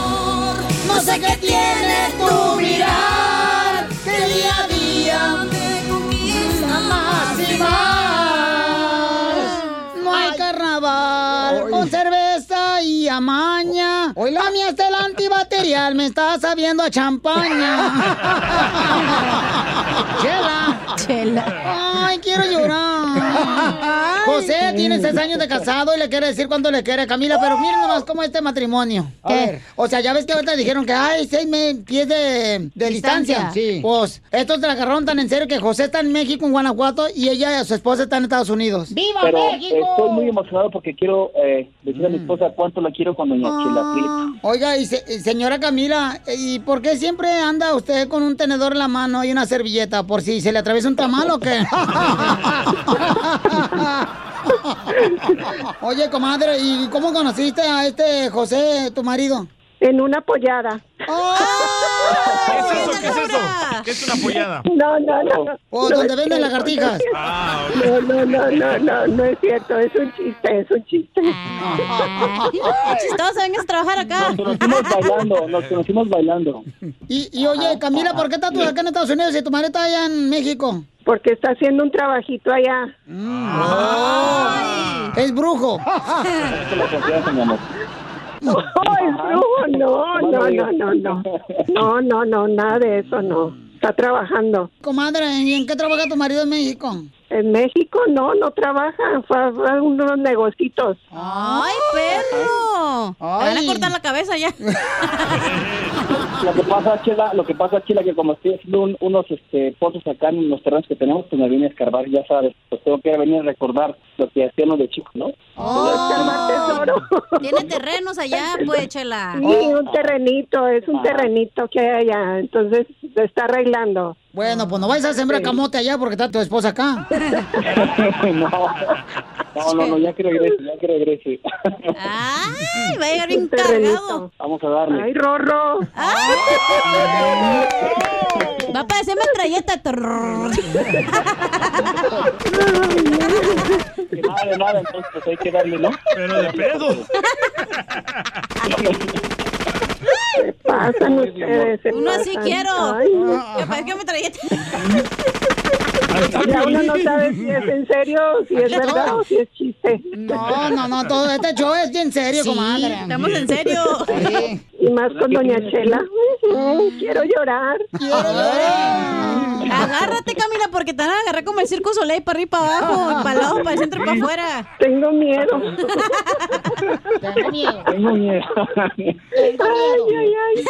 Speaker 9: No sé qué tiene tu mirar, que día a día me conquista más y más.
Speaker 2: No hay carnaval con cerveza y amaña. A mí hasta el antibacterial me está sabiendo
Speaker 9: [laughs]
Speaker 2: a champaña. Chela. Chela. Ay, quiero llorar. José tiene seis años de casado y le quiere decir cuánto le quiere a Camila, pero miren nomás cómo es este matrimonio.
Speaker 9: A
Speaker 2: ¿Qué?
Speaker 9: ver.
Speaker 2: O sea, ya ves que ahorita dijeron que hay seis me- pies de, de distancia.
Speaker 9: Distancia. Sí.
Speaker 2: Pues estos te la agarraron tan en serio que José está en México, en Guanajuato, y ella, su esposa, está en Estados Unidos. ¡Viva
Speaker 1: Pero eh, estoy muy emocionado porque quiero eh, decir a
Speaker 30: Mm.
Speaker 1: mi esposa cuánto la quiero con doña
Speaker 30: Ah.
Speaker 1: Chela Prieto.
Speaker 2: Oiga, y se- y señora Camila, ¿y por qué siempre anda usted con un tenedor en la mano y una servilleta? ¿Por si se le atraviesa un tamal o qué? Oye, comadre, ¿y cómo conociste a este José, tu marido? En una pollada.
Speaker 3: ¿Qué es eso? ¿Qué es una pollada?
Speaker 30: No, no, no.
Speaker 2: Oh, ¿dónde venden
Speaker 30: es
Speaker 2: lagartijas?
Speaker 30: cierto. [laughs]
Speaker 3: Ah.
Speaker 30: No, no, no, no, no, no es cierto. Es un chiste, es un chiste.
Speaker 4: Chistoso, vengas a trabajar acá.
Speaker 1: Nos conocimos bailando, nos conocimos
Speaker 16: [laughs]
Speaker 1: bailando.
Speaker 2: Y, y oye, Camila, ¿por qué estás tú acá en Estados Unidos y tu marido está allá en México?
Speaker 30: Porque está haciendo un trabajito allá.
Speaker 2: [laughs] Es brujo.
Speaker 1: Te la confianza, mi amor.
Speaker 30: [laughs] Ay, no, no, no, no, no. No, no, no, nada de eso, no. Está trabajando.
Speaker 2: Comadre, ¿y en qué trabaja tu marido en México?
Speaker 30: En México no, no trabaja, fue a- fue a unos negocitos.
Speaker 4: ¡Ay, perro! Te van a
Speaker 30: Ay.
Speaker 4: cortar la cabeza
Speaker 30: [laughs]
Speaker 4: ya.
Speaker 1: Lo que pasa, Chela, lo que pasa, Chela, que como estoy haciendo un- unos este, pozos acá en los terrenos que tenemos, pues me vine a escarbar, ya sabes, pues tengo que venir a recordar lo que hacíamos de chicos, ¿no?
Speaker 4: Tiene terrenos allá, pues,
Speaker 30: [laughs]
Speaker 2: Ah.
Speaker 4: chela.
Speaker 30: Sí,
Speaker 1: Oh.
Speaker 30: un terrenito, es
Speaker 1: Ah.
Speaker 30: un terrenito que hay allá, entonces se está arreglando.
Speaker 2: Bueno, pues no vais a sembrar camote allá porque está tu esposa acá.
Speaker 1: No, no, no, ya que regrese, ya que regrese. [laughs]
Speaker 4: Ay, va a llegar bien
Speaker 30: Un terrenito.
Speaker 4: cargado.
Speaker 1: Vamos a darle.
Speaker 30: Este, Ay, Rorro.
Speaker 4: Va a parecer metralleta.
Speaker 30: [laughs]
Speaker 1: Nada, nada, entonces pues hay que darle, ¿no? Pero de pedo.
Speaker 30: Pasan ustedes. se
Speaker 4: Uno así
Speaker 30: pasan.
Speaker 4: quiero.
Speaker 30: Ay,
Speaker 2: Ah.
Speaker 4: Que parezca metralleta.
Speaker 30: ya uno no sabe si es en serio, si es verdad o si es chiste.
Speaker 2: No, no, no, todo este show es en serio,
Speaker 30: Sí,
Speaker 2: comadre.
Speaker 30: estamos en serio. Y más con Doña Chela.
Speaker 2: Mm.
Speaker 30: Ay, Quiero llorar. Ah.
Speaker 4: Agárrate, Camila, porque te van a agarrar como el circo Soleil para arriba y para abajo, para el lado, para el centro y para afuera.
Speaker 30: Tengo miedo.
Speaker 2: Tengo miedo.
Speaker 1: Tengo miedo.
Speaker 30: Ay, ay, ay.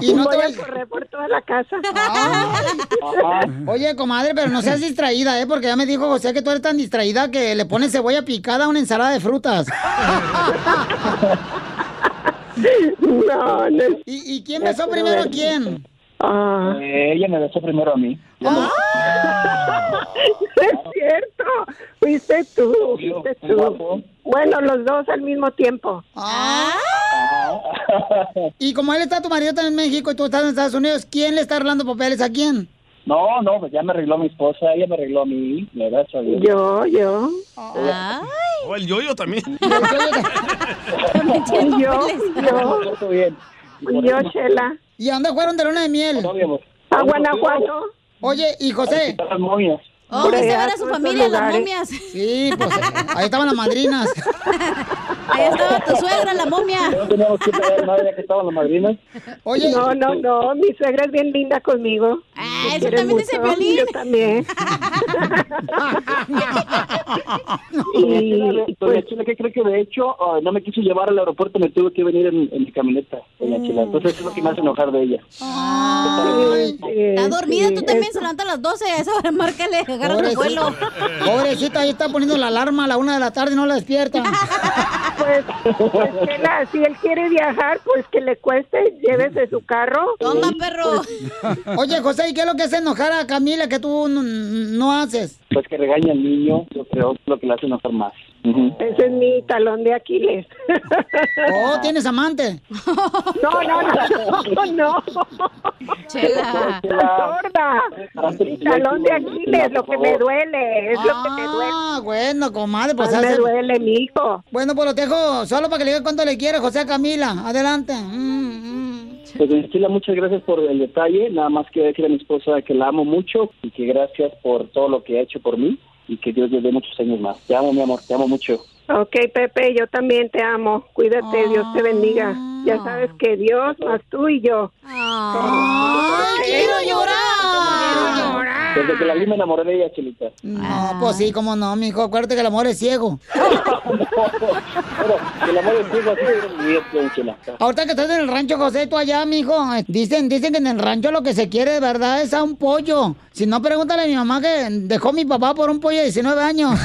Speaker 2: Y no te Ah.
Speaker 30: voy
Speaker 2: vayas-
Speaker 30: a correr por toda la casa.
Speaker 1: Ah.
Speaker 2: Oye, comadre, pero no seas distraída, ¿eh? Porque ya me dijo José que tú eres tan distraída que le pones cebolla picada a una ensalada de frutas.
Speaker 30: No, no.
Speaker 2: ¿Y, y quién besó primero a quién?
Speaker 30: Ah.
Speaker 1: Eh, ella me besó primero a mí.
Speaker 30: [laughs] Es cierto. Fuiste tú, fuiste
Speaker 1: guapo.
Speaker 30: tú. Bueno, los dos al mismo tiempo.
Speaker 2: Y como él está, tu marido está en México y tú estás en Estados Unidos, ¿quién le está arreglando papeles a quién?
Speaker 1: No, no, pues ya me arregló mi esposa, ella me arregló a mí, me gracias a Dios.
Speaker 30: Yo, yo.
Speaker 4: Ah,
Speaker 30: Ah.
Speaker 3: O el yoyo también.
Speaker 30: [laughs] Y yo, yo.
Speaker 1: bien.
Speaker 30: Yo, Chela.
Speaker 2: ¿Y a dónde fueron de luna de miel?
Speaker 30: A Guanajuato.
Speaker 2: Oye, y José.
Speaker 30: Oh, Por fuiste a allá, ver a su por esos familia, las lugares. momias.
Speaker 2: Sí, pues
Speaker 4: [laughs]
Speaker 2: ahí estaban las
Speaker 30: [laughs]
Speaker 2: madrinas.
Speaker 4: Ahí estaba tu suegra, la momia.
Speaker 1: No teníamos que pagar nada ya que estaban las madrinas.
Speaker 2: Oye.
Speaker 30: No, no, no. Mi suegra es bien linda conmigo. Ah,
Speaker 4: eso también dice Piolín.
Speaker 30: Yo
Speaker 4: [laughs]
Speaker 30: también.
Speaker 1: Doña Chela, doña Chela, ¿qué cree que de hecho ah, no me quiso llevar al aeropuerto? Me tuve que venir en, en mi camioneta, doña Chela. Entonces eso es lo que me hace enojar de ella.
Speaker 4: Está dormida, tú también se levanta a las 12. A esa hora márcale, agarra el
Speaker 2: Pobrecita.
Speaker 4: vuelo.
Speaker 2: Pobrecita, ahí está poniendo la alarma a la una de la tarde y no la despierta.
Speaker 30: [laughs] Pues, pues que la- si él quiere viajar, pues que le cueste, llévese su carro.
Speaker 2: Toma,
Speaker 30: perro.
Speaker 2: Oye, José, ¿y qué es lo que hace enojar a Camila que tú n- n- no haces?
Speaker 1: Pues que regaña al niño, yo creo que es lo que le hace enojar más.
Speaker 2: Mm.
Speaker 1: Ujú.
Speaker 30: Ese es mi talón de Aquiles. [laughs]
Speaker 2: Oh, tienes amante.
Speaker 30: No, no, no, no.
Speaker 2: Chela.
Speaker 30: Estoy Sorda. Mi talón de Aquiles, lo que me duele, es lo que me duele.
Speaker 2: Ah, bueno, comadre, pues
Speaker 30: Ay, me
Speaker 2: duele mi hijo. Bueno, pues lo dejo solo para que le diga cuánto le quiere José a Camila. Adelante. Mm,
Speaker 1: Pues doña Chila, muchas gracias por el detalle. Nada más quiero decir a mi esposa que la amo mucho y que gracias por todo lo que ha hecho por mí y que Dios le dé muchos años más. Te amo, mi amor, te amo mucho.
Speaker 30: Ok, Pepe, yo también te amo. Cuídate, Dios te bendiga. Ya sabes que Dios más tú y yo.
Speaker 9: Ah.
Speaker 30: [laughs]
Speaker 2: ¡Ay, quiero llorar! Quiero llorar.
Speaker 1: Desde que la vi me enamoré de ella, Chilita.
Speaker 2: No, pues sí, cómo no, mijo. Acuérdate que el amor es ciego.
Speaker 1: El amor es ciego, así es mi vida, doña Chila.
Speaker 2: Ahorita que estás en el rancho, José, tú allá, mijo. eh, Dicen, dicen que en el rancho lo que se quiere de verdad es a un pollo. Si no, pregúntale a mi mamá que dejó a mi papá por un pollo de 19 años.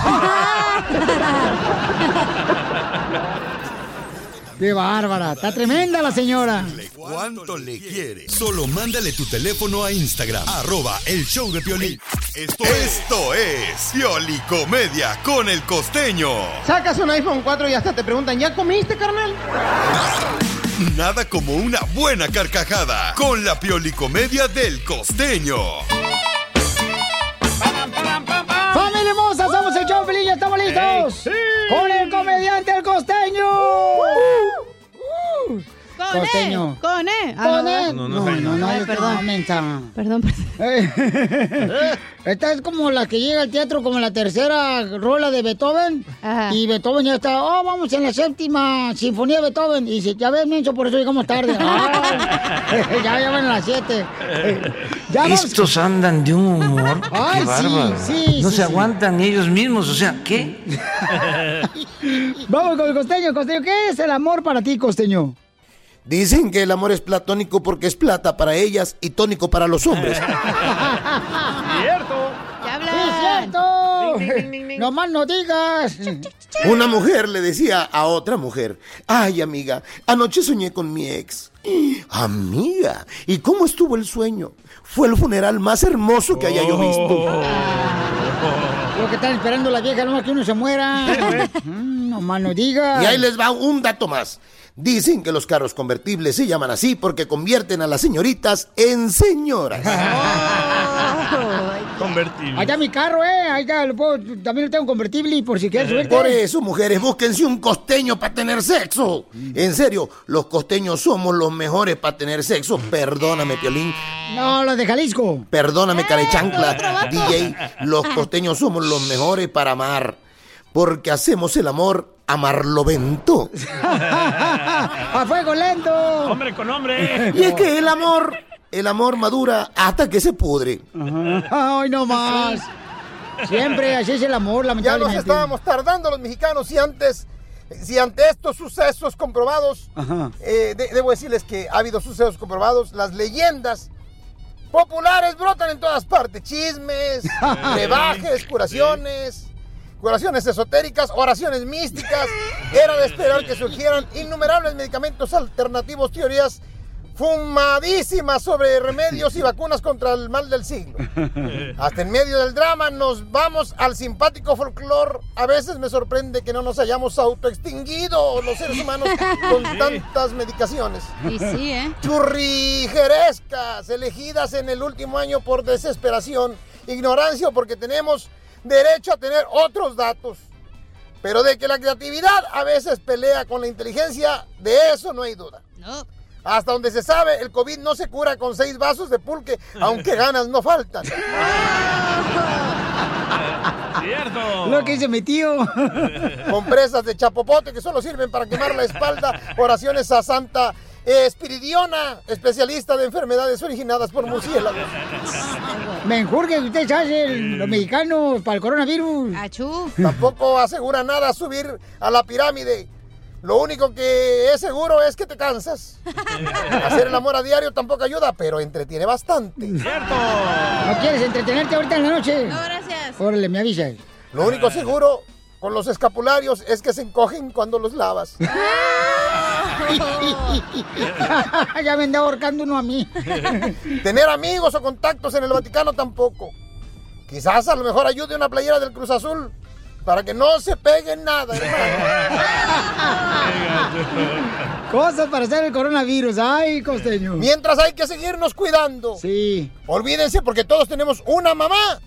Speaker 2: ¡Qué bárbara! ¡Está tremenda la señora!
Speaker 10: ¿Cuánto le quiere? Solo mándale tu teléfono a Instagram, arroba el show de Piolín. Esto, esto es Pioli Comedia con el costeño.
Speaker 5: Sacas un iPhone 4 y hasta te preguntan, ¿ya comiste,
Speaker 2: [laughs]
Speaker 5: carnal?
Speaker 10: Nada como una buena carcajada con la Pioli Comedia del costeño.
Speaker 2: ¡Familia hermosa! ¡Somos el show feliz! ¡Ya estamos listos! ¡Con el comediante El Costeño!
Speaker 4: Con
Speaker 2: Costeño.
Speaker 4: E, Uh, con E. Ah,
Speaker 2: Con
Speaker 4: no.
Speaker 2: él. No, no, no,
Speaker 4: Ay,
Speaker 2: yo
Speaker 4: perdón.
Speaker 2: no, mensa.
Speaker 4: Perdón,
Speaker 2: Eh, [laughs] Esta es como la que llega al teatro como la tercera rola de Beethoven. Y Beethoven ya está, oh, vamos en la séptima sinfonía de Beethoven. Y dice, ya ves, menso, por eso llegamos
Speaker 4: [laughs]
Speaker 2: tarde. [laughs] Ay, ya, ya van a las siete. Ya vamos-
Speaker 6: Estos andan de un humor.
Speaker 2: Ay,
Speaker 6: qué
Speaker 2: sí,
Speaker 6: bárbaro.
Speaker 2: sí,
Speaker 6: no
Speaker 2: sí, sí.
Speaker 6: se aguantan ni ellos mismos, o sea, ¿qué?
Speaker 2: Vamos con el costeño, costeño. ¿Qué es el amor para ti, costeño?
Speaker 7: Dicen que el amor es platónico porque es plata para ellas y tónico para los
Speaker 2: [laughs]
Speaker 7: hombres.
Speaker 2: ¡Cierto! ¡Sí, cierto! ¡No más no digas!
Speaker 7: Una mujer le decía a otra mujer, ay amiga, anoche soñé con mi ex. Amiga, ¿y cómo estuvo el sueño? Fue el funeral más hermoso que haya yo
Speaker 3: Oh.
Speaker 7: visto.
Speaker 2: Lo que están esperando la vieja, no más que uno se muera. Mm, no más no digas.
Speaker 7: Y ahí les va un dato más. Dicen que los carros convertibles se llaman así porque convierten a las señoritas en señoras.
Speaker 2: Ahí está mi carro, eh. Ahí está, lo puedo- también lo tengo convertible y por si quieres subirte.
Speaker 7: Por eso, mujeres, búsquense un costeño para tener sexo. En serio, los costeños somos los mejores para tener sexo. Perdóname, Piolín.
Speaker 2: No, los de Jalisco. Eh,
Speaker 7: Perdóname,
Speaker 2: otro
Speaker 7: carechancla,
Speaker 2: vato.
Speaker 7: DJ. Los costeños somos los mejores para amar. Porque hacemos el amor amarlovento.
Speaker 2: [laughs] ¡A fuego lento!
Speaker 7: ¡Hombre con hombre! Y es que el amor, el amor madura hasta que se pudre.
Speaker 2: Ay, no más. Siempre, así es el amor,
Speaker 7: Ya nos
Speaker 2: lamentablemente.
Speaker 7: estábamos tardando los mexicanos y antes, si ante estos sucesos comprobados,
Speaker 2: Ajá.
Speaker 7: eh, de- debo decirles que ha habido sucesos comprobados, las leyendas populares brotan en todas
Speaker 2: [laughs]
Speaker 7: partes, chismes, rebajes, curaciones, curaciones esotéricas, oraciones místicas, era de esperar que surgieran innumerables medicamentos alternativos, teorías fumadísimas sobre remedios y vacunas contra el mal del siglo. Hasta en medio del drama nos vamos al simpático folclore. A veces me sorprende que no nos hayamos autoextinguido los seres humanos con
Speaker 18: Sí.
Speaker 7: tantas medicaciones.
Speaker 18: Y sí, ¿eh?
Speaker 7: Churrijerescas, elegidas en el último año por desesperación, ignorancia o porque tenemos derecho a tener otros datos. Pero de que la creatividad a veces pelea con la inteligencia, de eso no hay duda. Hasta donde se sabe, el COVID no se cura con seis vasos de pulque, aunque ganas no
Speaker 18: [laughs]
Speaker 7: faltan.
Speaker 3: Cierto.
Speaker 2: Lo que hice mi
Speaker 7: [laughs]
Speaker 2: tío.
Speaker 7: Compresas de chapopote que solo sirven para quemar la espalda. Oraciones a Santa Espiridiona, especialista de enfermedades originadas por
Speaker 2: [laughs]
Speaker 7: murciélagos.
Speaker 2: Me enjurgue que ustedes hacen los mexicanos para el coronavirus.
Speaker 7: Tampoco asegura nada subir a la pirámide. Lo único que es seguro es que te cansas. Hacer el amor a diario tampoco ayuda, pero entretiene bastante. ¡Cierto!
Speaker 2: ¿No quieres entretenerte ahorita en la noche?
Speaker 7: gracias.
Speaker 2: Órale, me avisas.
Speaker 7: Lo único seguro con los escapularios es que se encogen cuando los lavas.
Speaker 2: [laughs] ya me anda ahorcando uno a mí.
Speaker 7: [laughs] Tener amigos o contactos en el Vaticano tampoco. Quizás a lo mejor ayude una playera del Cruz Azul para que no se pegue en nada. hermano.
Speaker 2: Cosas para hacer el coronavirus. Ay, costeño.
Speaker 7: Mientras hay que seguirnos cuidando.
Speaker 2: Sí.
Speaker 7: Olvídense porque todos tenemos una mamá.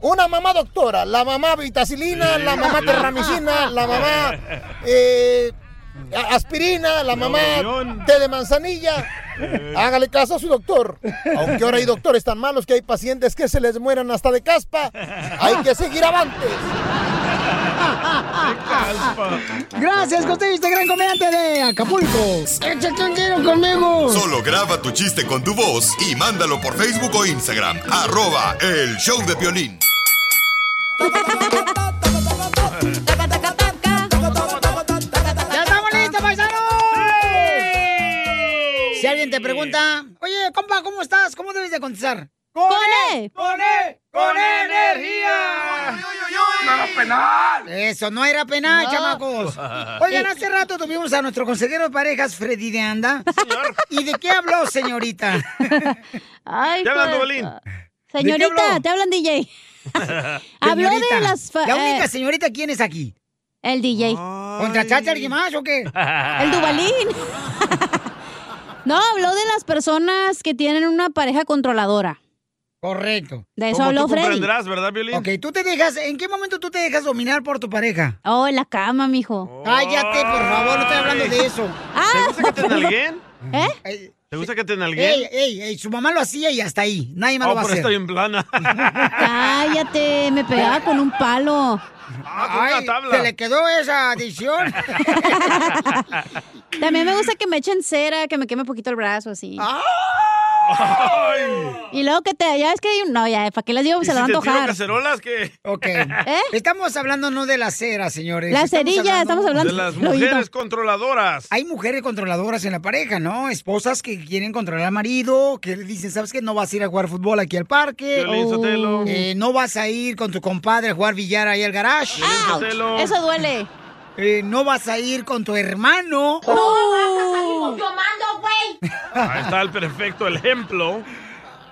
Speaker 7: Una mamá doctora, la mamá vitacilina, la mamá terramicina, la mamá eh, a- aspirina, la mamá té de manzanilla. Hágale caso a su doctor. Aunque ahora hay doctores tan malos que hay pacientes que se les mueran hasta de caspa, hay que seguir avantes.
Speaker 2: Gracias, costeño, este gran comediante de Acapulco. Échate un tiro conmigo.
Speaker 10: Solo graba tu chiste con tu voz y mándalo por Facebook o Instagram. Arroba el show de violín.
Speaker 2: ¡Ya estamos listos, paisanos! Si alguien te pregunta, oye, compa, ¿cómo estás? ¿Cómo debes de contestar? ¡Con E! ¡Con E! ¡Con energía! ¡No era penal! Eso, no Eh. era penal,
Speaker 9: No.
Speaker 2: chamacos. [laughs] Oigan, hace rato tuvimos a nuestro consejero de parejas, Freddy de Anda. ¿Y de qué habló, [laughs] señorita?
Speaker 4: Ay,
Speaker 2: Te hablan,
Speaker 4: pues,
Speaker 2: Dubalín.
Speaker 4: ah, Señorita, te hablan DJ. [laughs] Habló de
Speaker 2: Señorita,
Speaker 4: las fa-
Speaker 2: La única
Speaker 4: eh,
Speaker 2: señorita, ¿quién es aquí?
Speaker 4: El DJ.
Speaker 2: ¿Contra Chacha alguien más
Speaker 3: [laughs]
Speaker 2: o qué?
Speaker 4: El Dubalín. [laughs] No, habló de las personas que tienen una pareja controladora.
Speaker 2: Correcto.
Speaker 4: [laughs] De eso habló Freddy.
Speaker 2: ¿verdad, Violín? Ok, tú te dejas, ¿en qué momento tú te dejas dominar por tu pareja?
Speaker 4: Oh, en la cama, mijo.
Speaker 2: Cállate, por favor, no estoy hablando de eso.
Speaker 4: Ah,
Speaker 2: gusta que te
Speaker 3: nalguen?
Speaker 2: ¿Eh?
Speaker 3: ¿Te gusta que te nalguen?
Speaker 2: Ey, ey, ey, su mamá lo hacía y hasta ahí. Nadie más
Speaker 3: Oh,
Speaker 2: lo va a
Speaker 3: pero
Speaker 2: hacer.
Speaker 3: estoy en plana.
Speaker 2: [laughs]
Speaker 4: Cállate, me pegaba con un palo.
Speaker 3: Ah,
Speaker 2: Ay, se le quedó esa adicción.
Speaker 3: [laughs]
Speaker 4: También me gusta que me echen cera, que me queme poquito el brazo, así. Y luego que te. Ya es que. hay un- No, ya, ¿para qué les digo?
Speaker 3: ¿Y
Speaker 4: Se
Speaker 3: si
Speaker 4: lo va a
Speaker 3: te tiro
Speaker 4: antojar.
Speaker 3: cacerolas qué?
Speaker 2: Ok.
Speaker 4: ¿Eh?
Speaker 2: Estamos hablando no de la cera, señores.
Speaker 4: La cerilla, estamos hablando-
Speaker 3: De
Speaker 2: [laughs]
Speaker 3: las mujeres
Speaker 2: controladoras. Hay mujeres controladoras en la pareja, ¿no? Esposas que quieren controlar al marido, que le dicen, ¿sabes qué? No vas a ir a jugar fútbol aquí al parque.
Speaker 3: Piolín Sotelo.
Speaker 2: Eh, no vas a ir con tu compadre a jugar billar ahí al garage.
Speaker 3: Piolín Sotelo.
Speaker 4: Eso duele.
Speaker 2: Eh, no vas a ir con tu hermano.
Speaker 3: Ahí está el perfecto ejemplo.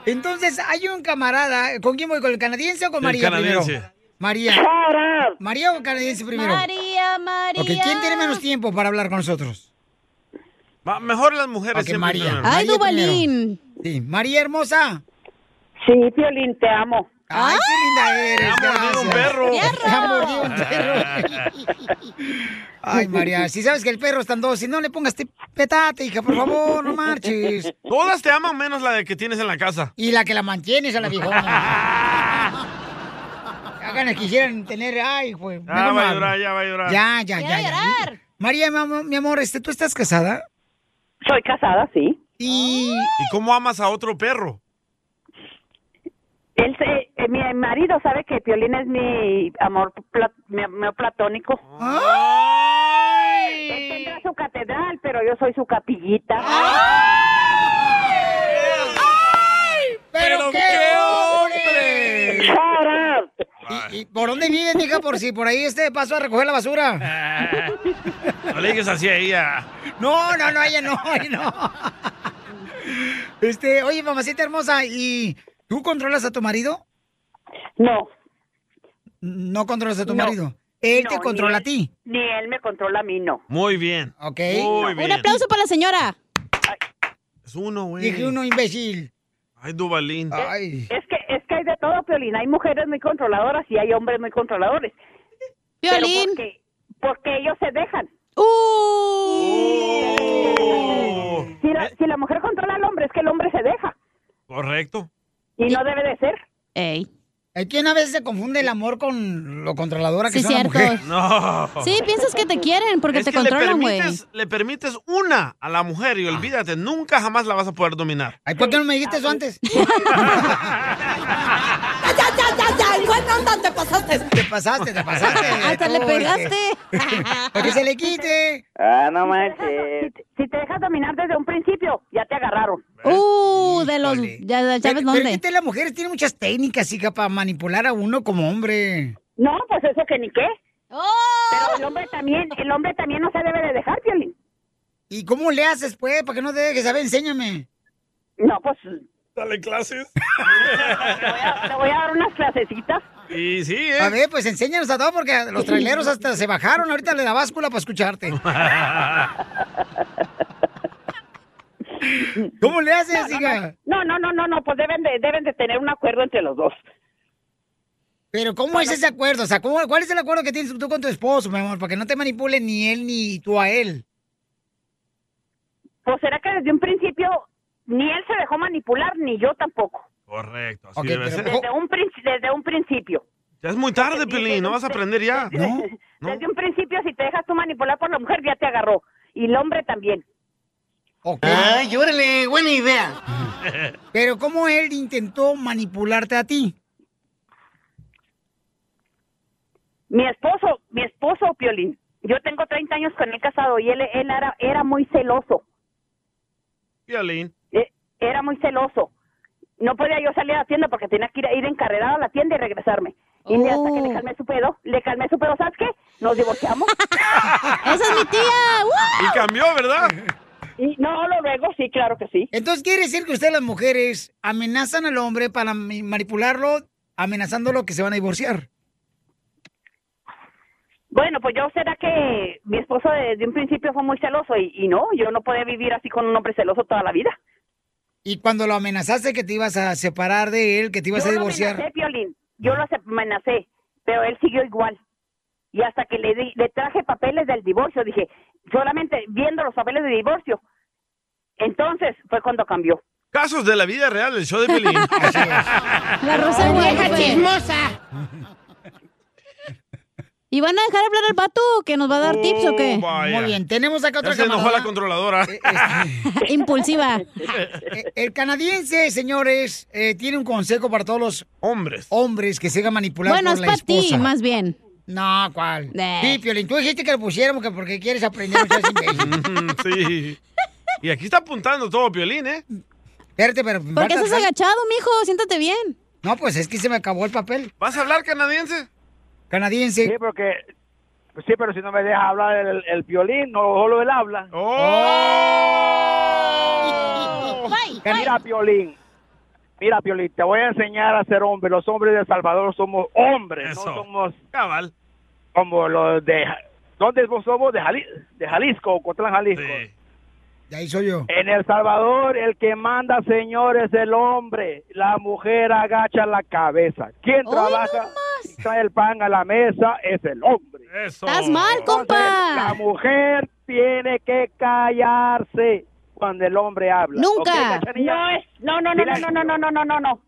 Speaker 2: Entonces, hay un camarada. ¿Con quién voy? ¿Con el canadiense o con
Speaker 3: El
Speaker 2: María
Speaker 3: canadiense.
Speaker 2: primero? María. ¿María o canadiense primero?
Speaker 4: María, María.
Speaker 2: Ok, ¿quién tiene menos tiempo para hablar con nosotros?
Speaker 3: mejor las mujeres
Speaker 2: Ok,
Speaker 3: siempre
Speaker 2: María.
Speaker 3: primero.
Speaker 2: María primero. Sí, María hermosa. Sí, Piolín, te amo. Ay, qué linda eres.
Speaker 3: Te ha mordido un
Speaker 2: gracias.
Speaker 3: perro.
Speaker 2: Te ha mordido un
Speaker 3: [laughs]
Speaker 2: perro. Ay, María, si sabes que el perro está en dos, si no le pongas te petate, hija, por favor, no marches.
Speaker 3: Todas te aman menos la de que tienes en la casa.
Speaker 2: Y la que la mantienes a la viejona.
Speaker 3: [laughs]
Speaker 2: Hagan quisieran tener, ay, pues.
Speaker 3: Ya
Speaker 2: mejor no
Speaker 3: Ah, va a
Speaker 2: hablo.
Speaker 3: llorar, ya va a llorar.
Speaker 2: Ya, ya, ya. ya. María, mi amor, mi amor, este, ¿tú estás casada?
Speaker 3: Soy casada, sí.
Speaker 2: ¿Y,
Speaker 3: cómo amas a otro perro?
Speaker 8: Él se- eh, mi marido sabe que Piolín es mi amor, pla- mi amor platónico. Él tendrá su catedral, pero yo soy su capillita.
Speaker 2: ¡Pero, qué hombre! [laughs] ¿Y, y por dónde vives, mija? Por si por ahí este paso a recoger la basura. [laughs]
Speaker 3: No le digas así a ella.
Speaker 2: No, no, no, ella no, ella no. Este, oye, mamacita hermosa, ¿y tú controlas a tu marido?
Speaker 8: No.
Speaker 2: No controlas a tu
Speaker 8: No.
Speaker 2: marido. Él te
Speaker 8: No,
Speaker 2: controla
Speaker 8: ni
Speaker 2: a
Speaker 8: él-
Speaker 2: ti.
Speaker 8: Ni él me controla a mí, no.
Speaker 3: Muy bien.
Speaker 2: Ok.
Speaker 3: Muy bien.
Speaker 4: Un aplauso para la señora.
Speaker 3: Es uno, güey.
Speaker 8: Dije uno,
Speaker 2: imbécil.
Speaker 3: Ay, Dubalín.
Speaker 2: Ay.
Speaker 8: Es que, es que hay de todo, Piolín. Hay mujeres muy controladoras y hay hombres muy controladores. Pero
Speaker 4: Piolín.
Speaker 8: Porque, porque ellos se dejan.
Speaker 4: ¡Uh!
Speaker 8: Si, la, si la mujer controla al hombre, es que el hombre se deja.
Speaker 3: Correcto.
Speaker 8: Y no debe de ser.
Speaker 4: Ey.
Speaker 2: Es que una vez se confunde el amor con lo controladora que
Speaker 4: Sí,
Speaker 2: son
Speaker 4: cierto.
Speaker 2: las
Speaker 3: [laughs]
Speaker 2: mujeres.
Speaker 3: No.
Speaker 4: Sí, piensas que te quieren porque
Speaker 3: Es
Speaker 4: te
Speaker 3: que le
Speaker 4: controlan, güey.
Speaker 3: permites- Le permites una a la mujer y olvídate, nunca jamás la vas a poder dominar.
Speaker 2: Ay, ¿por qué no me dijiste eso antes?
Speaker 9: ¡Ya, ya, ya, ya! ¡Igual no, te pasaste!
Speaker 2: Te pasaste, te pasaste.
Speaker 8: Hasta
Speaker 2: Tú,
Speaker 8: le pegaste.
Speaker 2: este, [laughs] Para que se le quite.
Speaker 8: Ah, no manches. Si te, si te dejas dominar desde un principio, ya te agarraron.
Speaker 4: Uh, de los. Ya, ya sabes
Speaker 2: Pero
Speaker 4: dónde.
Speaker 2: es que las mujeres tienen muchas técnicas, hija, para manipular a uno como hombre.
Speaker 8: No, pues eso que ni qué.
Speaker 4: ¡Oh!
Speaker 31: Pero el hombre también, el hombre también no se debe de dejar, Piolín.
Speaker 2: ¿Y cómo le haces, pues, para que no te dejes? A ver, enséñame.
Speaker 31: No, pues...
Speaker 3: Dale clases.
Speaker 31: [laughs] Te voy a dar unas clasecitas.
Speaker 3: Y sí, ¿eh?
Speaker 2: A ver, pues enséñanos a todo porque los traileros hasta se bajaron ahorita de la báscula para escucharte.
Speaker 3: [laughs]
Speaker 2: ¿Cómo le haces,
Speaker 31: no,
Speaker 2: hija?
Speaker 31: No, no, no, no, no, pues deben de, deben de tener un acuerdo entre los dos.
Speaker 2: Pero ¿cómo es ese acuerdo? O sea, ¿cómo- ¿cuál es el acuerdo que tienes tú con tu esposo, mi amor? Para que no te manipule ni él ni tú a él.
Speaker 31: Pues será que desde un principio ni él se dejó manipular ni yo tampoco.
Speaker 3: Correcto, así
Speaker 31: Ok,
Speaker 3: debe ser.
Speaker 31: desde, un princi- desde un principio.
Speaker 3: Ya es muy tarde, Pelín, no vas a aprender ya.
Speaker 31: [laughs] Desde un principio, si te dejas tú manipular por la mujer, ya te agarró. Y el hombre también.
Speaker 2: Ay, órale, buena idea. Pero ¿cómo él intentó manipularte a ti?
Speaker 31: Mi esposo, mi esposo, Piolín. Yo tengo 30 años con él casado y él, él era, era muy celoso.
Speaker 3: Piolín.
Speaker 31: Eh, Era muy celoso. No podía yo salir a la tienda porque tenía que ir, ir encarregado a la tienda y regresarme. Y ni hasta que le calmé su pedo, le calmé su pedo, ¿sabes qué? Nos divorciamos. [laughs] ¡Esa es mi tía!
Speaker 3: Y cambió, ¿verdad?
Speaker 31: Y no, lo luego sí, claro que sí.
Speaker 2: Entonces quiere decir que ustedes las mujeres amenazan al hombre para mi- manipularlo, amenazándolo que se van a divorciar.
Speaker 31: Bueno, pues yo será que mi esposo desde un principio fue muy celoso y, y no, yo no podía vivir así con un hombre celoso toda la vida.
Speaker 2: Y cuando lo amenazaste que te ibas a separar de él, que te ibas
Speaker 31: yo
Speaker 2: a
Speaker 31: lo
Speaker 2: divorciar.
Speaker 31: amenacé, Piolín. Yo lo amenacé, pero él siguió igual. Y hasta que le, di- le traje papeles del divorcio, dije, solamente viendo los papeles de divorcio. Entonces fue cuando cambió.
Speaker 3: Casos de la vida real, el show de
Speaker 2: [laughs]
Speaker 3: Pelín.
Speaker 9: Ah.
Speaker 4: La
Speaker 9: [laughs]
Speaker 4: Rosa de
Speaker 31: Vieja
Speaker 4: Guadalupe.
Speaker 31: chismosa.
Speaker 4: ¿Y van a dejar hablar al vato que nos va a dar tips o
Speaker 2: Oh,
Speaker 4: qué?
Speaker 3: vaya. Muy bien,
Speaker 2: tenemos acá
Speaker 3: Ya se enojó la controladora.
Speaker 2: Eh,
Speaker 4: [laughs]
Speaker 2: Impulsiva. Eh, El canadiense, señores, eh, tiene un consejo para todos los
Speaker 3: hombres
Speaker 2: hombres que se hagan manipular
Speaker 4: Bueno,
Speaker 2: por
Speaker 4: es
Speaker 2: la
Speaker 4: para ti,
Speaker 2: esposa.
Speaker 4: más bien.
Speaker 2: No, ¿cuál?
Speaker 4: Eh.
Speaker 2: Sí, Piolín, tú dijiste que lo pusiéramos que porque quieres aprender. no
Speaker 3: [laughs]
Speaker 2: seas imbécil.
Speaker 3: Mm, sí. Y aquí está apuntando todo Piolín, ¿eh? [laughs]
Speaker 2: Espérate, pero...
Speaker 4: ¿Por qué estás agachado, mijo? Siéntate bien.
Speaker 2: No, pues es que se me acabó el papel.
Speaker 3: ¿Vas a hablar canadiense?
Speaker 2: Canadiense.
Speaker 11: Sí, porque... Pues Sí, pero si no me deja hablar el, el violín, no solo él habla.
Speaker 9: ¡Oh!
Speaker 11: Mira, Piolín. Mira, Piolín, te voy a enseñar a ser hombre. Los hombres de El Salvador somos hombres, no somos
Speaker 3: Cabal.
Speaker 11: como los de... ¿Dónde vos somos? De, Jali- de Jalisco, Cotlán, Jalisco.
Speaker 2: De ahí soy yo.
Speaker 11: En El Salvador, el que manda, señor, es el hombre. La mujer agacha la cabeza. Quien trabaja y trae el pan a la mesa es el hombre.
Speaker 3: Eso.
Speaker 11: Estás mal, compa. La mujer tiene que callarse cuando el hombre habla.
Speaker 4: Nunca.
Speaker 11: ¿Ok, cachanilla?
Speaker 4: No es-
Speaker 31: no, no, no, no, no, no, no, no, no, no, no.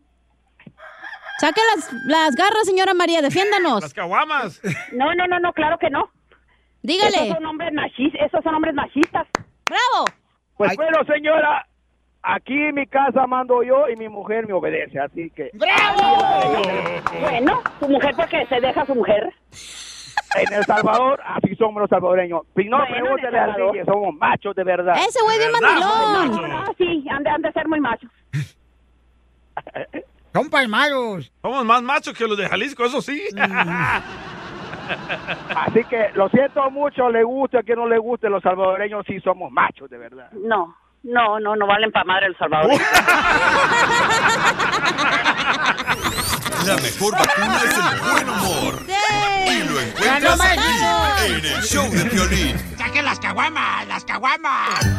Speaker 4: Saque las, las garras, señora María, defiéndanos. Las
Speaker 3: caguamas.
Speaker 31: No, no, no, no, claro que no.
Speaker 2: [laughs]
Speaker 4: Dígale.
Speaker 31: Esos son hombres, machis- esos son hombres machistas.
Speaker 4: ¡Bravo!
Speaker 11: Pues bueno, señora, aquí en mi casa mando yo y mi mujer me obedece, así que...
Speaker 31: Bueno, su mujer porque se deja a su mujer.
Speaker 11: En El Salvador, así somos los salvadoreños. Si no,
Speaker 31: Bueno,
Speaker 11: pregúntele
Speaker 31: en El
Speaker 11: al
Speaker 31: Salvador.
Speaker 11: DJ, somos machos de verdad.
Speaker 31: Ese güey bien ¿Verdad? mandilón.
Speaker 11: Somos machos.
Speaker 31: Ah, sí, han de, han de ser muy machos.
Speaker 2: Son Mm. palmaros.
Speaker 3: Somos más machos que los de Jalisco, eso sí. [laughs]
Speaker 11: Así que lo siento mucho, le guste a quien no le guste, los salvadoreños sí somos machos de verdad.
Speaker 31: No, no, no, no valen para madre El Salvador.
Speaker 10: La mejor vacuna es el buen humor. Y lo
Speaker 9: ¡Ya no
Speaker 10: encuentras
Speaker 9: me
Speaker 10: aquí,
Speaker 9: digas!
Speaker 10: en el show de Piolín.
Speaker 9: ¡Saquen las caguamas! ¡Las caguamas!
Speaker 2: [laughs]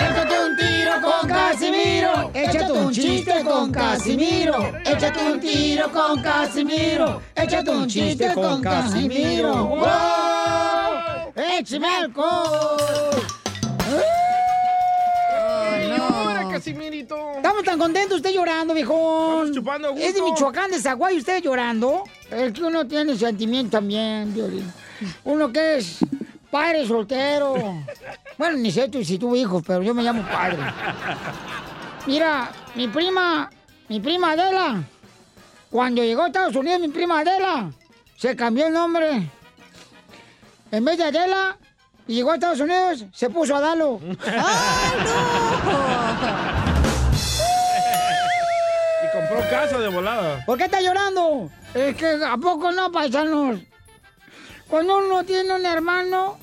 Speaker 2: Échate un tiro con Casimiro. Échate un chiste con Casimiro. Échate un tiro con [laughs] Casimiro. Échate un chiste con Casimiro. ¡Wow! ¡Échame alcohol!
Speaker 3: Llora, Casimirito.
Speaker 2: Estamos tan contentos, usted llorando, viejón. Estamos chupando Es de Michoacán, de Zaguay, usted llorando. Es que uno tiene sentimiento también, Violín. Uno que es padre soltero. Bueno, ni sé tú si tuvo hijos, pero yo me llamo padre. Mira, mi prima, mi prima Adela, cuando llegó a Estados Unidos, mi prima Adela, se cambió el nombre. En vez de Adela, y llegó a Estados Unidos, se puso Adalo.
Speaker 3: Y compró casa de volada.
Speaker 2: ¿Por qué está llorando? Es que, ¿a poco no, paisanos? cuando uno tiene un hermano,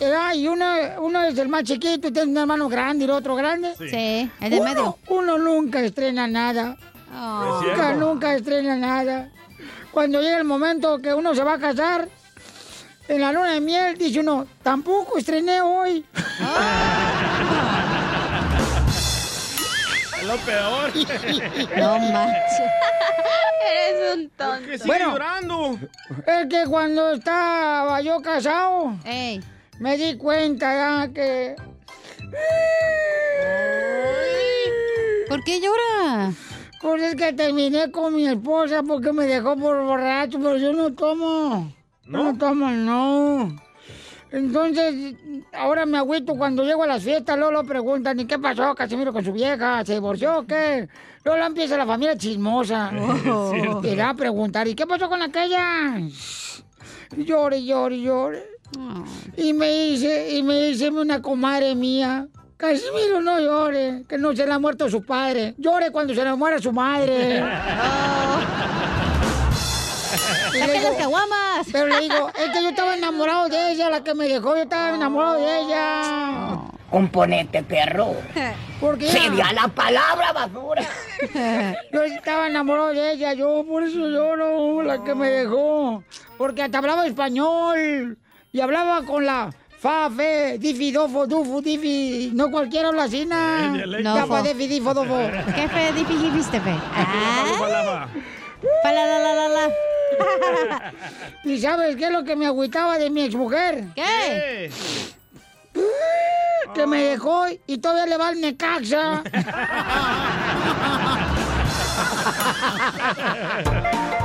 Speaker 2: ¿verdad? y uno, uno es el más chiquito y tiene un hermano grande y el otro grande.
Speaker 4: Sí. Sí, el de
Speaker 2: uno,
Speaker 4: medio.
Speaker 2: Uno nunca estrena nada.
Speaker 4: Oh.
Speaker 22: Es
Speaker 2: Nunca,
Speaker 22: cierto.
Speaker 2: nunca estrena nada. Cuando llega el momento que uno se va a casar, en la luna de miel, dice uno, tampoco estrené hoy.
Speaker 3: Lo peor.
Speaker 2: [laughs] No manches.
Speaker 22: Eres un tonto.
Speaker 2: Es que cuando estaba yo casado, me di cuenta ya que. ¿Por qué llora? Pues es que terminé con mi esposa porque me dejó por borracho, pero yo no tomo. No, tomo, no. Entonces, ahora me agüito cuando llego a las fiestas, Lolo preguntan, ¿y qué pasó Casimiro con su vieja? ¿Se divorció o qué? Lolo empieza la familia chismosa.
Speaker 22: cierto.
Speaker 2: Te da a preguntar, ¿y qué pasó con aquella? Llore, llore, llore. Y me dice, y me dice una comadre mía, Casimiro no llore, que no se le ha muerto su padre. Llore cuando se le muera su madre. Y le
Speaker 22: Saquen
Speaker 2: digo-
Speaker 22: las
Speaker 2: Pero le digo, es que yo estaba enamorado de ella, la que me dejó, yo estaba enamorado de ella.
Speaker 22: Componente, perro.
Speaker 2: Porque
Speaker 22: Sería la palabra,
Speaker 2: basura. [laughs] yo estaba enamorado de ella, yo por eso lloro, la que me dejó. Porque hasta hablaba español y hablaba con la fa, fe, difi, dofo, dufu, difi. No cualquiera habla así, na.
Speaker 4: No,
Speaker 2: Ya,
Speaker 4: fo.
Speaker 2: fa, difi, difo, [laughs] dofo.
Speaker 4: ¿Qué fe difícil viste, fe?
Speaker 9: ¿Ah?
Speaker 2: Pa, la, la, la, la, la. [laughs] ¿Y sabes qué es lo que me agüitaba de mi exmujer? ¿Qué? Que me dejó y todavía le va al Necaxa.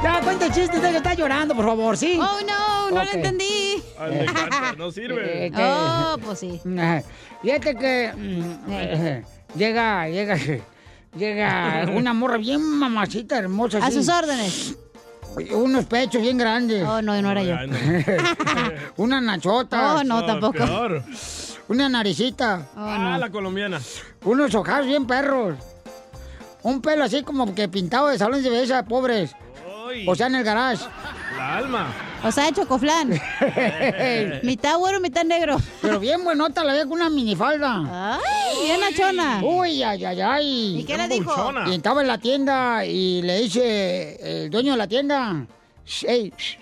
Speaker 2: ya, cuenta el chiste, usted que está llorando, por favor, ¿sí?
Speaker 4: Oh, no, no lo entendí.
Speaker 2: Al
Speaker 4: [laughs]
Speaker 2: Necaxa, no sirve.
Speaker 4: Oh, pues sí.
Speaker 2: Ajá. [laughs] Fíjate que mm, eh, [laughs] llega, llega, [laughs] llega una morra bien mamacita, hermosa.
Speaker 4: A
Speaker 2: así.
Speaker 4: sus órdenes.
Speaker 2: [sniffs] Unos pechos bien grandes.
Speaker 4: Oh, no, no era yo.
Speaker 2: [laughs] una nachota.
Speaker 4: Oh, no, No, tampoco. Oh, peor.
Speaker 2: Una naricita.
Speaker 3: Ah, la colombiana.
Speaker 2: Unos ojazos bien perros. Un pelo así como que pintado de salón de belleza, pobres. O sea, en el garage.
Speaker 3: La alma.
Speaker 2: O sea, de [laughs] chocoflán. mitad güero, mitad negro. Pero bien buenota la veía con una minifalda. Ay,
Speaker 4: bien
Speaker 2: nachona. Uy, ay, ay, ay.
Speaker 4: ¿Y qué le dijo? Buchona.
Speaker 2: Y estaba en la tienda y le dice eh, el dueño de la tienda, "Sh, ey, sh,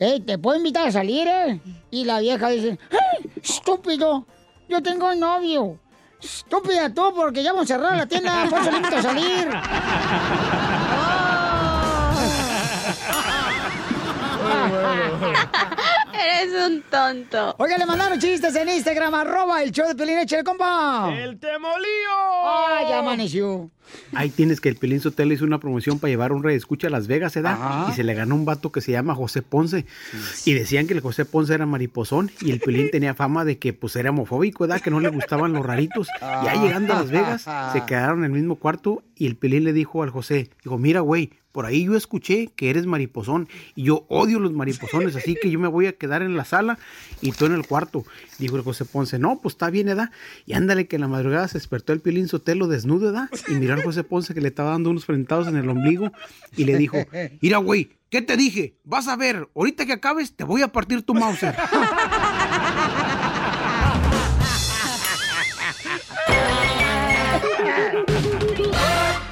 Speaker 2: ey, Eh, ¿te puedo invitar a salir, eh? Y la vieja dice, ¡Hey, estúpido! Yo tengo novio. Estúpida tú, porque ya hemos cerrado la tienda, por eso le invito a salir.
Speaker 22: Oh. Eres un tonto.
Speaker 2: Oiga, le mandaron chistes en Instagram, arroba el show de Pelín Eche, compa.
Speaker 3: ¡El temolío!
Speaker 2: ¡Ah, ya amaneció!
Speaker 12: [laughs] Ahí tienes que el Pelín Sotelo hizo una promoción para llevar un redescucha a Las Vegas, ¿se da? Y se le ganó un vato que se llama José Ponce. Y decían que el José Ponce era mariposón y el Pelín tenía fama de que pues era homofóbico, ¿verdad? Que no le gustaban los
Speaker 3: [laughs]
Speaker 12: raritos. Y ya llegando a Las Vegas,
Speaker 3: Ah.
Speaker 12: se quedaron en el mismo cuarto y el Pelín le dijo al José, dijo, mira, güey, por ahí yo escuché que eres mariposón y yo odio los mariposones, así que yo me voy a quedar en la sala y tú en el cuarto. Dijo el José Ponce, no, pues está bien, edad. Y ándale que en la madrugada se despertó el Piolín Sotelo desnudo, edad. Y miró al José Ponce que le estaba dando unos frentados en el ombligo y le dijo, mira, güey, ¿qué te dije? Vas a ver, ahorita que acabes te voy a partir tu Mauser.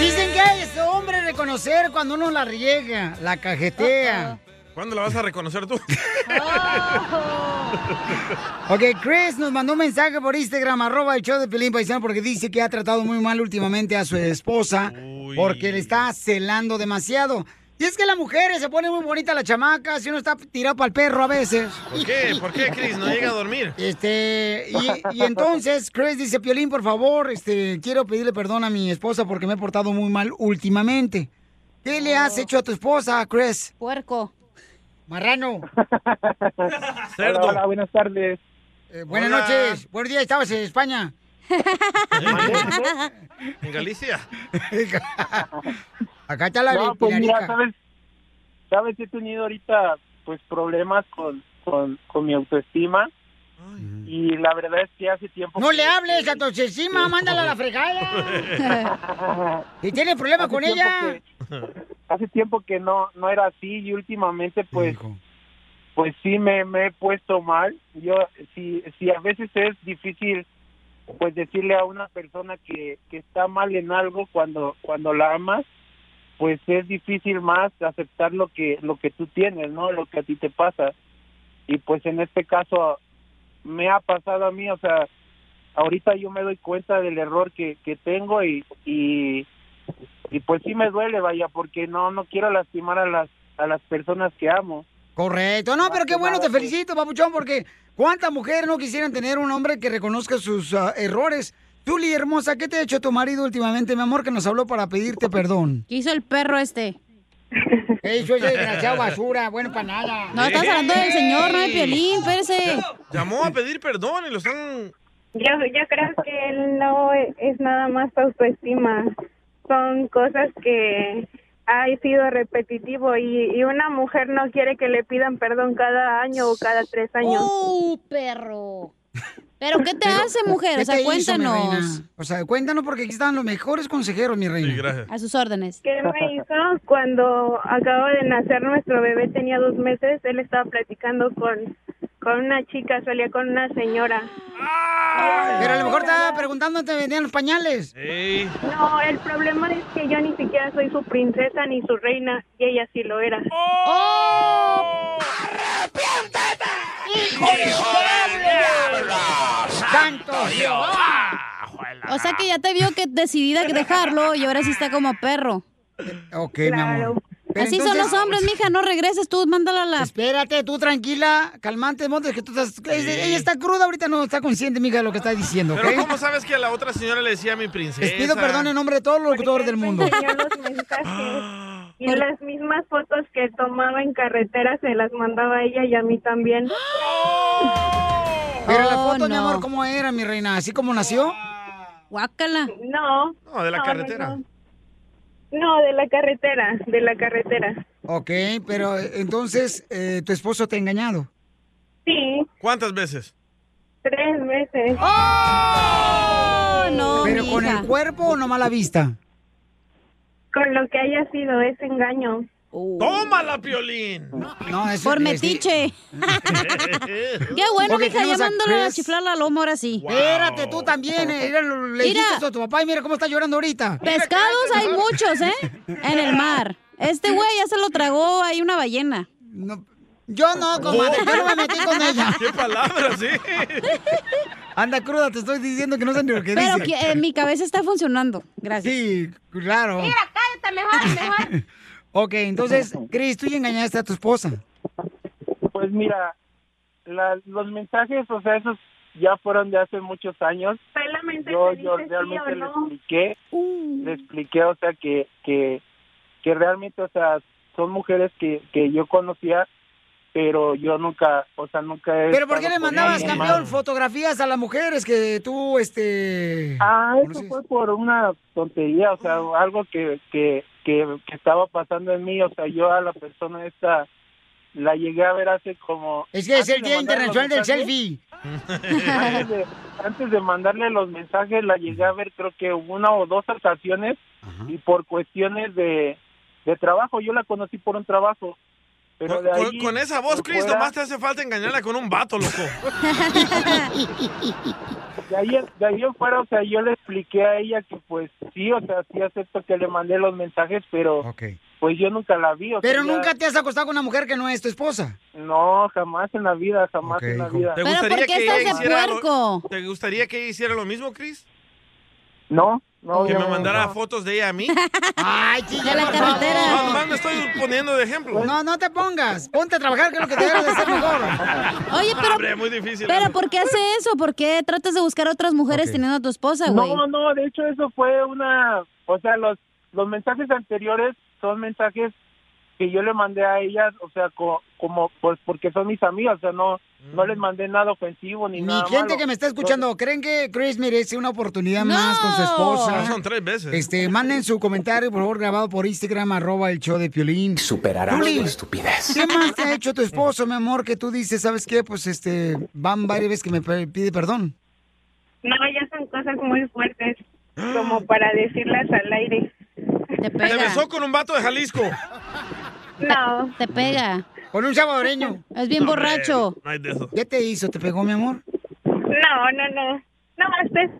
Speaker 2: Dicen que hay este hombre reconocer cuando uno la riega, la cajetea.
Speaker 3: ¿Cuándo la vas a reconocer tú?
Speaker 2: Ok, Chris nos mandó un mensaje por Instagram, arroba el show de Pelín Paisano, porque dice que ha tratado muy mal últimamente a su esposa porque le está celando demasiado. Y es que las mujeres se ponen muy bonitas las chamacas y uno está tirado para el perro a veces.
Speaker 3: ¿Por qué? ¿Por qué, Chris? No llega a dormir.
Speaker 2: Este, y, y entonces Chris dice, Piolín, por favor, este, quiero pedirle perdón a mi esposa porque me he portado muy mal últimamente. ¿Qué le has hecho a tu esposa, Chris?
Speaker 4: Puerco.
Speaker 2: Marrano.
Speaker 1: Hola, hola, buenas tardes.
Speaker 2: Eh, Buenas
Speaker 1: Hola.
Speaker 2: noches. Buenos días, estabas
Speaker 1: [laughs]
Speaker 2: en España.
Speaker 3: ¿En Galicia?
Speaker 2: Acá está la
Speaker 1: No, pues
Speaker 2: Pilarica.
Speaker 1: mira, ¿sabes? ¿Sabes? He tenido ahorita pues problemas con, con, con mi autoestima y la verdad es que hace
Speaker 2: [laughs]
Speaker 1: tiempo... [laughs]
Speaker 2: No
Speaker 1: que-
Speaker 2: le hables a tu encima, mándala a la fregada. Si tiene problema
Speaker 1: Hace
Speaker 2: con
Speaker 1: tiempo
Speaker 2: ella.
Speaker 1: hace tiempo que no no era así y últimamente pues pues sí me, me he puesto mal yo si si a veces es difícil pues decirle a una persona que, que está mal en algo cuando cuando la amas pues es difícil más aceptar lo que lo que tú tienes no lo que a ti te pasa y pues en este caso me ha pasado a mí o sea ahorita yo me doy cuenta del error que, que tengo y, y y pues sí me duele vaya porque no no quiero lastimar a las a las personas que amo
Speaker 2: Correcto. No, pero qué bueno, te felicito, papuchón, porque ¿cuántas mujeres no quisieran tener un hombre que reconozca sus ah, errores? Tuli, hermosa, ¿qué te ha hecho tu marido últimamente, mi amor, que nos habló para pedirte perdón?
Speaker 4: ¿Qué hizo el
Speaker 2: [laughs]
Speaker 4: perro este?
Speaker 2: ¿Qué hizo ese desgraciado basura? Bueno, para nada.
Speaker 4: No, estás hablando del señor, no de Piolín, espérese.
Speaker 3: Llamó a pedir perdón y lo están...
Speaker 23: Yo, yo creo que no es nada más autoestima. Son cosas que ha sido repetitivo y, y una mujer no quiere que le pidan perdón cada año o cada tres años.
Speaker 4: ¡Uh, perro! ¿Pero qué te hace, mujer?
Speaker 2: ¿Qué
Speaker 4: O sea,
Speaker 2: te hizo, mi
Speaker 4: cuéntanos.
Speaker 2: reina? o sea, cuéntanos porque aquí están los mejores consejeros, mi reina.
Speaker 4: a sus órdenes.
Speaker 23: ¿Qué me hizo? Cuando acabo de nacer nuestro bebé tenía dos meses, él estaba platicando con, con una chica, salía con una señora.
Speaker 2: Pero a lo mejor estaba preguntando te vendían los pañales.
Speaker 23: No, el problema es que yo ni siquiera soy su princesa ni su reina y ella sí lo era.
Speaker 2: ¡Oh! ¡Santo
Speaker 4: Ah, O sea que ya te vio que decidida que dejarlo y ahora sí está como perro.
Speaker 2: Eh, Ok, mi
Speaker 4: Claro.
Speaker 2: amor. Pero
Speaker 4: Así son
Speaker 2: entonces-
Speaker 4: los hombres, mija, no regreses tú, mándala a la...
Speaker 2: Espérate, tú tranquila, calmante, Montes, que tú estás... Ella ella está cruda, ahorita no está consciente, mija, de lo que está diciendo, ¿ok?
Speaker 3: Pero ¿cómo sabes que a la otra señora le decía mi princesa?
Speaker 2: Les pido perdón en nombre de todos los locutores del mundo.
Speaker 23: enseñó los mensajes y las mismas fotos que tomaba en carretera se las mandaba a ella y a mí también.
Speaker 2: Pero la
Speaker 4: Oh,
Speaker 2: foto, mi amor, ¿cómo era, mi reina? ¿Así como nació?
Speaker 4: Guácala.
Speaker 23: No.
Speaker 3: No, de la carretera.
Speaker 23: No, No, de la carretera, de la carretera.
Speaker 2: Ok, pero eh, entonces, eh, ¿tu esposo te ha engañado?
Speaker 23: Sí,
Speaker 3: ¿Cuántas veces?
Speaker 23: tres veces.
Speaker 4: ¡Oh! no,
Speaker 2: ¿Pero con
Speaker 23: mija.
Speaker 2: el cuerpo o nomás la vista?
Speaker 23: Con lo que haya sido ese engaño.
Speaker 3: ¡Tómala, Piolín!
Speaker 2: No, eso
Speaker 4: Oh. Por
Speaker 3: [laughs]
Speaker 2: es-
Speaker 4: metiche. Qué bueno,
Speaker 2: Ok,
Speaker 4: mija, ya
Speaker 2: tenemos a
Speaker 4: mándala a
Speaker 2: Chris.
Speaker 4: chiflar la loma ahora sí.
Speaker 2: Espérate, tú también, eh, mira, lo- le
Speaker 4: Mira.
Speaker 2: dijiste eso a tu papá y mira cómo está llorando ahorita.
Speaker 4: Pescados hay muchos, ¿eh? En el mar. Este güey ya se lo tragó ahí una ballena.
Speaker 2: yo no, comadre, yo no me metí con ella.
Speaker 3: ¡Qué palabras, eh!
Speaker 2: Anda cruda, te estoy diciendo que no sé ni lo que
Speaker 4: [laughs] Pero
Speaker 2: dice.
Speaker 4: que- eh, mi cabeza está funcionando. Gracias.
Speaker 2: Sí, claro.
Speaker 4: cállate mejor, mejor.
Speaker 2: Ok, entonces, Chris, tú ya engañaste a tu esposa.
Speaker 1: Pues mira, la- los mensajes, o sea, esos ya fueron de hace muchos años.
Speaker 23: Solamente
Speaker 1: yo,
Speaker 23: te
Speaker 1: yo
Speaker 23: dice sí
Speaker 1: realmente
Speaker 23: o
Speaker 1: le
Speaker 23: no.
Speaker 1: expliqué, le expliqué, o sea, que, que, que realmente, o sea, son mujeres que, que yo conocía, pero yo nunca, o sea, nunca he...
Speaker 2: ¿Pero por qué
Speaker 1: estado
Speaker 2: le
Speaker 1: con
Speaker 2: mandabas,
Speaker 1: alguien más.
Speaker 2: campeón, fotografías a las mujeres que tú, este...
Speaker 1: Ah, eso fue por una tontería, o sea, algo que, que, que, que estaba pasando en mí, o sea, yo a la persona esta la llegué a ver hace como...
Speaker 2: Es que es
Speaker 1: antes
Speaker 2: el
Speaker 1: de
Speaker 2: Día
Speaker 1: mandarle los
Speaker 2: Internacional del
Speaker 1: mensajes,
Speaker 2: Selfie.
Speaker 1: Antes de, antes de mandarle los mensajes la llegué a ver creo que una o dos ocasiones y por cuestiones de, de trabajo, yo la conocí por un trabajo. Pero
Speaker 3: Con,
Speaker 1: de
Speaker 3: con-
Speaker 1: ahí,
Speaker 3: con esa voz,
Speaker 1: por
Speaker 3: Chris,
Speaker 1: fuera-
Speaker 3: nomás te hace falta engañarla con un vato, loco.
Speaker 1: de ahí, en- de ahí en fuera, o sea, yo le expliqué a ella que pues sí, o sea, sí acepto que le mandé los mensajes, pero pues yo nunca la vi. O sea,
Speaker 2: Pero
Speaker 1: ya-
Speaker 2: nunca te has acostado con una mujer que no es tu esposa.
Speaker 1: No, jamás en la vida, jamás en la vida.
Speaker 3: ¿Te gustaría que ella hiciera lo- ¿Te gustaría que ella hiciera lo mismo, Chris?
Speaker 1: No, no.
Speaker 3: que me
Speaker 1: no,
Speaker 3: mandara
Speaker 1: no.
Speaker 3: fotos de ella a mí.
Speaker 2: [laughs] Ay, chica,
Speaker 3: De la
Speaker 2: por
Speaker 3: carretera.
Speaker 2: favor.
Speaker 3: Más- más me estoy poniendo de ejemplo.
Speaker 2: Pues, No, no te pongas. Ponte a trabajar, que es lo que te debes de hacer mejor.
Speaker 4: Oye, pero-
Speaker 3: Hombre, muy difícil.
Speaker 4: Pero ¿por qué hace eso? ¿Por qué tratas de buscar otras mujeres teniendo a tu esposa, güey?
Speaker 1: No, no, de hecho eso fue una, o sea, los los mensajes anteriores son mensajes que yo le mandé a ellas, o sea, co- como pues porque son mis amigas, o sea, no
Speaker 3: Mm.
Speaker 1: no les mandé nada ofensivo ni,
Speaker 2: Mi
Speaker 1: nada.
Speaker 2: gente
Speaker 1: malo.
Speaker 2: que me está escuchando, ¿creen que Chris merece una oportunidad más con su
Speaker 3: Ah,
Speaker 2: esposa?
Speaker 3: Son tres veces.
Speaker 2: Este, manden su comentario, por favor, grabado por Instagram, arroba el show de Piolín.
Speaker 21: Superarás
Speaker 2: Piolín,
Speaker 21: tu estupidez.
Speaker 2: ¿Qué más te ha hecho tu esposo, mi amor, que tú dices, ¿sabes qué? Pues, este, van varias veces que me pe- pide perdón.
Speaker 23: No, ya son cosas muy fuertes, como para decirlas al aire.
Speaker 4: Te
Speaker 3: Se besó con un vato de Jalisco.
Speaker 23: No.
Speaker 4: Te pega.
Speaker 2: Con un salvadoreño.
Speaker 4: Es bien
Speaker 3: No, hombre,
Speaker 4: borracho.
Speaker 3: No hay de eso.
Speaker 2: ¿Qué te hizo? ¿Te pegó, mi amor?
Speaker 23: No, no, no. No, pues,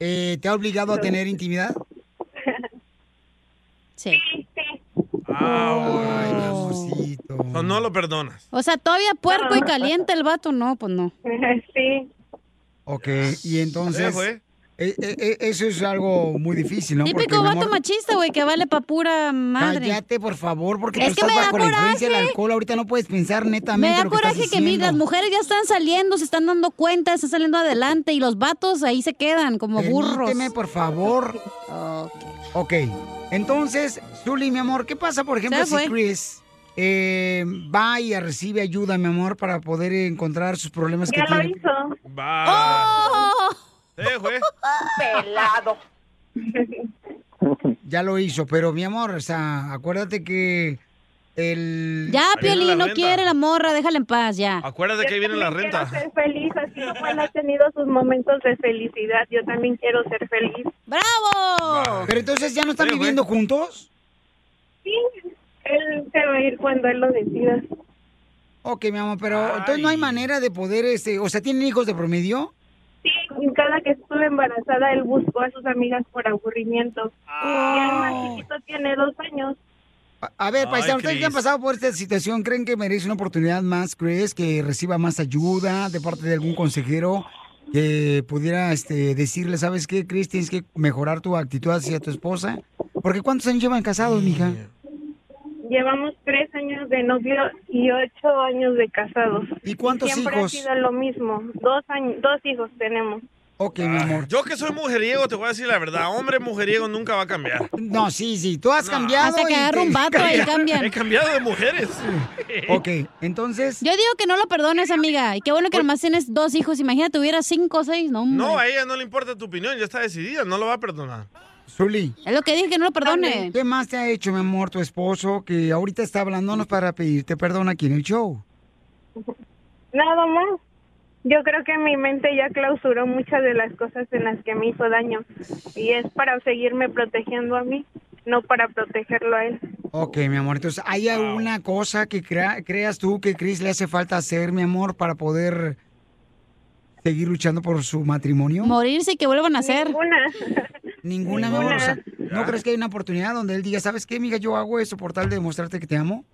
Speaker 2: Eh, ¿Te ha obligado a tener intimidad?
Speaker 4: Sí.
Speaker 3: Ay, No, no lo perdonas.
Speaker 4: O sea, todavía puerco y caliente el vato. No, pues no.
Speaker 23: Sí.
Speaker 2: Ok, y entonces...
Speaker 3: fue.
Speaker 2: eh, eh, eh, eso es algo muy difícil, ¿no? Porque,
Speaker 4: Típico
Speaker 2: mi
Speaker 4: vato
Speaker 2: amor,
Speaker 4: machista, güey, que vale pa' pura madre.
Speaker 2: Cállate, por favor, porque
Speaker 4: Es
Speaker 2: tú
Speaker 4: que
Speaker 2: estás
Speaker 4: me da
Speaker 2: bajo la influencia del
Speaker 4: coraje.
Speaker 2: alcohol. Ahorita no puedes pensar
Speaker 4: Me
Speaker 2: netamente
Speaker 4: da
Speaker 2: lo que
Speaker 4: coraje
Speaker 2: estás
Speaker 4: que mi-
Speaker 2: diciendo.
Speaker 4: las mujeres ya están saliendo, se están dando cuenta, están saliendo adelante y los vatos ahí se quedan como burros.
Speaker 2: Permíteme, por favor. Ok. Entonces, Zuli, mi amor, ¿qué pasa, por ejemplo,
Speaker 4: Se
Speaker 2: si
Speaker 4: fue.
Speaker 2: Chris eh, va y recibe ayuda, mi amor, para poder encontrar sus problemas
Speaker 23: ya
Speaker 2: que
Speaker 23: lo
Speaker 2: tiene?
Speaker 23: hizo.
Speaker 2: Oh.
Speaker 23: Pelado.
Speaker 2: Ya lo hizo, pero mi amor, o sea, acuérdate que el...
Speaker 4: Ya, Piolín, no quiere la morra, déjala en paz, ya.
Speaker 3: Acuérdate que ahí viene la
Speaker 23: También
Speaker 3: renta.
Speaker 23: Quiero ser feliz, así como él ha tenido sus momentos de felicidad, yo también quiero ser feliz.
Speaker 4: ¡Bravo!
Speaker 2: Pero entonces ya no están viviendo juntos.
Speaker 23: Sí, él se va a ir cuando él lo decida.
Speaker 2: Ok, mi amor, pero entonces no hay manera de poder, este, o sea, ¿tienen hijos de promedio?
Speaker 23: Sí, cada que estuve embarazada, él buscó a sus amigas por aburrimiento. Y el más chiquito tiene dos años.
Speaker 2: A- A ver,
Speaker 23: Ay,
Speaker 2: paisano, ustedes que han
Speaker 23: Cris.
Speaker 2: pasado por esta situación, ¿creen que merece una oportunidad más? ¿Crees que reciba más ayuda de parte de algún consejero que pudiera este, decirle, ¿sabes qué, Chris? Tienes que mejorar tu actitud hacia tu esposa. Porque ¿cuántos años llevan casados, mija?
Speaker 23: Llevamos tres años de novio y ocho años de casados.
Speaker 2: ¿Y cuántos
Speaker 23: Siempre
Speaker 2: hijos?
Speaker 23: ha sido lo mismo. Dos, años, dos hijos tenemos.
Speaker 2: Ok, mi amor.
Speaker 3: Yo que soy mujeriego, te voy a decir la verdad. Hombre mujeriego nunca va a cambiar.
Speaker 2: No, sí, sí, tú has
Speaker 3: No.
Speaker 2: cambiado.
Speaker 3: Hasta que
Speaker 2: y
Speaker 3: agarra
Speaker 2: te-
Speaker 3: un vato, ahí cambian. He cambiado de mujeres.
Speaker 2: [laughs] ok, entonces...
Speaker 4: Yo digo que no lo perdones, amiga. Y qué bueno que nomás tienes dos hijos. Imagínate, hubiera cinco o seis, no, hombre.
Speaker 3: No, eh. a ella no le importa tu opinión, ya está decidida, no lo va a perdonar.
Speaker 2: Zuli.
Speaker 4: Es lo que dije, que no lo perdone.
Speaker 2: ¿Qué más te ha hecho, mi amor, tu esposo que ahorita está hablándonos para pedirte perdón aquí en el show?
Speaker 23: Nada más. Yo creo que mi mente ya clausuró muchas de las cosas en las que me hizo daño. Y es para seguirme protegiendo a mí, no para protegerlo a él.
Speaker 2: Ok, mi amor, entonces, ¿hay alguna cosa que crea- creas tú que Chris le hace falta hacer, mi amor, para poder seguir luchando por su matrimonio?
Speaker 4: Morirse y que vuelvan a
Speaker 2: hacer.
Speaker 23: Ninguna.
Speaker 2: Ninguna, mi amor. o sea, ¿No
Speaker 23: Ya.
Speaker 2: crees que hay una oportunidad donde él diga, ¿sabes qué, amiga? Yo hago eso por tal de demostrarte que te amo?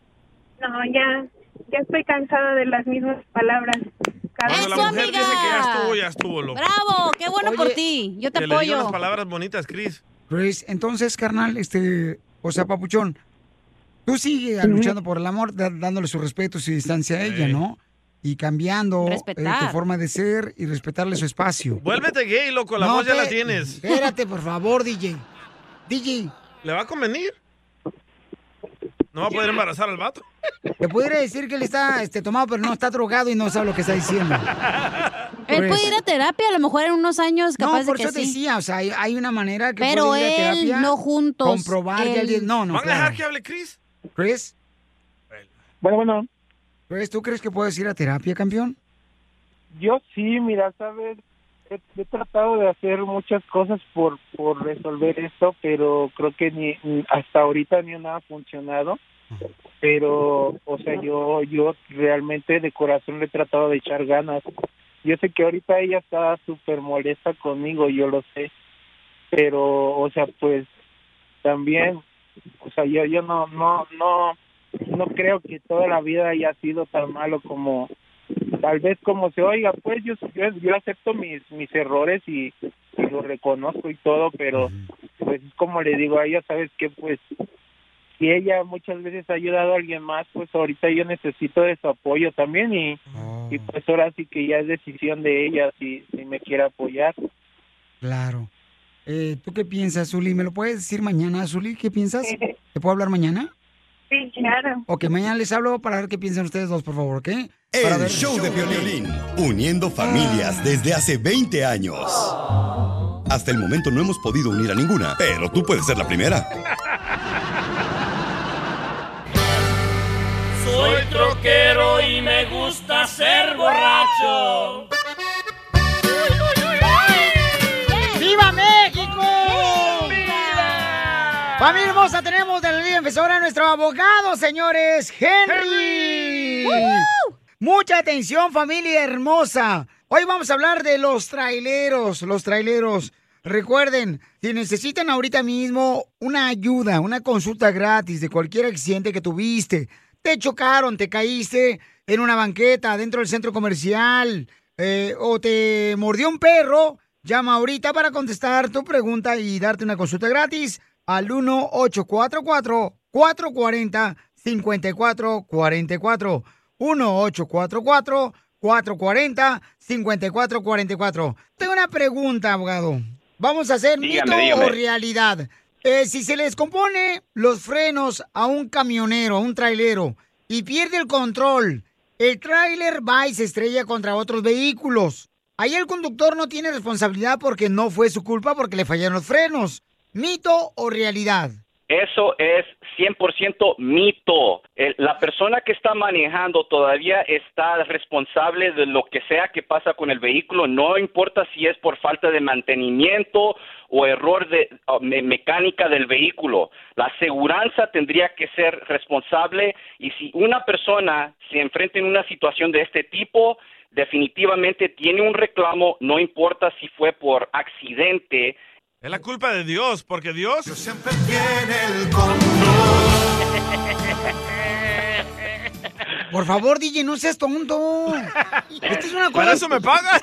Speaker 23: No, ya, ya estoy cansada de las mismas palabras. Cada
Speaker 3: Cuando la mujer dice que ya estuvo, ya estuvo, loco.
Speaker 4: Bravo, qué bueno por ti. Yo te
Speaker 3: Que le diga
Speaker 4: apoyo.
Speaker 3: unas palabras bonitas, Chris.
Speaker 2: Chris, entonces, carnal, este, o sea, papuchón, tú sigue luchando por el amor, da- dándole su respeto, su distancia a ella, ¿no? Y cambiando eh, tu
Speaker 3: Respetar.
Speaker 2: forma de ser y respetarle su espacio.
Speaker 3: Vuélvete gay, loco, la
Speaker 2: No,
Speaker 3: voz ya la
Speaker 2: pe-
Speaker 3: tienes.
Speaker 2: Espérate, por favor, DJ. DJ,
Speaker 3: ¿Le va a convenir? ¿No va a poder embarazar al vato?
Speaker 2: te pudiera decir que él está este, tomado, pero no está drogado y no sabe lo que está diciendo.
Speaker 4: [laughs]
Speaker 2: Pues,
Speaker 4: Él puede ir a terapia, a lo mejor en unos años, capaz
Speaker 2: No, por
Speaker 4: de que
Speaker 2: eso
Speaker 4: sí.
Speaker 2: decía, o sea, hay, hay una manera que
Speaker 4: Pero
Speaker 2: puede ir a
Speaker 4: él,
Speaker 2: terapia,
Speaker 4: no juntos,
Speaker 2: Comprobar que
Speaker 4: él-
Speaker 2: alguien... No, no,
Speaker 3: ¿Van a
Speaker 2: claro.
Speaker 3: dejar que hable Chris?
Speaker 2: Chris.
Speaker 1: Bueno, bueno.
Speaker 2: Chris, ¿tú crees que puedes ir a terapia, campeón?
Speaker 1: Yo sí, mira, sabes, he, he tratado de hacer muchas cosas por por resolver esto, pero creo que ni ni- hasta ahorita ni una ha funcionado. Pero, o sea, yo yo realmente de corazón le he tratado de echar ganas. Yo sé que ahorita ella está súper molesta conmigo, yo lo sé. Pero, o sea, pues también, o sea, yo yo no no no no creo que toda la vida haya sido tan malo como tal vez como se oiga, pues yo yo, yo acepto mis mis errores y, y los reconozco y todo, pero pues es como le digo a ella, sabes que pues si ella muchas veces ha ayudado a alguien más, pues ahorita yo necesito de su apoyo también y, y pues ahora sí que ya es decisión de ella si si me quiere apoyar.
Speaker 2: Claro. Eh, ¿Tú qué piensas, Zuli? ¿Me lo puedes decir mañana, Zuli?
Speaker 1: [laughs]
Speaker 2: ¿Qué piensas? ¿Te puedo hablar mañana?
Speaker 23: Sí, claro.
Speaker 2: Ok, mañana les hablo para ver qué piensan ustedes dos, por favor, ¿ok? Para
Speaker 10: El
Speaker 2: ver-
Speaker 10: show de violín, uniendo familias desde hace 20 años. Hasta el momento no hemos podido unir a ninguna, pero tú puedes ser la primera.
Speaker 15: Soy troquero y me gusta ser borracho.
Speaker 2: ¡Viva México! Familia hermosa, tenemos de la Liga Defensora a nuestro abogado, señores, Henry. Mucha atención, familia hermosa. Hoy vamos a hablar de los traileros, los traileros. Recuerden, si necesitan ahorita mismo una ayuda, una consulta gratis de cualquier accidente que tuviste, te chocaron, te caíste en una banqueta, dentro del centro comercial, eh, o te mordió un perro, Llama ahorita para contestar tu pregunta y darte una consulta gratis al 1-844-440-5444. 1-844-440-5444. Tengo una pregunta, abogado. Vamos a hacer
Speaker 16: Dígame,
Speaker 2: mito
Speaker 16: dígame.
Speaker 2: o realidad. Eh, si se les compone los frenos a un camionero, a un trailero, y pierde el control, el tráiler va y se estrella contra otros vehículos. Ahí el conductor no tiene responsabilidad porque no fue su culpa porque le fallaron los frenos. ¿Mito o realidad?
Speaker 32: Eso es 100% mito. El- la persona que está manejando todavía está responsable de lo que sea que pasa con el vehículo, no importa si es por falta de mantenimiento o error de uh, me- mecánica del vehículo. La aseguranza tendría que ser responsable y si una persona se enfrenta en una situación de este tipo, definitivamente tiene un reclamo, no importa si fue por accidente,
Speaker 3: Es la culpa de Dios, porque Dios... siempre
Speaker 2: Por favor, DJ, no seas
Speaker 3: [laughs]
Speaker 2: tonto. Esta es una cosa...
Speaker 3: ¿Para eso me
Speaker 2: [laughs]
Speaker 3: pagan?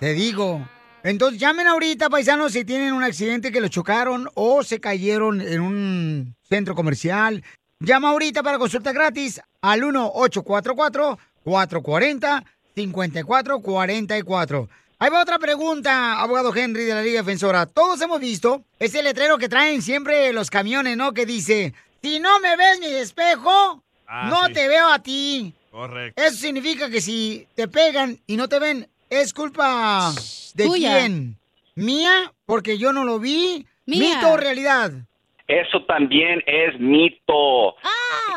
Speaker 2: Te digo. Entonces llamen ahorita, paisanos, si tienen un accidente que los chocaron o se cayeron en un centro comercial. Llama ahorita para consulta gratis al 1-844-440-5444. Ahí va otra pregunta, abogado Henry de la Liga Defensora. Todos hemos visto ese letrero que traen siempre los camiones, ¿no? Que dice, si no me ves mi espejo,
Speaker 3: Ah,
Speaker 2: no
Speaker 3: sí.
Speaker 2: te veo a ti.
Speaker 3: Correcto.
Speaker 2: Eso significa que si te pegan y no te ven, es culpa de
Speaker 32: Tuya.
Speaker 2: quién? ¿Mía? Porque yo no lo vi.
Speaker 32: Mía.
Speaker 2: ¿Mito o realidad?
Speaker 32: Eso también es mito.
Speaker 2: Ah.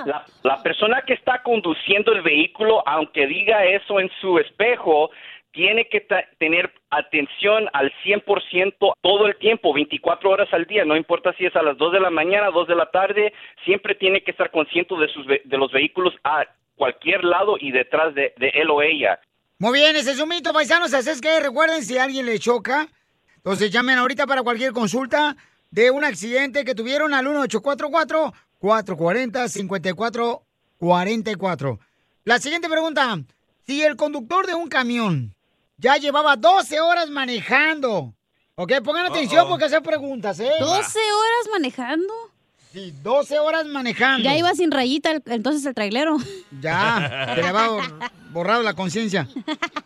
Speaker 32: La, la persona que está conduciendo el vehículo, aunque diga eso en su espejo, tiene que ta- tener atención al 100% todo el tiempo, 24 horas al día, no importa si es a las 2 de la mañana, 2 de la tarde, siempre tiene que estar consciente de, sus ve- de los vehículos a cualquier lado y detrás de, de él o ella.
Speaker 2: Muy bien, ese es un mito, paisanos. Así es que recuerden si a alguien le choca. Entonces llamen ahorita para cualquier consulta de un accidente que tuvieron al 1844-440-5444. La siguiente pregunta. Si el conductor de un camión ya llevaba 12 horas manejando. Ok, pongan atención porque hacen preguntas, ¿eh?
Speaker 4: 12 horas manejando.
Speaker 2: Sí, 12 horas manejando.
Speaker 4: Ya iba sin rayita el- entonces el trailero. [laughs]
Speaker 2: Ya, se le va bor- borrado la conciencia.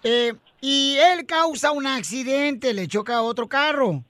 Speaker 2: Eh, y él causa un accidente, le choca a otro carro.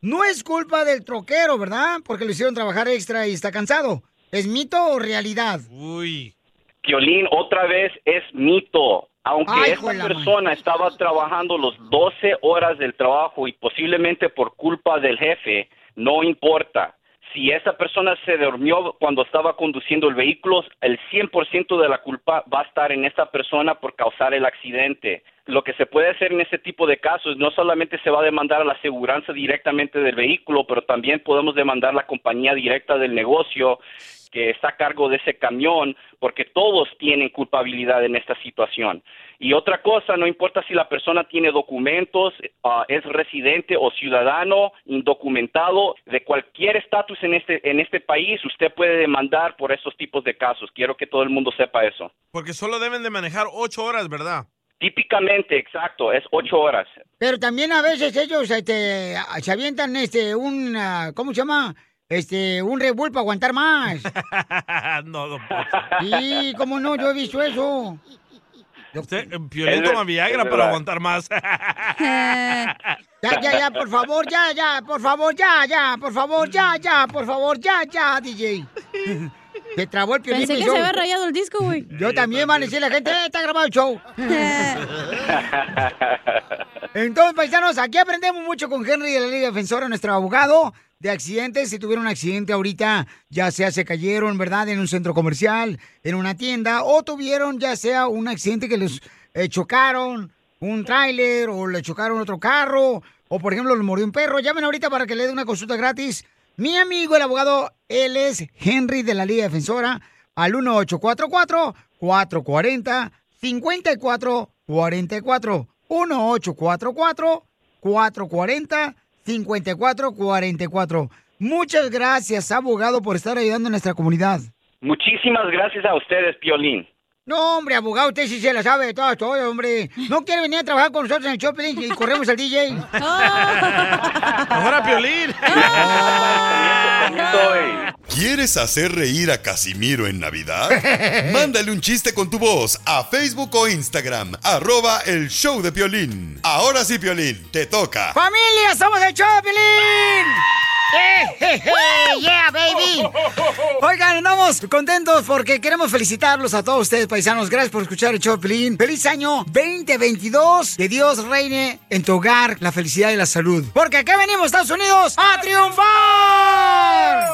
Speaker 2: No es culpa del troquero, ¿verdad? Porque lo hicieron trabajar extra y está cansado. ¿Es mito o realidad?
Speaker 32: Uy. Piolín, otra vez es mito. Aunque
Speaker 2: Ay, hijo
Speaker 32: esta
Speaker 2: de la
Speaker 32: persona estaba trabajando los 12 horas del trabajo y posiblemente por culpa del jefe, no importa. Si esa persona se durmió cuando estaba conduciendo el vehículo, el 100% de la culpa va a estar en esta persona por causar el accidente. Lo que se puede hacer en este tipo de casos no solamente se va a demandar a la aseguranza directamente del vehículo, pero también podemos demandar la compañía directa del negocio que está a cargo de ese camión, porque todos tienen culpabilidad en esta situación. Y otra cosa, no importa si la persona tiene documentos, ah, es residente o ciudadano indocumentado, de cualquier estatus en este, en este país, usted puede demandar por esos tipos de casos. Quiero que todo el mundo sepa eso.
Speaker 3: Porque solo deben de manejar ocho horas, ¿verdad? [laughs]
Speaker 32: Típicamente, exacto, es ocho horas.
Speaker 2: Pero también a veces ellos este, a- se avientan este, un, ah, ¿cómo se llama? Este, un Red Bull para aguantar más.
Speaker 3: no, don
Speaker 2: Sí, cómo no, yo he visto eso.
Speaker 3: Usted, eh, Piolín
Speaker 2: Es ver-
Speaker 3: toma Viagra
Speaker 2: es
Speaker 3: para
Speaker 2: verdad.
Speaker 3: aguantar más.
Speaker 2: Ya, ya, ya, por favor, ya, ya, por favor, ya, ya, por favor, ya, ya, por favor, ya, ya,
Speaker 4: [laughs]
Speaker 2: DJ. Te trabó el piolín.
Speaker 4: Pensé que
Speaker 2: Show.
Speaker 4: se había rayado el disco, güey.
Speaker 2: Yo también, van a decir la gente, "Eh, está grabado el
Speaker 4: [laughs]
Speaker 2: show.
Speaker 3: [laughs]
Speaker 2: Entonces, paisanos, aquí aprendemos mucho con Henry de la Liga Defensora, nuestro abogado de accidentes. Si tuvieron un accidente ahorita, ya sea se cayeron, ¿verdad? En un centro comercial, en una tienda, o tuvieron ya sea un accidente que les eh, chocaron un tráiler o le chocaron otro carro, o por ejemplo, les mordió un perro. Llamen ahorita para que le dé una consulta gratis. Mi amigo, el abogado, él es Henry de la Liga Defensora, al 1844 440 5444 1844 440 5444 Muchas gracias, abogado, por estar ayudando a nuestra comunidad.
Speaker 32: Muchísimas gracias a ustedes, Piolín.
Speaker 2: No, hombre, abogado, usted sí se la sabe de todas, todo, hombre. No quiere venir a trabajar con nosotros en el shopping y corremos al DJ.
Speaker 3: Ahora Piolín.
Speaker 2: [laughs]
Speaker 10: ¿Quieres hacer reír a Casimiro en
Speaker 3: [laughs]
Speaker 10: Navidad? Mándale un chiste con tu voz a Facebook o Instagram, arroba el show de Piolín. Ahora sí, Piolín, te toca.
Speaker 2: ¡Familia, somos el Choplin! ¡Eh, je, je! ¡Yeah, baby! Oigan, andamos contentos porque queremos felicitarlos a todos ustedes, paisanos. Gracias por escuchar el Choplin. ¡Feliz año 2022! Que Dios reine en tu hogar la felicidad y la salud. Porque acá venimos, Estados Unidos, a triunfar.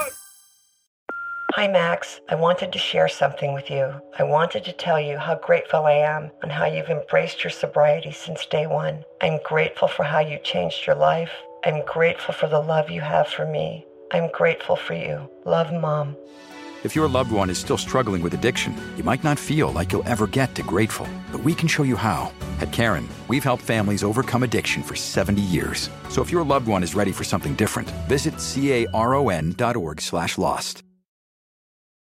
Speaker 13: Hi, Max. I wanted to share something with you. I wanted to tell you how grateful I am and how you've embraced your sobriety since day one. I'm grateful for how you changed your life. I'm grateful for the love you have for me. I'm grateful for you. Love, Mom.
Speaker 19: If your loved one is still struggling with addiction, you might not feel like you'll ever get to grateful, but we can show you how. At Karen, we've helped families overcome addiction for 70 years. So if your loved one is ready for something different, visit caron.org/lost.